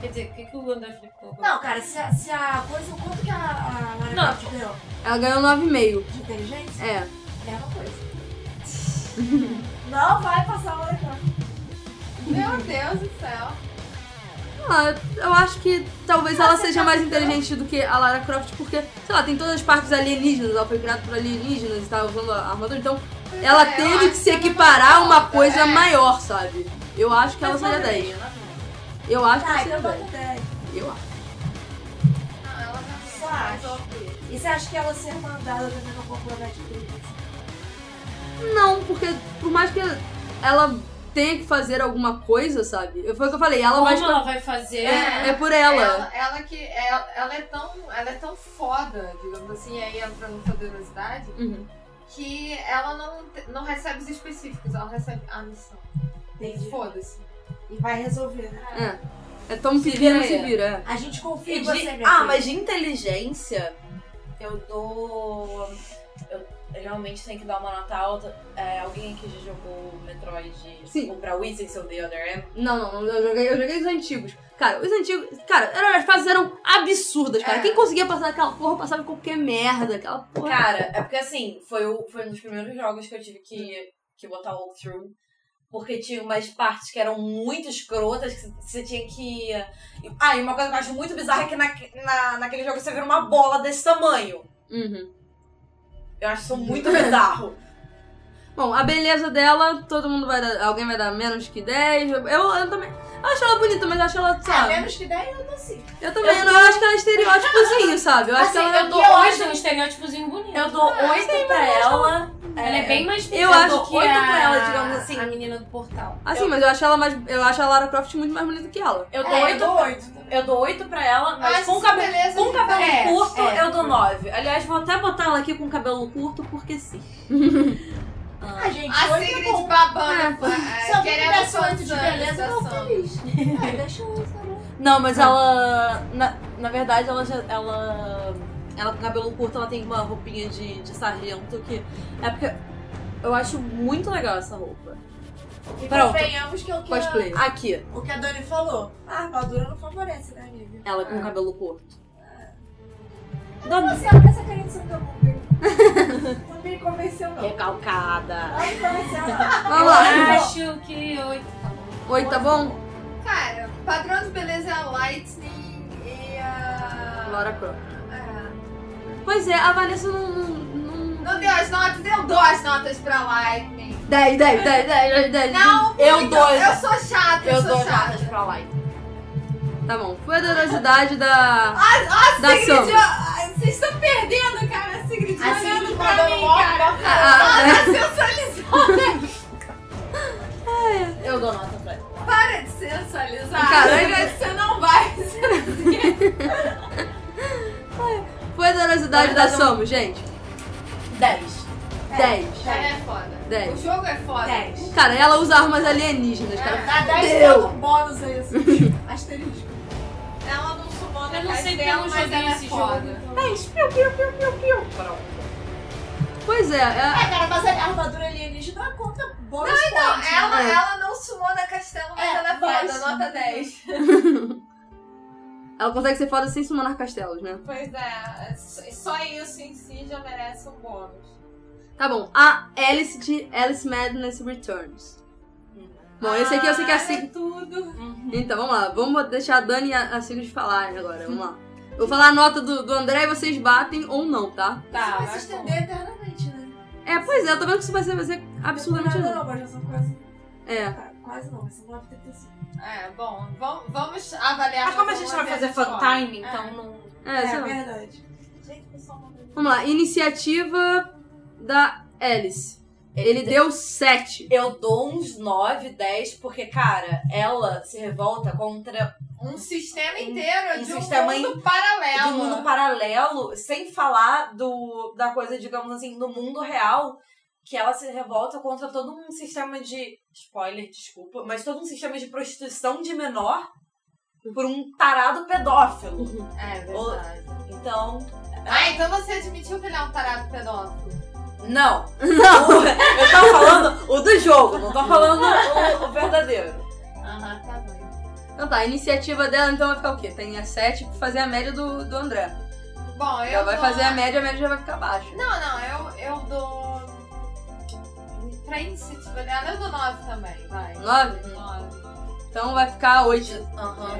I: Quer dizer, o que, que o André ficou?
E: Não, cara, se a, se a coisa, quanto que a, a Lara
I: Não.
E: Croft ganhou
A: Ela ganhou 9,5.
E: de inteligência,
A: É.
E: é uma coisa. Não vai passar a Lara Croft.
B: Meu Deus do céu.
A: Ah, eu- eu acho que talvez ela seja mais inteligente do que a Lara Croft, porque, sei lá, tem todas as partes alienígenas, ela foi criada por alienígenas e tava usando a armadura, então ela
B: É, eu acho
A: teve que se
B: ela não
A: equiparar a uma
B: conta,
A: coisa
B: é.
A: maior, sabe? Eu acho que ela seria 10. Eu acho que
E: Tá, então
A: seria 10.
E: bota 10.
A: Eu acho.
B: Ah, ela realmente
E: Só acho.
B: resolveu.
E: E você acha que ela ser mandada também não compromete tudo?
A: Não, porque por mais que ela tenha que fazer alguma coisa, sabe? Foi o que eu falei, ela
I: Como
A: vai.
I: ela vai fazer?
A: É, é por ela.
B: Ela, ela que ela, ela é tão, ela é tão foda, digamos assim, aí entra no poderosidade,
A: Uhum.
B: que ela não, te- não recebe os específicos, ela recebe a missão.
E: Entendi.
B: Foda-se.
E: E vai resolver, né?
A: É toma se
D: vira
A: vira,
D: aí.
A: se vira. é.
E: A gente confia
D: E
E: em
D: de-
E: você, minha
D: ah,
E: filha.
D: mas de inteligência, eu dou. Eu realmente tenho que dar uma nota alta. É, alguém aqui já jogou Metroid
A: Sim.
D: ou pra Wizards ou The Other M?
A: Não, não, eu joguei, eu joguei os antigos. Cara, os antigos. Cara, eram- as fases eram absurdas, cara.
B: É.
A: Quem conseguia passar aquela porra passava qualquer merda, aquela porra.
D: Cara, é porque assim, foi, o, foi um dos primeiros jogos que eu tive que, que botar walkthrough. Porque tinha umas partes que eram muito escrotas, que você tinha que. Ah, e uma coisa que eu acho muito bizarra é que na, na, naquele jogo você vira uma bola desse tamanho.
A: Uhum.
D: Eu acho isso [LAUGHS] muito bizarro.
A: Bom, a beleza dela, todo mundo vai dar. Alguém vai dar menos que 10. Eu, eu também. Eu acho ela bonita, mas eu acho ela,
E: Ah,
B: É, né?
A: sabe?
E: menos que 10 eu não sei.
A: eu também, eu, não, eu acho que ela é estereótipozinho, sabe? Eu acho que
I: Assim,
A: ela.
I: eu dou hoje um estereótipozinho bonito.
D: Eu dou oito pra ela.
I: Ela é bem mais bonita.
A: eu acho
I: dou
A: que
I: oito
A: a-
I: pra ela, digamos assim.
D: a
I: A menina do portal.
A: Assim, mas eu acho ela mais. Eu acho a Lara Croft muito mais bonita que ela.
D: Eu dou
E: É, eu
D: oito.
E: dou 8 também.
D: Eu dou oito pra ela, mas
B: Acho
D: com
B: isso
D: cabelo,
B: beleza
D: com cabelo
B: diferente.
D: curto
B: É.
D: eu dou nove. Aliás, vou até botar ela aqui com cabelo curto, porque sim.
E: Ah, gente,
B: Assim tipo, A
E: oito é
B: Sigrid
E: bom.
A: É,
B: babando.
E: Se alguém me
B: Querendo
E: desse oito de beleza, eu tô
B: atualização.
E: feliz. Ah, deixa eu saber.
D: Não, mas ela. Na, na verdade, ela já. Ela. Ela com cabelo curto, ela tem uma roupinha de, de sargento que. É porque. Eu acho muito legal essa roupa.
E: E
A: Pronto.
E: convenhamos que o que, a,
A: Cosplay.
D: é- Aqui,
E: o que a Dani
D: Ah.
E: falou, a armadura não favorece, né, amiga?
D: ela com cabelo curto.
E: Dona... Você olha é essa carinha de Sandalbuga. Não me convenceu, não.
D: Recalcada.
E: Não me convenceu,
D: Ah,
E: não.
A: Vamos
D: [LAUGHS]
A: lá.
I: Acho que oito. tá bom.
A: Oi, tá bom?
B: Cara, o padrão de beleza é a Lightning e a.
A: Laura Croft.
B: É.
A: Pois é, a Vanessa não. não, não...
B: Não deu as notas, eu dou as notas pra Lightning.
A: 10, 10, 10, 10, 10.
B: Não,
D: Eu
B: muito-
D: dou
B: Eu
D: as-
B: sou chata, eu,
D: eu dou
B: sou
D: as
B: chata.
D: notas pra lá. então.
A: Tá bom. Foi a generosidade da. da
B: Sigrid,
A: Samus.
B: ó, ah, vocês estão perdendo, cara. A Sigrid
E: A Sigrid
B: olhando pra
E: mandando
B: mim,
E: mó
B: cara.
A: Ah,
B: Ela sensualizou.
D: Eu dou nota pra ela.
B: Para de sensualizar.
A: Caraca.
B: tá. Você não vai. ser-
A: assim. [LAUGHS] Foi a generosidade da Samus, gente.
D: 10.
A: 10.
B: Já um é foda.
A: Dez.
B: O jogo é foda.
E: 10.
A: Cara, ela usa armas alienígenas,
B: É
A: cara.
E: Dá 10
A: Deu.
E: todo bônus a isso. Asterisco.
B: Ela não subiu
I: Eu não sei porque eu
B: dela,
I: não
B: mas
I: joguei
B: ela é
I: esse jogo.
B: foda.
I: então.
A: Pois é, é-
E: É, cara, mas a armadura alienígena conta bônus
B: Não,
E: forte.
B: ela,
A: É.
B: ela não sumou na castelo, mas
E: É,
B: ela é
E: mas-
B: foda. Nota 10.
A: ela consegue ser foda sem summonar castelos, né?
B: Pois é. Só isso em si já merece um bônus.
A: Tá bom. A Alice de Alice Madness Returns. Bom, esse aqui eu sei que é
D: Ah,
A: a Sig...
B: tudo.
A: Então, vamos lá. Vamos deixar a Dani e a a Sigrid falarem agora. Vamos lá. Eu vou falar a nota do, do André e vocês batem ou não, tá?
E: Isso
B: Tá,
E: vai se estender eternamente, né?
A: É, pois é. Eu tô vendo que isso vai ser, vai ser absolutamente...
E: Não,
A: Não.
E: não, mas já são quase...
A: É.
E: tá, Quase não, mas são 9,35.
B: É, bom, vam- vamos avaliar.
D: Mas como a gente vai fazer fan
B: fantasma?
D: time, então não.
A: É, sei lá.
E: verdade. Gente, pessoal, não me-
A: Vamos lá. Iniciativa da Alice. Ele deu 7.
D: Eu dou uns 9, 10, porque, cara, ela se revolta contra
B: Um sistema inteiro
D: Um
B: de um
D: sistema
B: mundo paralelo.
D: do mundo paralelo, sem falar do, da coisa, digamos assim, do mundo real, que ela se revolta contra todo um sistema de. Spoiler, desculpa, mas todo um sistema de prostituição de menor por um tarado pedófilo.
B: É, verdade.
D: Então,
B: Ah, então você admitiu que ele é um tarado pedófilo.
D: não! Não! [LAUGHS] Eu tava [LAUGHS] falando o do
A: [LAUGHS]
D: jogo, não tô falando o, o verdadeiro.
B: Aham, tá bom.
A: Então tá. A iniciativa dela, então, vai ficar o quê? Tem a 7 pra fazer a média do, do André.
B: Bom, eu
A: Ela vai
B: dou-
A: fazer a média, a média já vai ficar baixa.
B: Não, não, eu, eu dou... Pra iniciativa dela, eu dou 9 também, vai.
A: 9?
B: 9.
A: Então vai ficar 8.
D: Aham.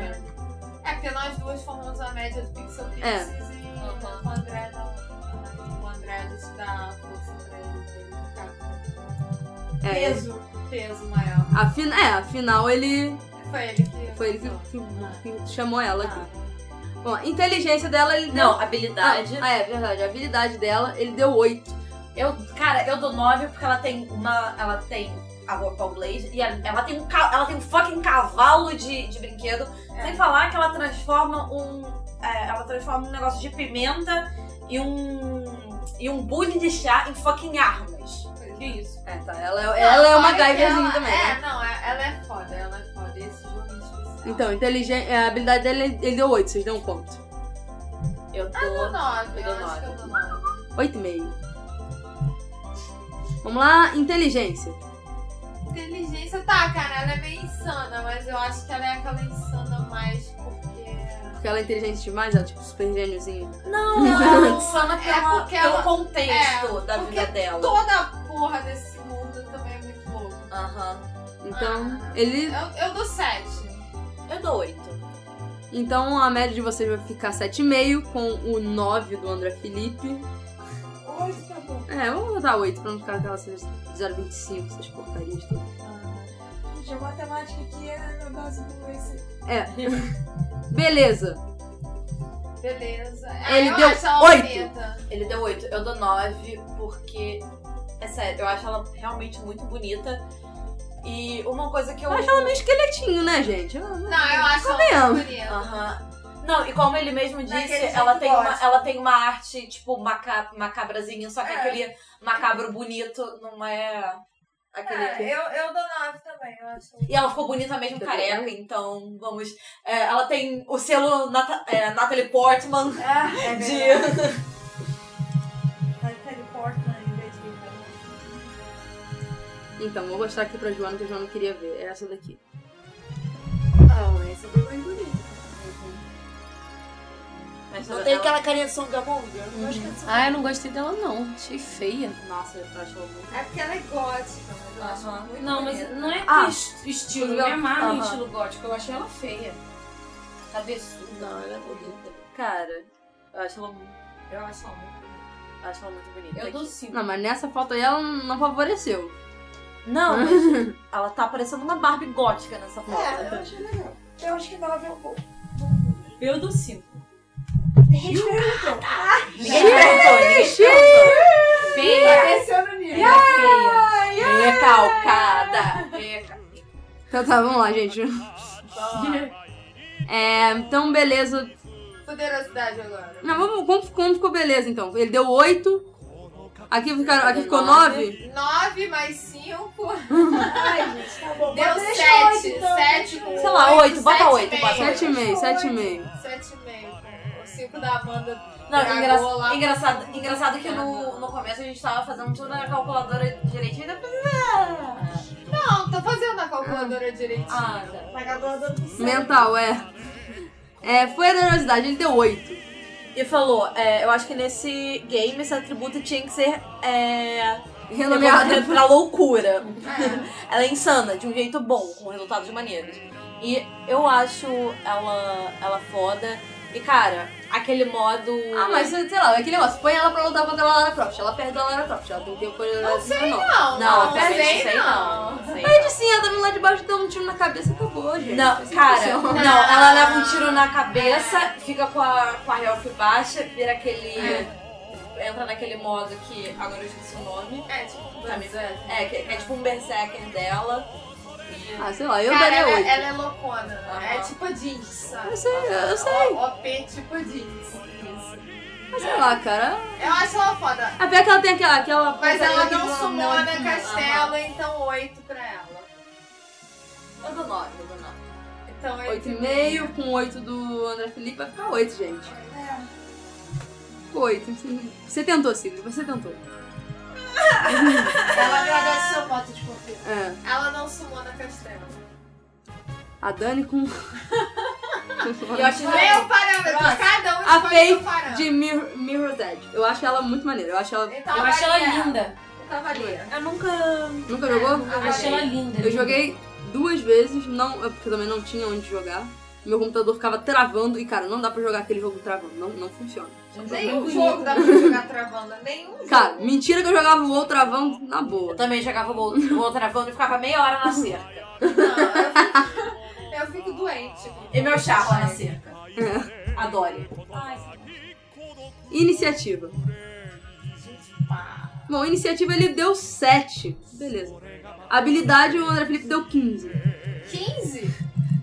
B: É, porque nós duas formamos a média do Pixel Pixies
A: É.
B: e o André dá um... O André disse dá força pra ele, pra ele ficar
A: É,
B: com peso maior.
A: afina, é, afinal ele.
B: Foi ele que.
A: Foi ele
B: Ah.
A: que, que- que chamou ela aqui. Bom, a inteligência dela, ele deu.
D: Não, habilidade.
A: Ah, é Ah. verdade. A habilidade dela, ele deu 8.
D: Eu, cara, eu dou 9 porque ela tem uma. Ela tem a Vocal Blade e a- ela tem um, ca- ela tem um fucking cavalo de, de brinquedo. Sem falar que ela transforma um. é, ela transforma um negócio de pimenta e um. e um bule de chá em fucking armas.
B: Que isso?
A: É, tá. Ela, é- ela é uma gaiverzinha
B: gaiverzinha
A: também.
B: É,
A: né?
B: não, é- ela é foda, ela é foda. Esse jogo é especial.
A: Então, inteligência, a habilidade dele, ele deu 8. Vocês dão um ponto.
D: Eu
B: Eu dou
D: dou.
B: 9,
D: eu
B: eu,
D: dou
B: acho que
D: nove.
B: eu dou 9.
A: 8,5. Vamos lá, inteligência.
B: Inteligência, tá, cara, ela é meio insana, mas eu acho que ela é aquela insana mais porque.
A: Porque ela é inteligente demais, ela é tipo super gêniozinho.
D: Não, ela é insana
B: É
D: pela,
B: porque
D: pelo
B: ela-
D: contexto da
B: porque
D: vida dela.
B: Toda a porra desse mundo também é muito louco.
D: Aham.
A: Então, ele.
B: Eu, eu dou 7.
D: Eu dou 8.
A: Então a média de vocês vai ficar 7,5 com o 9 do André Felipe.
E: Hoje tá bom.
A: É, vamos botar 8 pra não ficar aquelas 0,25, essas porcarias todas.
E: Ah, Gente, a matemática aqui é meu base do esse.
A: É. [LAUGHS] Beleza.
B: Beleza. Ah,
A: Ele
B: eu
A: deu
B: acho ela
A: oito.
B: bonita.
D: Ele deu 8, eu dou 9, porque. É sério, eu acho ela realmente muito bonita. E uma coisa que eu.
A: Eu acho ela meio esqueletinho, né, gente? Ela-
B: Não, eu acho ela
A: Convenhamos.
B: muito bonita.
D: Aham. Não, e como ele mesmo disse,
E: Daquele jeito
D: ela tem, uma,
E: gospel.
D: ela tem uma arte, tipo, maca, macabrazinha, só que
E: É.
D: aquele macabro bonito não é. Aquele.
E: É, eu, eu dou 9 também, eu acho.
D: E ela ficou bonita mesmo
A: Tá
D: careca, então vamos. é, ela tem o selo Nata- é, Natalie Portman
E: Ah, é verdade.
D: de.
E: Tá de teleporta em vez de
A: Então, vou mostrar aqui pra Joana que a Joana queria ver. É essa daqui.
E: Ah, essa foi bem bonita.
D: Mas Mas
H: Não
D: ela-
H: tem aquela carinha de songamonga? Eu não gosto de
I: Ah, eu não gostei dela, não. Achei feia.
D: Nossa, eu acho ela muito.
B: É porque ela é gótica, né? mas eu acho ela muito
I: Não, mas
B: bonita.
I: não é
A: Ah,
I: que est- estilo, não é má no estilo gótico. Eu achei ela feia. Cabeçuda.
H: Não, ela é bonita.
D: Cara, eu acho ela, mu-
I: Eu acho ela muito bonita.
D: acho ela muito bonita.
I: Eu dou
D: Aqui-
I: cinco.
A: Não, mas nessa foto aí ela não favoreceu.
D: Não, [LAUGHS] mas ela tá parecendo uma Barbie gótica nessa foto.
E: É, eu achei legal. Eu acho que ela
F: é
E: veio um pouco.
I: Eu dou cinco.
E: Ninguém te perguntou.
D: Ninguém perguntou, ninguém perguntou.
F: É.
E: Tá
I: Feia.
E: pensando nisso.
I: Ela é feia.
D: Recalcada.
A: Então tá, vamos lá, gente. É, então, beleza.
B: Poderosidade agora.
A: Não, vamos, como, como ficou beleza, então? Ele deu 8. Aqui, ficaram, aqui ficou 9.
B: 9 mais 5.
D: [LAUGHS]
E: Ai, gente, tá bom.
B: Deu
E: Bota nesse oito,
B: 7.
E: então.
B: 7 com
D: Sei lá, oito, bota oito, bota oito.
A: 7,5, 7,5.
B: 7,5. O 5 da banda.
D: Não,
B: Dragou
D: engra-
B: lá.
D: engraçado, engraçado que no, no começo a gente tava fazendo tudo na calculadora direitinho e depois. Ah,
B: Não, tô fazendo a calculadora direitinho.
D: ah tá.
E: Vai acabar dando certo.
A: Mental, é. É, foi a generosidade, ele deu 8.
D: E falou, é, eu acho que nesse game esse atributo tinha que ser é,
A: Renomeado.
D: pra loucura. Ela é insana, de um jeito bom, com resultados maneiros. E eu acho ela, ela foda. E cara, aquele modo.
A: Ah, mas sei lá, é aquele negócio. Põe ela pra lutar contra a Lara Croft. Ela perde a Lara Croft. Ela deu generosidade não.
B: Não,
D: Ah, Não,
B: não,
D: também
B: sei
D: sei
B: não.
D: não. sei
A: Perde sim, ela dando lá de baixo, dando um tiro na cabeça e acabou, gente.
D: Não,
A: Isso é
D: cara,
A: impossível.
D: não, [LAUGHS] ela leva um tiro na cabeça, fica com a, com a health baixa, vira aquele. Entra naquele modo que. Agora eu esqueci o nome.
B: É, tipo,
D: Tá me É, que, que é tipo um berserker dela. E-
A: Ah, sei lá, eu
B: cara,
A: daria
B: ela,
A: 8.
B: ela é loucona, né? É
D: Aham.
B: tipo a jeans, sabe?
A: Eu sei, eu sei,
B: O- OP tipo jeans.
A: mas sei lá, cara.
B: Eu acho ela foda.
A: Apesar que ela tem aquela. aquela
B: Mas ela
A: porcaria
B: não
A: que
B: sumou na
A: não-
B: Castelo, então 8 pra ela.
D: Eu dou nove, eu dou nove.
B: Então
A: 8,5 com 8 do André Felipe vai ficar 8, gente.
B: É.
A: Ficou 8. Você tentou, Sigrid, você tentou.
F: Ela agradece seu voto de confiança.
A: É.
B: Ela não sumou na Castelo.
A: A Dani
B: [LAUGHS]
A: com.
D: E eu acho
B: Meu parâmetro, cada um
A: A
B: escolhe seu
A: Faith [LAUGHS]
B: parâmetro.
A: de Mir Mirror's Edge. Eu acho ela muito maneira. Eu acho ela.
B: Então
I: Eu acho ela
B: avalia.
I: linda.
B: Então avalia.
D: Eu nunca.
A: Nunca
B: É,
A: jogou?
I: Eu achei ela linda.
A: Eu joguei duas vezes, não, eu- porque eu também não tinha onde jogar. Meu computador ficava travando e, cara, não dá pra jogar aquele jogo travando. Não, não funciona.
B: Nenhum jogo dá pra jogar travando. Nenhum
A: Cara, mentira que eu jogava o WoW travando na
D: Eu
A: boa.
D: também jogava o outro, o outro avando e ficava meia hora na cerca.
B: Não, eu fico, eu fico doente. com-
D: E meu chá lá na cerca. É. Adore.
A: Iniciativa. Bom, iniciativa ele deu 7. Beleza. Habilidade, o André Felipe deu 15.
B: 15?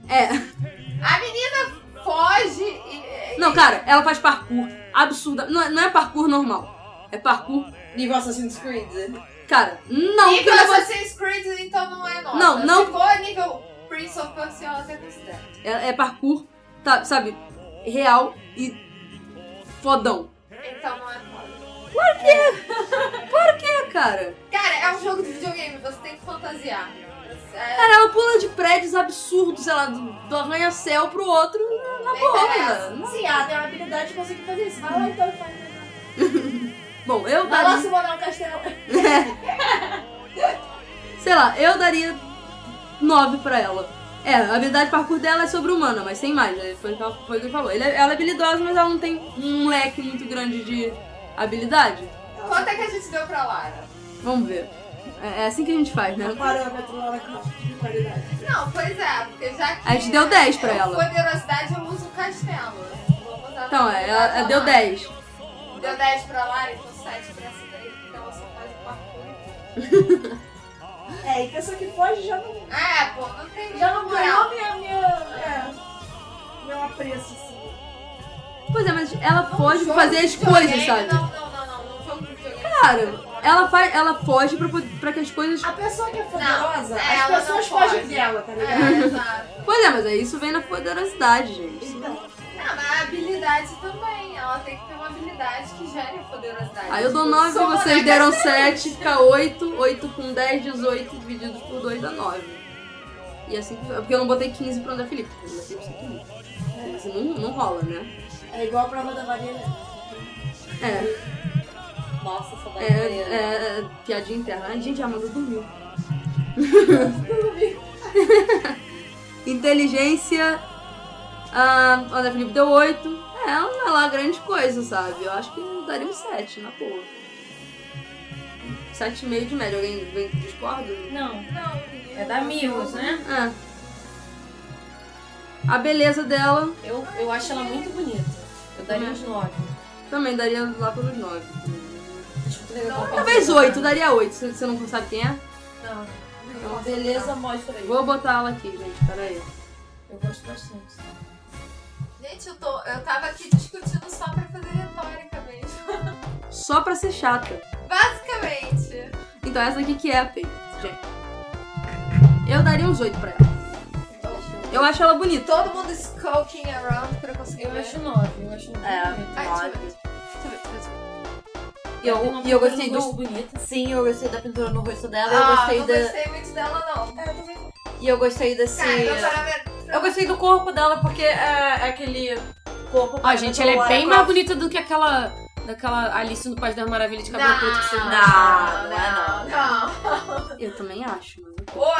A: É.
B: A menina foge e.
A: Não, cara, ela faz parkour absurda. Não, é- não é parkour normal. É parkour.
D: Nível Assassin's Creed.
A: Cara, não.
B: nível
A: porque ela-
B: Assassin's Creed, então não é nota.
A: Não, não.
B: Se for nível Prince of Persia, eu até considero.
A: É, é parkour, tá, sabe? Real e fodão.
B: Então não é nota.
A: É, cara.
B: Cara, é um jogo de videogame, você tem que fantasiar. É,
A: Cara, ela pula de prédios absurdos, sei lá, do, do arranha-céu pro outro na
B: Nem
A: porra.
B: parece.
A: Não-
F: Sim, ela tem a habilidade de conseguir fazer isso. Vai lá então e faz.
A: Bom, eu
F: Vai lá
A: daria.
F: se morar no castelo.
A: Sei lá, eu daria 9 pra ela. É, a habilidade de parkour dela é sobre-humana, mas sem mais. né? Foi, o que ela- foi o que ele falou. Ele é- ela é habilidosa, mas ela não tem um leque muito grande de habilidade.
B: Quanto é que a gente deu pra Lara?
A: Vamos ver. É, é assim que a gente faz, né?
F: Um parâmetro lá na Croft de qualidade.
B: Não, pois é, porque já que.
A: A gente deu 10 pra
B: é
A: ela.
B: Poderosidade, eu uso o castelo. Vou usar
A: Então,
B: pra
A: é, ela,
B: pra
A: ela deu
B: Lara.
A: 10.
B: Deu 10 pra Lara, então 7 pra essa daí, porque ela só faz o parkour.
F: É, e pessoa que foge já não,
B: É, pô, não tem
F: já não
B: moral.
F: ganhou minha, minha, é, meu apreço, assim.
A: Pois é, mas ela
B: Num
A: foge
B: jogo
A: pra fazer as
B: de
A: coisas,
B: um videogame,
A: sabe?
B: Não, não, não, não. Num jogo de videogame.
A: Cara,
B: você pode.
A: Ela, faz, ela foge pra, po- pra que as coisas.
F: A pessoa que é poderosa,
B: Não,
F: as
B: ela
F: pessoas
B: não pode.
F: fogem dela, tá ligado?
B: É, exato.
A: Pois é, mas aí isso vem na poderosidade, gente.
B: Não, mas a habilidade também. Ela tem que ter uma habilidade que gere poderosidade.
A: Aí eu dou 9,
B: Só
A: vocês
B: boneca
A: deram 7, fica 8. 8 com 10, 18, dividido por 2 dá 9. é E assim, é porque eu não botei 15 pro André Felipe. porque o André Felipe tem 15. Mas não, não rola, né?
E: É igual a prova da Maria.
A: É,
D: Nossa, saudade
A: é,
D: dele.
A: é, piadinha interna. Ai, gente, a Amanda dormiu. [LAUGHS] Inteligência. ah, olha, Felipe deu 8. É, não é lá grande coisa, sabe? Eu acho que eu daria um 7, na boa. 7,5 de média. Alguém vem- discorda?
C: Não. É da Mills, né?
A: É. A beleza dela
C: Eu, eu acho ela muito bonita. Eu daria uns 9.
A: também daria lá pelos 9.
C: Acho muito legal. que ela
A: Talvez
C: fala.
A: 8, daria 8. se Você não sabe quem é?
C: Não.
A: Então,
C: Beleza, mostra aí.
A: Vou botar ela aqui, gente. Peraí.
C: Eu gosto bastante.
B: Gente, eu, tô, eu tava aqui discutindo só pra fazer retórica mesmo.
A: Só pra ser chata.
B: Basicamente.
A: Então essa aqui que é a feia, gente. Eu daria uns 8 pra ela. Eu acho ela bonita.
B: Todo mundo skulking around pra conseguir
C: Eu
B: ver.
C: acho 9. Eu acho muito
D: É.
C: bonita.
B: Ai, deixa eu ver.
A: E eu,
C: Tem uma
A: e eu
C: pintura
A: gostei
C: no
A: do.
C: rosto bonita.
D: Sim, eu gostei da pintura no rosto dela. eu
B: Ah,
D: gostei
B: não
D: da...
B: gostei muito dela, não. Tá, então
D: E eu gostei desse...
B: Cara, meu parâmetro...
D: Eu gostei do corpo dela porque é, é aquele corpo...
C: Ó, gente, ela é bem mais
D: magulhada.
C: bonita do que aquela. Daquela Alice no País das Maravilhas de
A: Tá
C: cabelo preto que você
B: Não,
D: Não, não é
B: não, não.
A: Eu também acho, mano.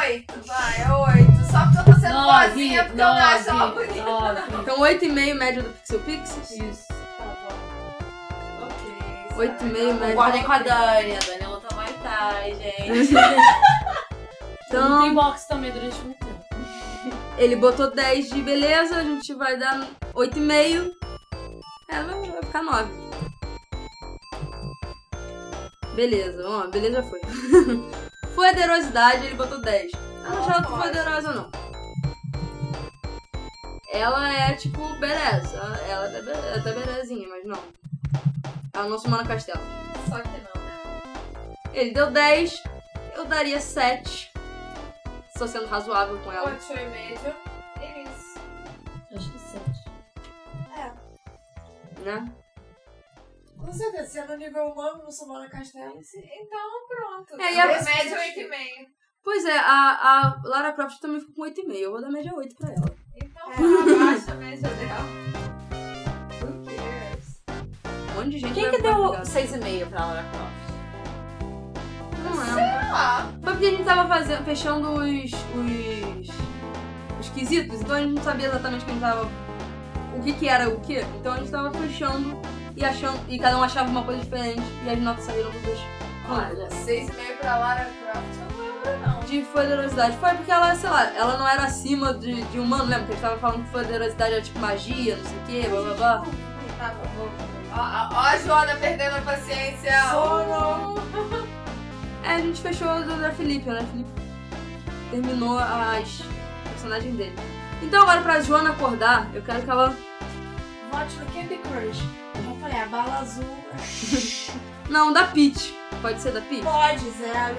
B: Oito, vai, é oito. Só porque eu tô sendo boazinha, porque eu não acho ela bonita.
A: Então 8,5 média do Pixel Pixies.
C: Isso.
B: Ok.
A: 8,5
D: Concordem
A: média.
D: com a Dani. A Dani ela tá mais tarde, gente.
C: Não tem
A: Então
C: box também durante muito tempo.
A: ele botou 10 de beleza, a gente vai dar 8,5. Ela É, vai- vai ficar 9. Beleza, vamos lá, beleza foi. [LAUGHS] Poderosidade, ele botou 10. Eu não acho ela tão poderosa, não. Ela é tipo badass. Ela, ela é até be- é até badazinha, mas não. Ela não se manda castelo.
B: Só que não, né?
A: Ele deu 10, eu daria 7. Estou sendo razoável com ela.
B: Oito e meio. Isso.
C: Acho que sim.
A: Né?
E: Com certeza, se é no nível humano, não sou Mora Castelo.
B: Então, pronto.
A: É, e a-
B: média, oito e meio.
A: Pois é, a, a Lara Croft também ficou com 8,5. Eu vou dar média 8 pra ela.
B: Então, pra baixo a média dela. Who cares?
A: Um monte de gente
D: Quem
A: vai
D: que
A: vai
D: deu
A: brigar.
D: 6,5 pra Lara Croft?
A: Não lembro.
B: Sei lá.
A: Foi porque a gente tava fazendo, fechando os, os. os quesitos, então a gente não sabia exatamente quem tava. o que que era o que. Então a gente tava fechando e achando. e cada um achava uma coisa diferente e as notas saíram dos dois.
B: Olha, 6,5 pra Lara Croft, eu não lembro não.
A: De poderosidade. Foi porque ela, sei lá, ela não era acima de, de humano, lembra? Porque a gente tava falando que poderosidade era tipo magia, não sei o quê, blá blá blá.
B: Tá bom, vou. Ó, ó, ó a Joana perdendo a paciência.
E: Sono!
A: É, a gente fechou a da Felipe, né? Felipe terminou as personagens dele. Então agora pra Joana acordar, eu quero que ela.
E: Vote no Candy Crush. Eu já falei, a bala azul. é
A: Não, da Peach. Pode ser da Peach?
E: Pode, zero.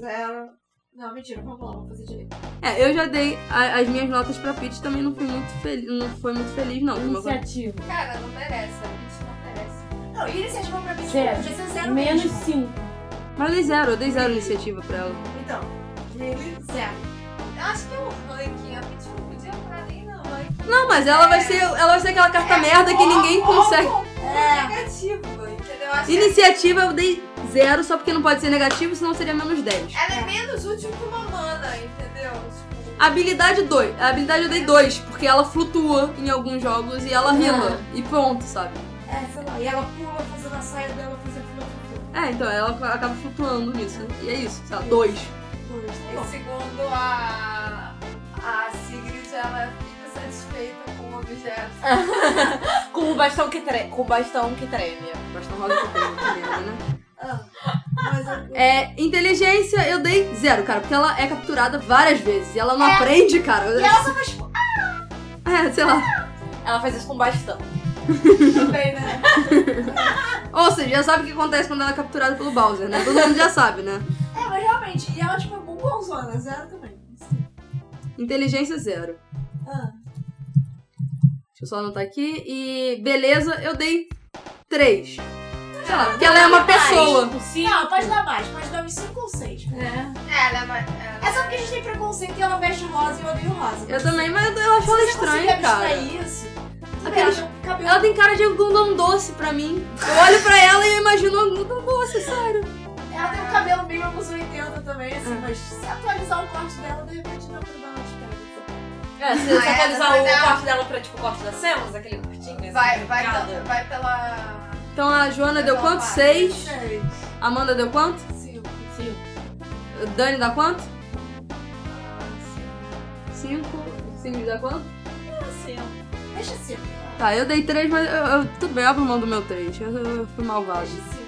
E: Zero. Não, mentira, vamos lá, vamos fazer direito.
A: É, eu já dei a- as minhas notas pra Peach também não fui muito feliz. Não foi muito feliz, não. Como eu falei.
C: Iniciativa.
B: Cara, não merece, a gente não merece.
E: Não, e iniciativa pra mim
A: é.
C: Zero.
E: podia ser zero
C: Menos
E: mesmo.
C: 5.
A: Mas eu dei zero, eu dei zero iniciativa pra ela.
E: Então, ele, zero.
B: Eu acho que é um ranking, a gente não podia entrar nem no ranking.
A: Não, mas ela vai ser. Ela vai ser aquela carta merda que ninguém consegue.
B: É. negativo, entendeu? Acho que
A: Iniciativa eu dei zero, só porque não pode ser negativo, senão seria menos 10.
B: ela é menos útil que uma mana, entendeu? Tipo,
A: Habilidade 2. A habilidade eu dei 2, porque ela flutua em alguns jogos e ela rila.
E: Ah.
A: E pronto, sabe?
E: É, sei lá. E ela pula fazendo a saia dela, fazer pula, pula,
A: É, então ela acaba flutuando nisso. E é isso, sei lá, 2.
E: pula. Tá
B: e
E: bom.
B: segundo a, a Sigrid, ela fica satisfeita com o objeto.
D: Com o bastão que treme. Com o bastão que treme.
A: Bastante rosa que tem, que merda, né?
E: Ah, mas eu...
A: É, inteligência eu dei zero, cara, porque ela é capturada várias vezes. E ela não aprende, cara.
E: É. E ela só faz tipo,
A: É, sei lá.
D: Ela faz isso com bastão.
E: também, né?
A: Ou seja, já sabe o que acontece quando ela é capturada pelo Bowser, né? Todo mundo já sabe, né?
E: É, mas realmente. E ela, tipo, é bom bonzona, zero também.
A: Inteligência zero.
E: Ah.
A: Deixa eu só anotar aqui. E beleza, eu dei três. Sei lá, porque ela é uma pessoa.
E: Não, pode dar mais, pode dar uns 5 ou 6.
B: É, ela vai. Ela...
E: É só porque a gente tem preconceito e ela veste rosa e eu odeio rosa.
A: Eu também, mas eu acho ela
E: Se você conseguir
A: estranha, cara.
E: abstrair isso, tudo bem,
A: Aqueles
E: ela tem um
F: cabelo.
A: Ela tem cara de algodão doce pra mim. Eu olho pra ela e eu imagino algodão doce, sério.
E: Ela tem um cabelo meio anos 80 também, assim,
D: Uhum.
E: mas se atualizar o corte dela, de repente dá pra dar umas pegas.
D: É, se você
B: Ah, é,
D: atualizar
B: mas
D: o
B: ela-
D: corte dela pra tipo o corte da Samus, aquele curtinho.
B: Vai,
D: assim,
B: vai,
D: picado.
B: vai pela.
A: Então a Joana deu
B: Não,
A: quanto?
B: vai.
A: Seis.
E: Sei.
A: Amanda deu quanto?
E: Sim.
A: Dani dá quanto? Cinco. Cinco dá quanto?
E: Deixa assim.
A: Tá, eu dei três, mas eu, eu- tudo bem, eu abro mão do meu três. Eu, eu fui malvado.
E: assim.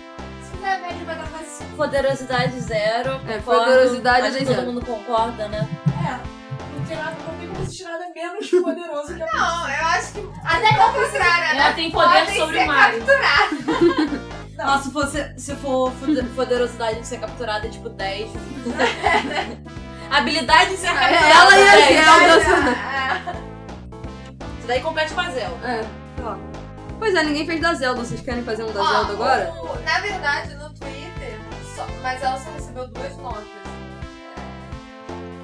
E: Se fizer a média, vai dar assim. quase cinco.
D: Poderosidade zero.
A: É,
D: concordo.
A: poderosidade
D: Acho que
A: é
D: todo
A: zero.
D: mundo concorda, né?
E: É. Não tem nada, não tem como se nada menos poderoso que a
B: Não, eu acho que. Até pelo contrário,
C: É,
I: Ela
B: ela
I: tem poder
B: podem
I: sobre
B: ser
I: o Mario.
D: Nossa, se, fosse, se for fode- poderosidade de ser capturada é tipo 10. [LAUGHS] Habilidade de ser capturada.
A: Ela e a
D: 10.
A: Zelda.
D: Isso daí compete com a Zelda.
A: É, ó. Pois é, ninguém fez da Zelda. Vocês querem fazer um da
B: Ó,
A: Zelda agora?
B: o- é, na verdade, no Twitter, só- mas ela só recebeu duas notas.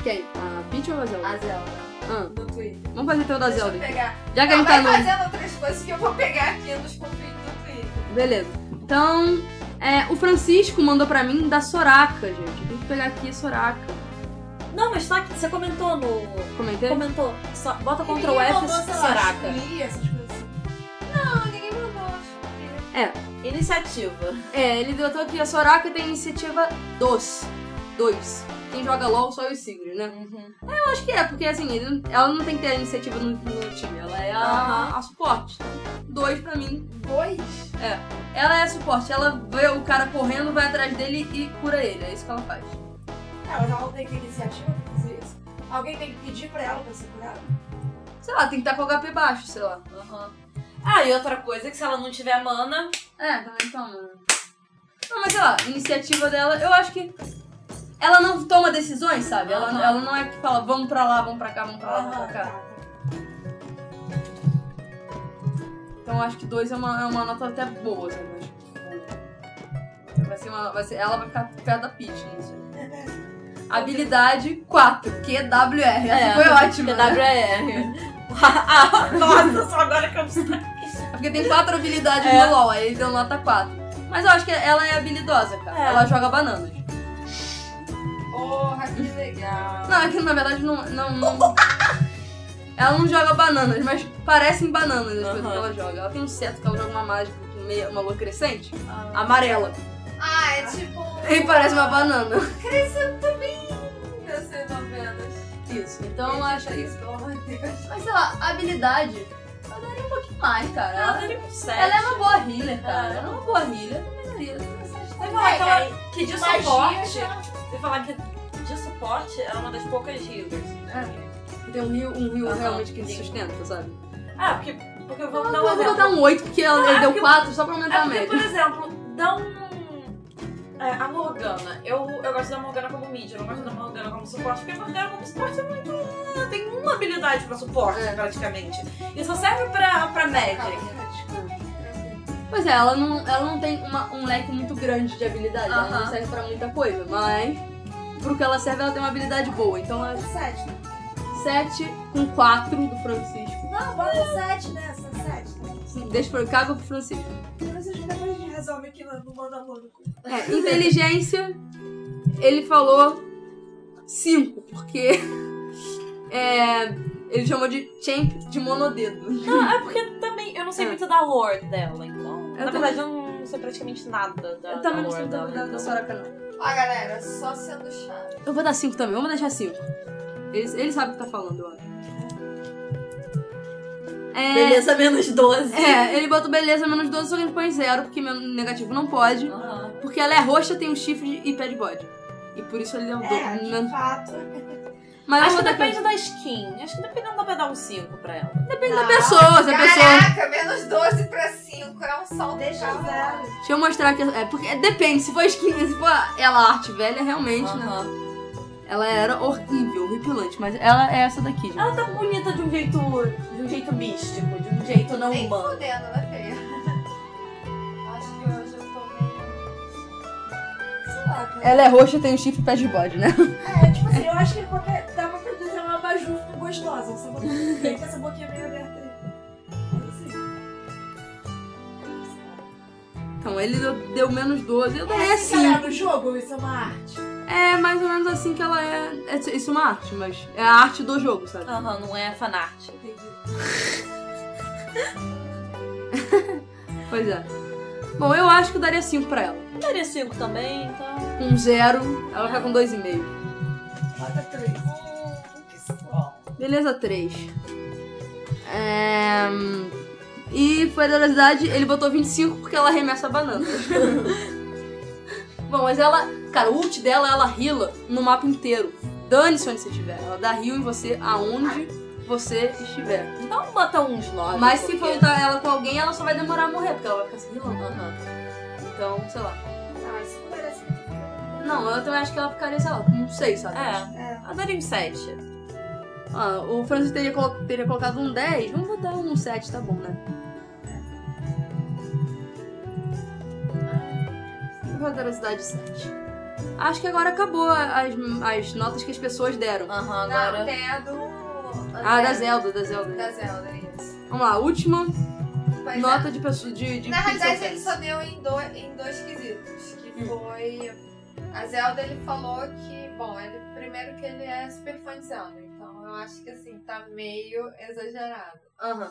A: Quem? A Peach ou a Zelda?
B: oh. A Zelda.
A: Ah,
B: No Twitter.
A: vamos fazer teu da
B: Deixa
A: Zelda.
B: eu
A: então.
B: pegar.
A: Já que a
B: Não,
A: gente
B: vai
A: tá no.
B: fazendo outras coisas que eu vou pegar aqui né? nos conflitos do Twitter.
A: Beleza. Então, é, o Francisco mandou pra mim da Soraka, gente. Tem que pegar aqui Soraka.
D: Não, mas tá, você comentou no.
A: Comentei?
D: Comentou. Só- bota
E: Ninguém
D: Ctrl F
E: mandou, sei lá,
D: Soraka.
E: Chun-Li, essas coisas assim.
B: Não, ninguém mandou, acho que.
D: Iniciativa.
A: É, ele deu aqui a Soraka tem iniciativa 2. 2. Quem joga LOL só é o Sigrid, né? Eu acho que é, porque assim, ele não- ela não tem que ter a iniciativa no, no time, ela é a, a suporte. Dois pra mim.
E: Dois?
A: Ela é a suporte, ela vê o cara correndo, vai atrás dele e cura ele. É isso que ela faz.
E: Não, É, mas ela não tem que ter iniciativa pra fazer isso. Alguém tem que pedir pra ela pra ser curada?
A: Sei lá, tem que estar com o HP baixo, sei lá.
D: Aham. Ah, e outra coisa é que se ela não tiver mana.
A: É, também toma. Não, mas sei lá, iniciativa dela, eu acho que. Ela não toma decisões, sabe? Ela, não- ela não é que fala, vamos pra lá, vamos pra cá, vamos pra lá, vamos pra cá. Então eu acho que dois é uma, é uma nota até boa, sabe? Eu acho que Vai ser uma, vai ser, ela vai ficar perto da Peach nisso. Habilidade 4, QWR. Essa foi ótima. né?
D: PWR. Ah, Nossa, [LAUGHS] só agora que eu
A: Porque tem quatro habilidades
D: É.
A: no LoL, aí ele deu nota 4. Mas eu acho que ela é habilidosa, cara.
D: É.
A: Ela joga bananas.
B: Porra, que legal.
A: Não, é que na verdade não. não, não- Ela não joga bananas, mas parecem bananas as coisas
D: Aham.
A: que ela joga. Ela tem um certo que ela joga uma mágica, que meio, uma lua crescente,
D: Ah.
A: amarela.
B: Ah, é tipo.
A: E parece uma banana.
B: Eu sei, novelas.
A: Isso. Então eu acho que.
B: Pelo amor de Deus.
A: Mas sei lá, a habilidade. Eu daria um pouquinho mais, cara.
D: Ela
A: Ela,
D: deu tipo 7.
A: ela é uma boa healer, cara.
D: Ah.
A: Ela é uma boa healer. Eu também daria.
D: Sem falar que ela- que de
E: Magia
D: suporte. Sem falar que de suporte ela é uma das poucas healers.
A: É.
D: né?
A: Tem um rio, um rio
D: Aham.
A: realmente que se sustenta, sabe?
D: Ah, porque, porque eu vou
A: Então
D: dar
A: eu
D: um
A: vou
D: exemplo.
A: botar um 8, porque ela, ele
D: é
A: deu
D: porque-
A: 4 só pra
D: É
A: aumentar a
D: porque,
A: média.
D: por exemplo, dá um. É, a Morgana. Eu, eu gosto da Morgana como mid, eu não gosto da Morgana como suporte, porque a Morgana como suporte é muito. tem uma habilidade pra suporte,
A: É. Tá.
D: praticamente. E só serve pra, pra Magic.
A: Pois é, ela não, ela não tem uma- um leque muito grande de habilidade, ela não
D: Aham.
A: serve pra muita coisa, mas pro que ela serve, ela tem uma habilidade boa. Então é
E: Sete.
A: 7 com 4 do Francisco.
E: Não, bota sete nessa, sete.
A: Sim, Deixa pro cago pro Francisco.
E: Vocês depois a gente resolve aqui no, no monólogo.
A: É, inteligência, ele falou 5, porque [LAUGHS] é, ele chamou de champ de monodedo.
D: Não, é porque também eu não sei
A: É.
D: muito da lore dela, então. na
A: também-
D: verdade, eu não sei praticamente nada da,
A: Eu
D: da
A: também não
D: lore
A: sou tá da,
D: dela.
A: da, da
D: então.
A: Soraka, não.
B: Ó, galera, só sendo chata.
A: Eu vou dar 5 também, vamos deixar 5. Ele, ele sabe o que tá falando, eu acho. É,
D: Beleza, menos 12.
A: É, ele botou beleza menos 12, só que ele põe zero, porque meu negativo não pode.
D: Aham.
A: Porque ela é roxa, tem um chifre e pé de bode. E por isso ele deu
E: É,
A: do-
E: de
A: na-
E: fato.
A: Mas
D: Acho
A: eu
D: que
A: vou botar
D: depende da skin. Acho que dependendo dá pra dar um 5 pra ela.
A: Depende tá? da pessoa, se a pessoa.
B: Caraca, menos 12 pra 5 é um salto.
E: Deixa
B: bom.
E: zero.
A: Deixa eu mostrar aqui. É, porque depende, se for skin, se for ela arte velha,
F: Ah.
A: realmente, né?
D: Aham.
A: Ela era horrível, horripilante, mas ela é essa daqui, gente.
D: Ela tá bonita de um jeito. de um jeito místico, de um jeito não
B: Nem
D: humano.
B: fudendo, né, feia? Acho que hoje eu tô meio.
E: Sei lá, Ah, cara.
A: Ela é roxa, tem um chifre e pé de bode, né?
E: É, tipo assim, eu acho que qualquer... dava pra dizer uma abajur gostosa. Só vou ter essa boquinha meio aberta aí. Mas assim,
A: então, ele deu, deu menos 12. Eu dou é
F: assim,
A: 5.
F: galera, no jogo, isso é uma arte.
A: É mais ou menos assim que ela é. é- Isso é uma arte, mas é a arte do jogo, sabe?
D: Aham, não é fanart.
A: Pois é. Bom, eu acho que eu daria 5 pra ela.
D: Eu daria 5 também, então.
A: Com 0, ela tá com 2,5.
F: Nota 3.
A: Beleza, 3. É... E poderosidade, ele botou 25 porque ela arremessa a banana. [LAUGHS] Bom, mas ela. Cara, o ult dela, ela rila no mapa inteiro. Dane-se onde você estiver. Ela dá heal em você aonde você estiver.
D: Então bota uns 9.
A: Mas se for lutar ela com alguém, ela só vai demorar a morrer, porque ela vai ficar se rilando. Então, sei lá.
F: Ah, isso não parece.
A: Não, eu também acho que ela ficaria, sei lá, com 6, sabe?
D: É, eu daria um 7.
A: Ah, o Francis teria, colo- teria colocado um 10, vamos botar um 7, tá bom, né? Poderosidade 7. Acho que agora acabou as, as notas que as pessoas deram.
D: Aham,
B: Não,
D: agora.
B: tem a do. É.
A: Ah, da Zelda, da Zelda.
B: Da Zelda, isso.
A: Vamos lá, última
B: Pois é.
A: nota de pessoa de, de
B: Na
A: Pixel
B: realidade, ele
A: Fence.
B: só deu em, do- em dois quesitos. Que
A: Hum.
B: foi. A Zelda, ele falou que. Bom, ele, primeiro que ele é super fã de Zelda. Então eu acho que assim, tá meio exagerado.
A: Aham.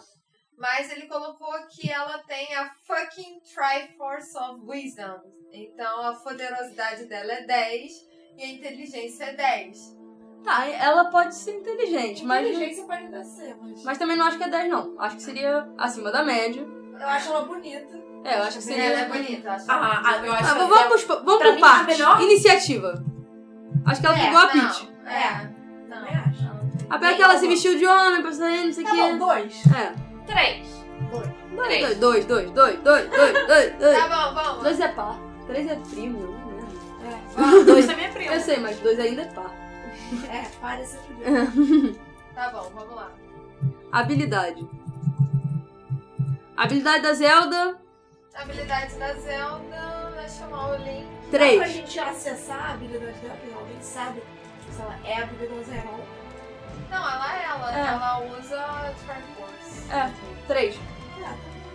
B: Mas ele colocou que ela tem a fucking Triforce of Wisdom. Então a poderosidade dela é 10 e a inteligência é 10.
A: Tá, ela pode ser inteligente, mas,
F: Inteligência pode até ser, mas.
A: mas também não acho que é 10, não. Acho que seria acima da média.
F: Eu acho ela bonita.
A: É, eu acho que seria.
B: Ela é bonita, eu acho.
D: Ah, ah, eu acho
A: Ah,
D: que
A: vamos vamos por, vamos
D: pra
A: por
D: mim, a
A: parte.
D: melhor-
A: Iniciativa. Acho que ela pegou a
B: É, não,
A: Peach.
B: É, não.
F: Também acho.
A: Apesar que ela se vestiu de homem, pensando não sei o
F: Tá bom,
A: que.
F: dois.
A: É.
I: Três. Três.
A: Dois, dois, dois, dois, dois, dois, dois, dois.
B: Tá bom, vamos.
A: Dois é par. Três é primo. né?
D: dois também é primo.
A: Eu sei, mas dois ainda é par.
F: É, parece que
B: Tá bom, vamos lá.
A: Habilidade. Habilidade da Zelda,
B: Habilidade da Zelda vai chamar o Link.
F: Dá pra
A: três.
F: gente acessar a habilidade dela, porque alguém sabe se ela é habilidosa ou não.
B: Não, ela é ela.
A: É.
B: Ela usa Triforce.
A: É, três.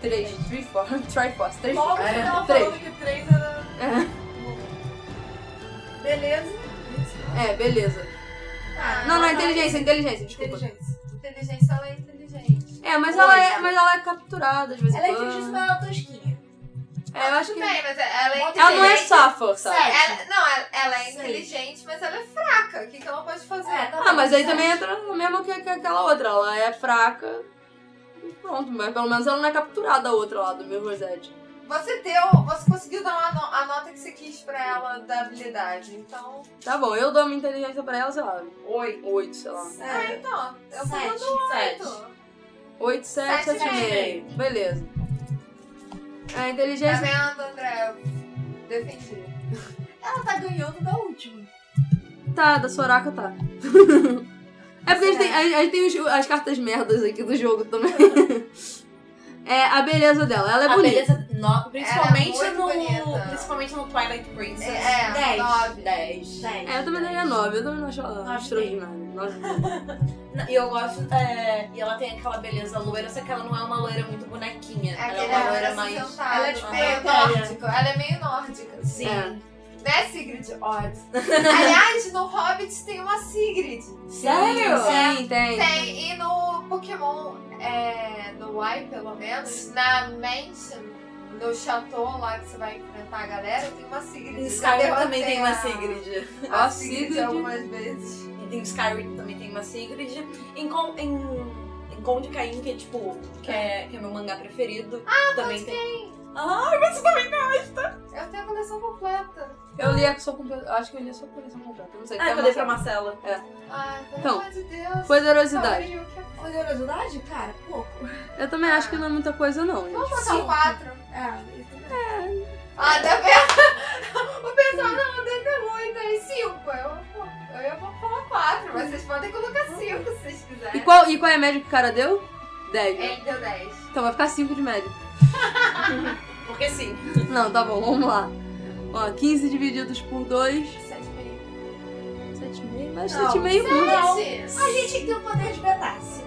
A: Três. Triforce. [LAUGHS] Triforce. Três.
F: Ah, Logo que
A: É,
F: ela
A: três.
F: falou que três era. um
B: Beleza?
A: É, beleza.
B: Ah,
A: Não, não,
B: ela-
A: inteligência, inteligência, desculpa.
F: Inteligência.
B: Inteligência, ela é inteligente.
A: É, mas ela é, mas ela é capturada às vezes. em
F: Ela é
A: quando.
F: inteligente, mas ela é tosquinha.
A: É, eu acho
B: Tudo
A: que.
B: bem, mas ela é inteligente.
A: Ela não é safa, sabe?
B: Ela- não, ela, ela é
F: Sei.
B: inteligente, mas ela é fraca. O que, que ela pode fazer?
F: É, tá
A: Ah, mas aí
F: Sete.
A: também entra no mesmo que, que aquela outra. Ela é fraca. e Pronto, mas pelo menos ela não é capturada a outra lá do meu Rosette.
B: Você deu. Você conseguiu dar uma no- a nota que você quis pra ela da habilidade. Então.
A: Tá bom, eu dou minha inteligência pra ela, sei lá. Oito. Oito, sei lá.
B: É, então. Eu vou
F: Sete.
B: dando
D: Sete.
B: oito.
A: Oito, sete,
B: Sete
A: sete e meio. Beleza. É, A
B: Tá
A: inteligência.
B: vendo, André? Eu Defendi.
F: Ela tá ganhando da última.
A: Tá, da Soraka tá. [LAUGHS] é porque a gente tem, a- a gente tem os- as cartas merdas aqui do jogo também. [LAUGHS] é, a beleza dela. Ela é
D: a
A: bonita.
D: beleza, no- principalmente,
B: Ela é
D: no,
B: muito bonita.
D: principalmente no Twilight Princess.
B: É,
F: Dez.
B: nove.
D: 10.
A: É, eu também daria nove. Eu também não acho ela
F: Nove
A: extraordinária. Nove.
D: E eu gosto. é, e ela tem aquela beleza loira, só que ela não é uma loira muito bonequinha.
B: É
D: ela é
B: aquele
D: uma loira
B: agora
D: mais.
B: mais... Ela é tipo meio
F: Ah,
B: nórdico. Ela é meio nórdica.
D: Sim.
A: É.
B: Né, Sigrid? Odd. Aliás, no Hobbit tem uma Sigrid.
A: Sério? Sim, tem.
B: Tem. E no Pokémon, é, no Y pelo menos, na Mansion, no Chateau lá que você vai enfrentar a galera, tem uma Sigrid.
D: Em
B: Já
D: Skyrim também
B: derrotei
D: tem uma
B: a-
D: Sigrid.
B: A
A: Ó,
B: Sigrid
A: Sigrid.
B: algumas vezes.
D: Em Skyrim também tem uma Sigrid. Em, Con- em, em Conde Caim, que é tipo. Que é, que é meu mangá preferido. Ah, também tem. Ah, você também gosta!
B: Eu tenho a coleção completa.
A: Eu li a sua completa. Acho que eu li a sua coleção completa. Não sei.
D: Ah,
A: tem
D: eu dei pra Marcela.
B: Ai, pelo
A: Então,
B: amor de Deus.
D: é,
A: Poderosidade.
B: Gabriel, que foda.
F: Poderosidade? Cara, pouco.
A: Eu também acho que não é muita coisa, não.
B: Vamos
A: Gente.
B: botar quatro.
F: É, isso também.
B: Ah, dá pra... [LAUGHS] O pessoal, não, deve muito, aí cinco. Eu, eu vou falar quatro, mas vocês podem colocar cinco se vocês
A: E
B: quiserem.
A: qual, e qual é a média que o cara deu? 10.
B: Ele deu dez.
A: Então vai ficar 5 de média.
D: Porque sim.
A: Não, tá bom, vamos lá. Ó, 15 divididos por 2.
B: Sete e meio.
A: 7,5. Mas
F: Não,
A: 7,5 muito.
B: Gente,
F: A gente tem o poder de pedaço.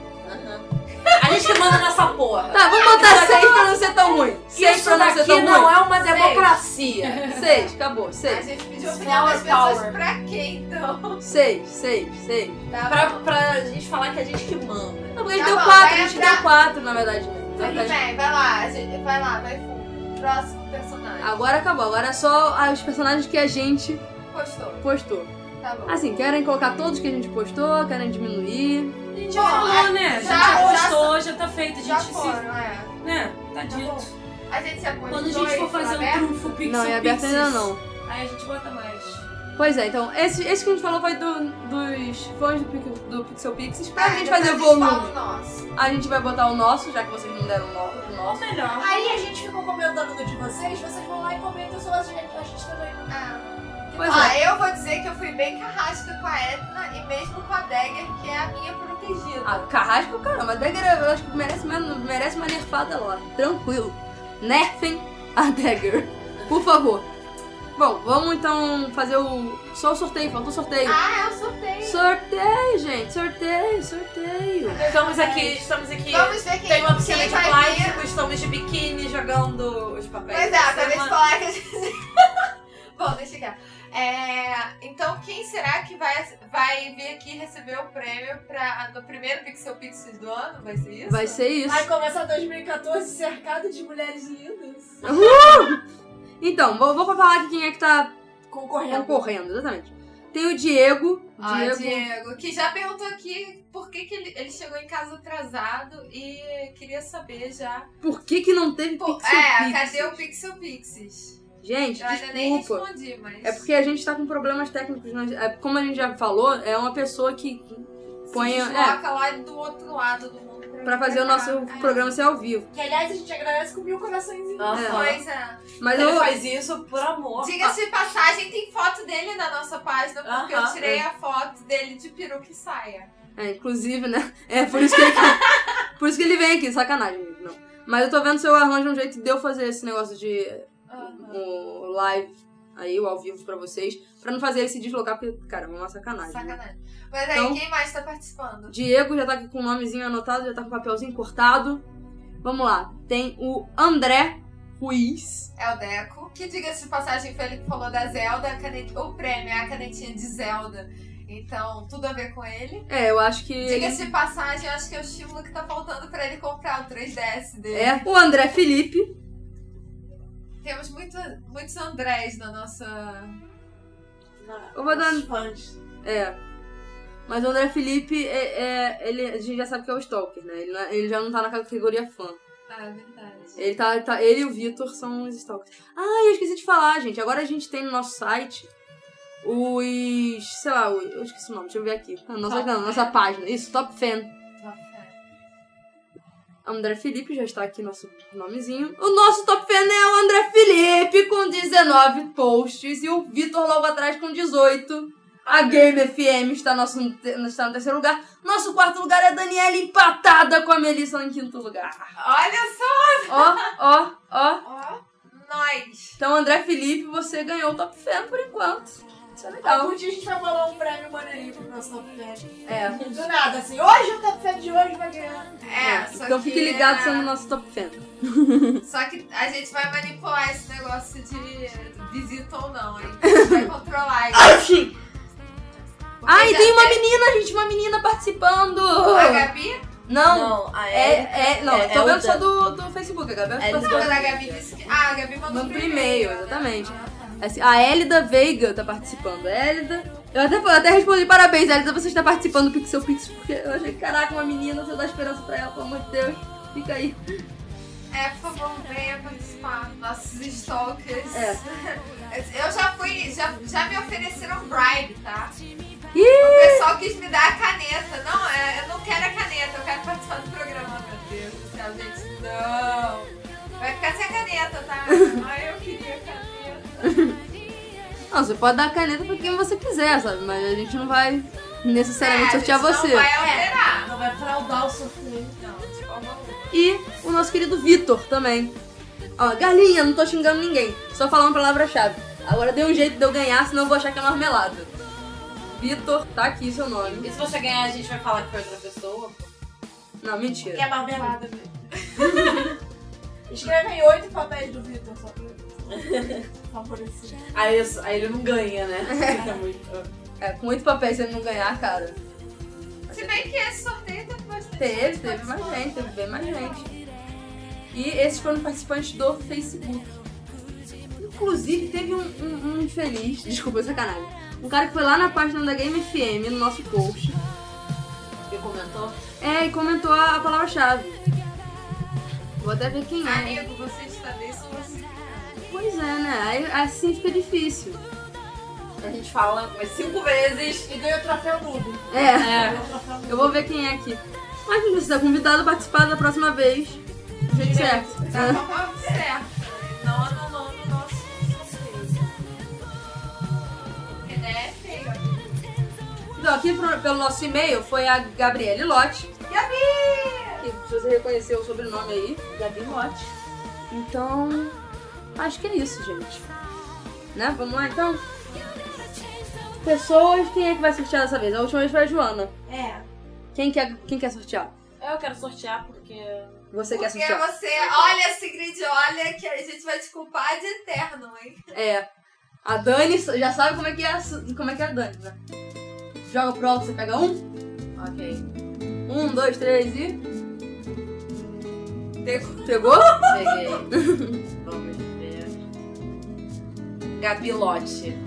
D: A gente que manda nessa porra. [LAUGHS]
A: Tá, vamos botar 6 pra não ser tão ruim. Seis pra não ser tão
F: não
A: ruim.
F: é uma
D: [LAUGHS]
B: Seis. é.
F: democracia.
A: Seis, acabou.
B: A
A: Seis.
B: gente pediu a opinião das
C: Flower
B: pessoas pra quê, então?
A: Seis, seis, seis.
B: Tá
D: Pra, pra gente falar que é a gente que manda.
A: Não, porque a gente
B: Tá
A: deu quatro,
B: bom, vai
A: a gente
B: entrar-
A: deu quatro, na verdade. né? Na
B: Tudo
A: verdade,
B: bem, vai lá, a gente- vai lá, vai fundo. Próximo personagem.
A: Agora acabou, agora é só os personagens que a gente
B: Postou,
A: postou.
B: tá bom.
A: Assim, querem colocar todos que a gente postou, querem diminuir.
C: A gente já falou, né? A gente
B: já- já
C: já postou, já tá feito. A
B: Já
C: gente se.
B: foram, é.
C: Né? Tá dito.
B: A gente se apontou
C: Quando a gente
B: tá
C: for fazer um trunfo pixel
A: não, é aberto ainda
C: pixies,
A: não.
C: Aí a gente bota mais.
A: Pois é, então, esse, esse que a gente falou foi do- dos fãs do, Pix- do Pixel Pixies.
B: É,
A: Pra gente fazer volume, a gente vai botar o nosso, já que vocês não deram o no- o
C: Ou
A: nosso.
C: melhor.
E: Aí a gente ficou comentando do de vocês, vocês vão lá e comentam sobre a gente, a gente também. não-
A: Pois
B: Ah. Ó,
A: é.
B: eu vou dizer que eu fui bem carrasca com a Edna e mesmo com a Dagger, que é a minha protegida.
A: Ah, carrasco, caramba. A Dagger, eu acho que merece, uma- merece uma nerfada lá. Tranquilo. Nerfem a Dagger. Por favor. Bom, vamos então fazer o. Só o sorteio, faltou o sorteio.
B: Ah, eu sorteio.
A: Sorteio, gente. Sorteio, sorteio.
D: Estamos aqui, estamos é aqui.
B: Vamos ver quem,
D: Tem uma piscina
B: quem
D: de
B: vai vir.
D: plástico, estamos de biquíni jogando os papéis.
B: Pois é,
D: da
B: acabei de
D: semana.
B: falar que a gente... [LAUGHS] Bom, deixa eu chegar. então, quem será que vai, vai vir aqui receber o prêmio pra, do primeiro Pixel Pixies do ano? Vai ser isso?
A: Vai ser isso.
E: Aí começa 2014 cercado de mulheres lindas.
A: Então, vou, vou falar aqui quem é que tá
E: Concorrendo.
A: concorrendo, exatamente. Tem o Diego.
B: Ah,
A: Diego.
B: Diego. que já perguntou aqui por que, que ele, ele chegou em casa atrasado e queria saber já.
A: Por que, que não teve
B: Pô,
A: Pixel
B: é,
A: Pix?
B: cadê o Pixel Pixies?
A: Gente,
B: Eu ainda nem
A: desculpa.
B: respondi, mas.
A: É porque a gente tá com problemas técnicos. né? É, Como a gente já falou, é uma pessoa que põe- é.
B: Se desloca lá do outro lado do mundo pra, É.
A: pra fazer o nosso
D: É.
A: programa ser ao vivo.
E: Que aliás a gente agradece com mil coraçõezinhos.
A: É.
D: Nossa,
B: Pois é.
A: Mas
D: ele
A: eu,
D: faz isso por amor.
B: Diga-se de passagem, tem foto dele na nossa página, porque eu
D: Aham,
B: tirei
D: é.
B: a foto dele de peruca e saia.
A: é, inclusive, né? É por isso que ele,
D: [LAUGHS]
A: por isso que ele vem aqui, sacanagem, gente, não. Mas eu tô vendo se eu arranjo um jeito de eu fazer esse negócio de o live aí, o ao vivo pra vocês, pra não fazer ele se deslocar, porque, cara, é uma sacanagem. né?
B: Sacanagem. Mas aí,
A: Então-
B: quem mais tá participando?
A: Diego já tá aqui com o nomezinho anotado, já tá com o papelzinho cortado. Vamos lá, tem o André Ruiz.
B: É o Deco. Que diga-se de passagem, o Felipe falou da Zelda, a caneta- o prêmio é a canetinha de Zelda. Então, tudo a ver com ele.
A: É, eu acho que. ele-
B: Diga-se de passagem, eu acho que é o estímulo que tá faltando pra ele comprar o 3DS dele.
A: É, o André Felipe. É.
B: Temos muito, muitos Andrés na nossa.
A: Eu vou dar.
E: fãs.
A: É. Mas o André Felipe, é, é- ele, a gente já sabe que é o Stalker, né? Ele, não- ele já não tá na categoria fã.
B: Ah, é verdade.
A: Ele, tá, tá- ele e o Vitor são os Stalkers. Ah, eu esqueci de falar, gente. Agora a gente tem no nosso site os. sei lá, o- eu esqueci o nome, deixa eu ver aqui. Ah, nossa,
B: Top
A: não,
B: Fan.
A: nossa página. Isso, Top Fan.
B: Nossa.
A: André Felipe já está aqui, nosso nomezinho. O nosso Top Fan é o André Felipe com 19 posts e o Vitor logo atrás com 18. A Game FM está, nosso, está no terceiro lugar. Nosso quarto lugar é a Daniela empatada com a Melissa em quinto lugar.
B: Olha só!
A: Ó, ó, ó.
B: Nós!
A: Então, André Felipe, você ganhou o Top Fan por enquanto. Isso é legal.
E: Algum dia a gente vai bolar um prêmio maneirinho pro nosso Top Fed.
A: É.
E: Do nada, assim, hoje o Top Fed de hoje vai ganhar.
B: É, só
A: Então
B: que
A: fique ligado sendo o
B: é...
A: nosso Top Fan.
B: Só que a gente vai manipular esse negócio de visita ou não, hein? A gente vai controlar isso. Porque
A: Ah, e
B: já
A: tem uma
B: teve-
A: menina, gente, uma menina participando.
B: A Gabi?
A: Não,
D: a
A: é, é, não,
D: é-
A: eu tô
D: é
A: vendo
D: o
A: só do, do Facebook, a Gabi
D: É
A: participou.
B: Não, mas a Gabi disse que. Ah, a Gabi mandou
A: Mandou
B: pro
A: pro e-mail,
B: e-mail, né?
A: exatamente.
B: Ah, tá.
A: Assim, a Hélida Veiga tá participando. A Hélida. Eu até, eu até respondi parabéns, Hélida, você está participando do Pixel Pix, porque eu achei que, caraca, uma menina, você dá esperança pra ela, pelo amor de Deus. Fica aí.
B: É, por favor, venha participar. Nossos stalkers.
A: É.
B: [LAUGHS] Eu já fui. Já, já me ofereceram bribe, tá?
A: Ih!
B: O pessoal quis me dar a caneta. Não, é, eu não quero a caneta, eu quero participar do programa. Meu Deus do céu, gente, não. Vai ficar sem a caneta,
A: [LAUGHS]
B: tá? Ai, eu queria a caneta.
A: Não, você pode dar a caneta pra quem você quiser, sabe? Mas a gente não vai necessariamente
B: É, a gente
A: sortear você.
B: Não vai alterar.
E: Não vai fraudar o sorteio.
B: Não, de forma alguma.
A: E o nosso querido Vitor também. Ó, galinha, não tô xingando ninguém. Só falando palavra-chave. Agora deu um jeito de eu ganhar, senão eu vou achar que é marmelada. Vitor, tá aqui seu nome.
D: E se você ganhar, a gente vai falar que foi outra pessoa?
A: Não, mentira.
E: É marmelada.
F: Escreve aí oito papéis do Victor, só pra. Só por isso.
D: Aí, eu- aí ele não ganha, né? É muito.
A: É, com oito papéis se ele não ganhar, cara. É.
B: Se bem que esse sorteio tá teve bastante
A: Teve,
B: gente
A: teve mais
B: participando.
A: gente, teve bem mais gente. E esses foram participantes do Facebook. Inclusive, teve um, um, um infeliz, desculpa, sacanagem. Um cara que foi lá na página da Game FM, no nosso post,
D: Ele comentou.
A: é, e comentou a, a palavra-chave. Vou até ver quem é.
B: Amigo, você está desse você.
A: Pois é, né? Aí, assim fica difícil.
D: A gente fala umas cinco vezes.
F: E ganhou o troféu Noob.
A: É,
F: Ganhou o troféu Noob.
A: eu vou ver quem é aqui. Mas não precisa, convidado a participar da próxima vez. Do jeito certo. É.
B: Certo.
D: Não, não, não, não, nossa.
B: Porque, né, filho?
A: Então, aqui pro- pelo nosso e-mail foi a Gabriele Lotti. Gabi! Que se você reconheceu o sobrenome aí, Gabi Lotti. Então, acho que é isso, gente. Né? Vamos lá, então? Pessoas, quem é que vai sortear dessa vez? A última vez foi a Joana.
F: É.
A: Quem quer, quem quer sortear?
I: Eu quero sortear porque.
A: Você quer
B: Porque é
A: sortear?
B: você, olha, Sigrid, olha que a gente vai te culpar de eterno, hein?
A: É. A Dani já sabe como é que é a, su- como é que é a Dani, né? Joga pro alto, você pega um.
D: Ok.
A: Um, dois, três e. Pegou? Pegou? [LAUGHS]
D: Cheguei. Vamos ver. Gabilote.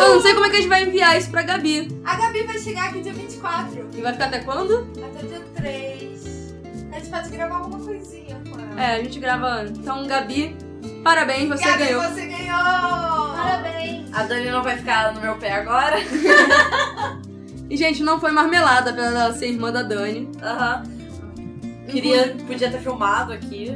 A: Eu não sei como é que a gente vai enviar isso pra Gabi.
B: A Gabi vai chegar aqui dia 24,
A: E vai ficar até quando?
B: até dia 3. A gente pode gravar alguma coisinha com ela.
A: É, a gente grava. Então, Gabi, parabéns, você
B: Gabi,
A: ganhou.
B: você ganhou! Parabéns!
D: A Dani não vai ficar no meu pé agora.
A: E, gente, não foi marmelada, apesar dela ser irmã da Dani.
D: Aham. Queria, podia ter filmado aqui.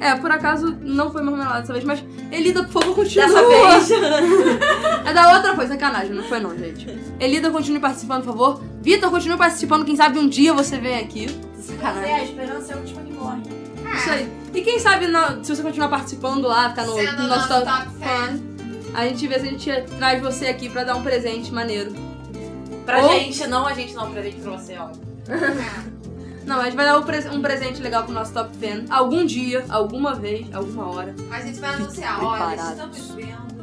A: É, por acaso não foi marmelada dessa vez, mas Elida, por favor, continua.
D: Dessa vez.
A: [LAUGHS] A É da outra foi sacanagem, não foi não, gente. Elida, continue participando, por favor. Vitor, continue participando, quem sabe um dia você vem aqui.
F: Mas
A: Sacanagem.
F: é, a esperança é a última que morre.
B: Ah.
A: Isso aí. E quem sabe na- se você continuar participando lá, ficar no,
B: Sendo
A: no
B: é nosso
A: nosso top,
B: top fan.
A: fan, a gente vê se a gente traz você aqui pra dar um presente maneiro.
D: Pra
A: Ou-
D: gente, não a gente não, pra gente pra você, ó.
A: Não, a gente vai dar um, pres- um presente legal pro nosso top fan. Algum dia, alguma vez, alguma hora.
B: Mas a gente tá vai anunciar,
A: Fiquem
B: olha,
A: preparados.
B: estamos vendo.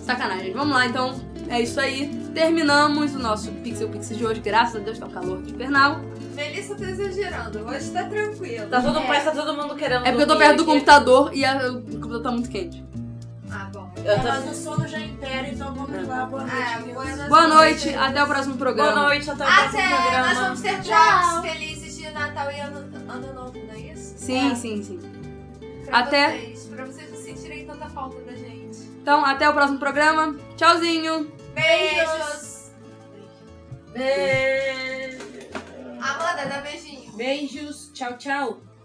A: Sacanagem. Vamos lá, então. É isso aí. Terminamos o nosso Pixel Pixel de hoje. Graças a Deus tá um calor de infernal.
B: Melissa tá exagerando, hoje tá tranquilo.
D: Tá todo, parece que tá todo mundo querendo.
A: É porque eu tô
D: dormir
A: perto do
D: aqui.
A: computador e a- o computador tá muito quente.
B: Ah, bom.
D: Eu
F: É,
D: tô-
F: Mas o sono já impera, então
C: É.
F: vamos lá. Boa noite.
B: Ah,
F: meninas.
B: boa
A: Boa noite, até o próximo
D: Boa
A: programa.
D: noite, até o próximo
B: Até,
D: programa.
B: nós vamos ter drops felizes de Natal e Ano, ano Novo, não é isso?
A: Sim,
B: É.
A: sim, sim.
B: Pra
A: Até.
B: Vocês, pra vocês não sentirem tanta falta da gente.
A: Então, até o próximo programa. Tchauzinho.
B: Beijos!
D: Beijo.
B: Amanda, dá beijinho.
I: Beijos, tchau, tchau.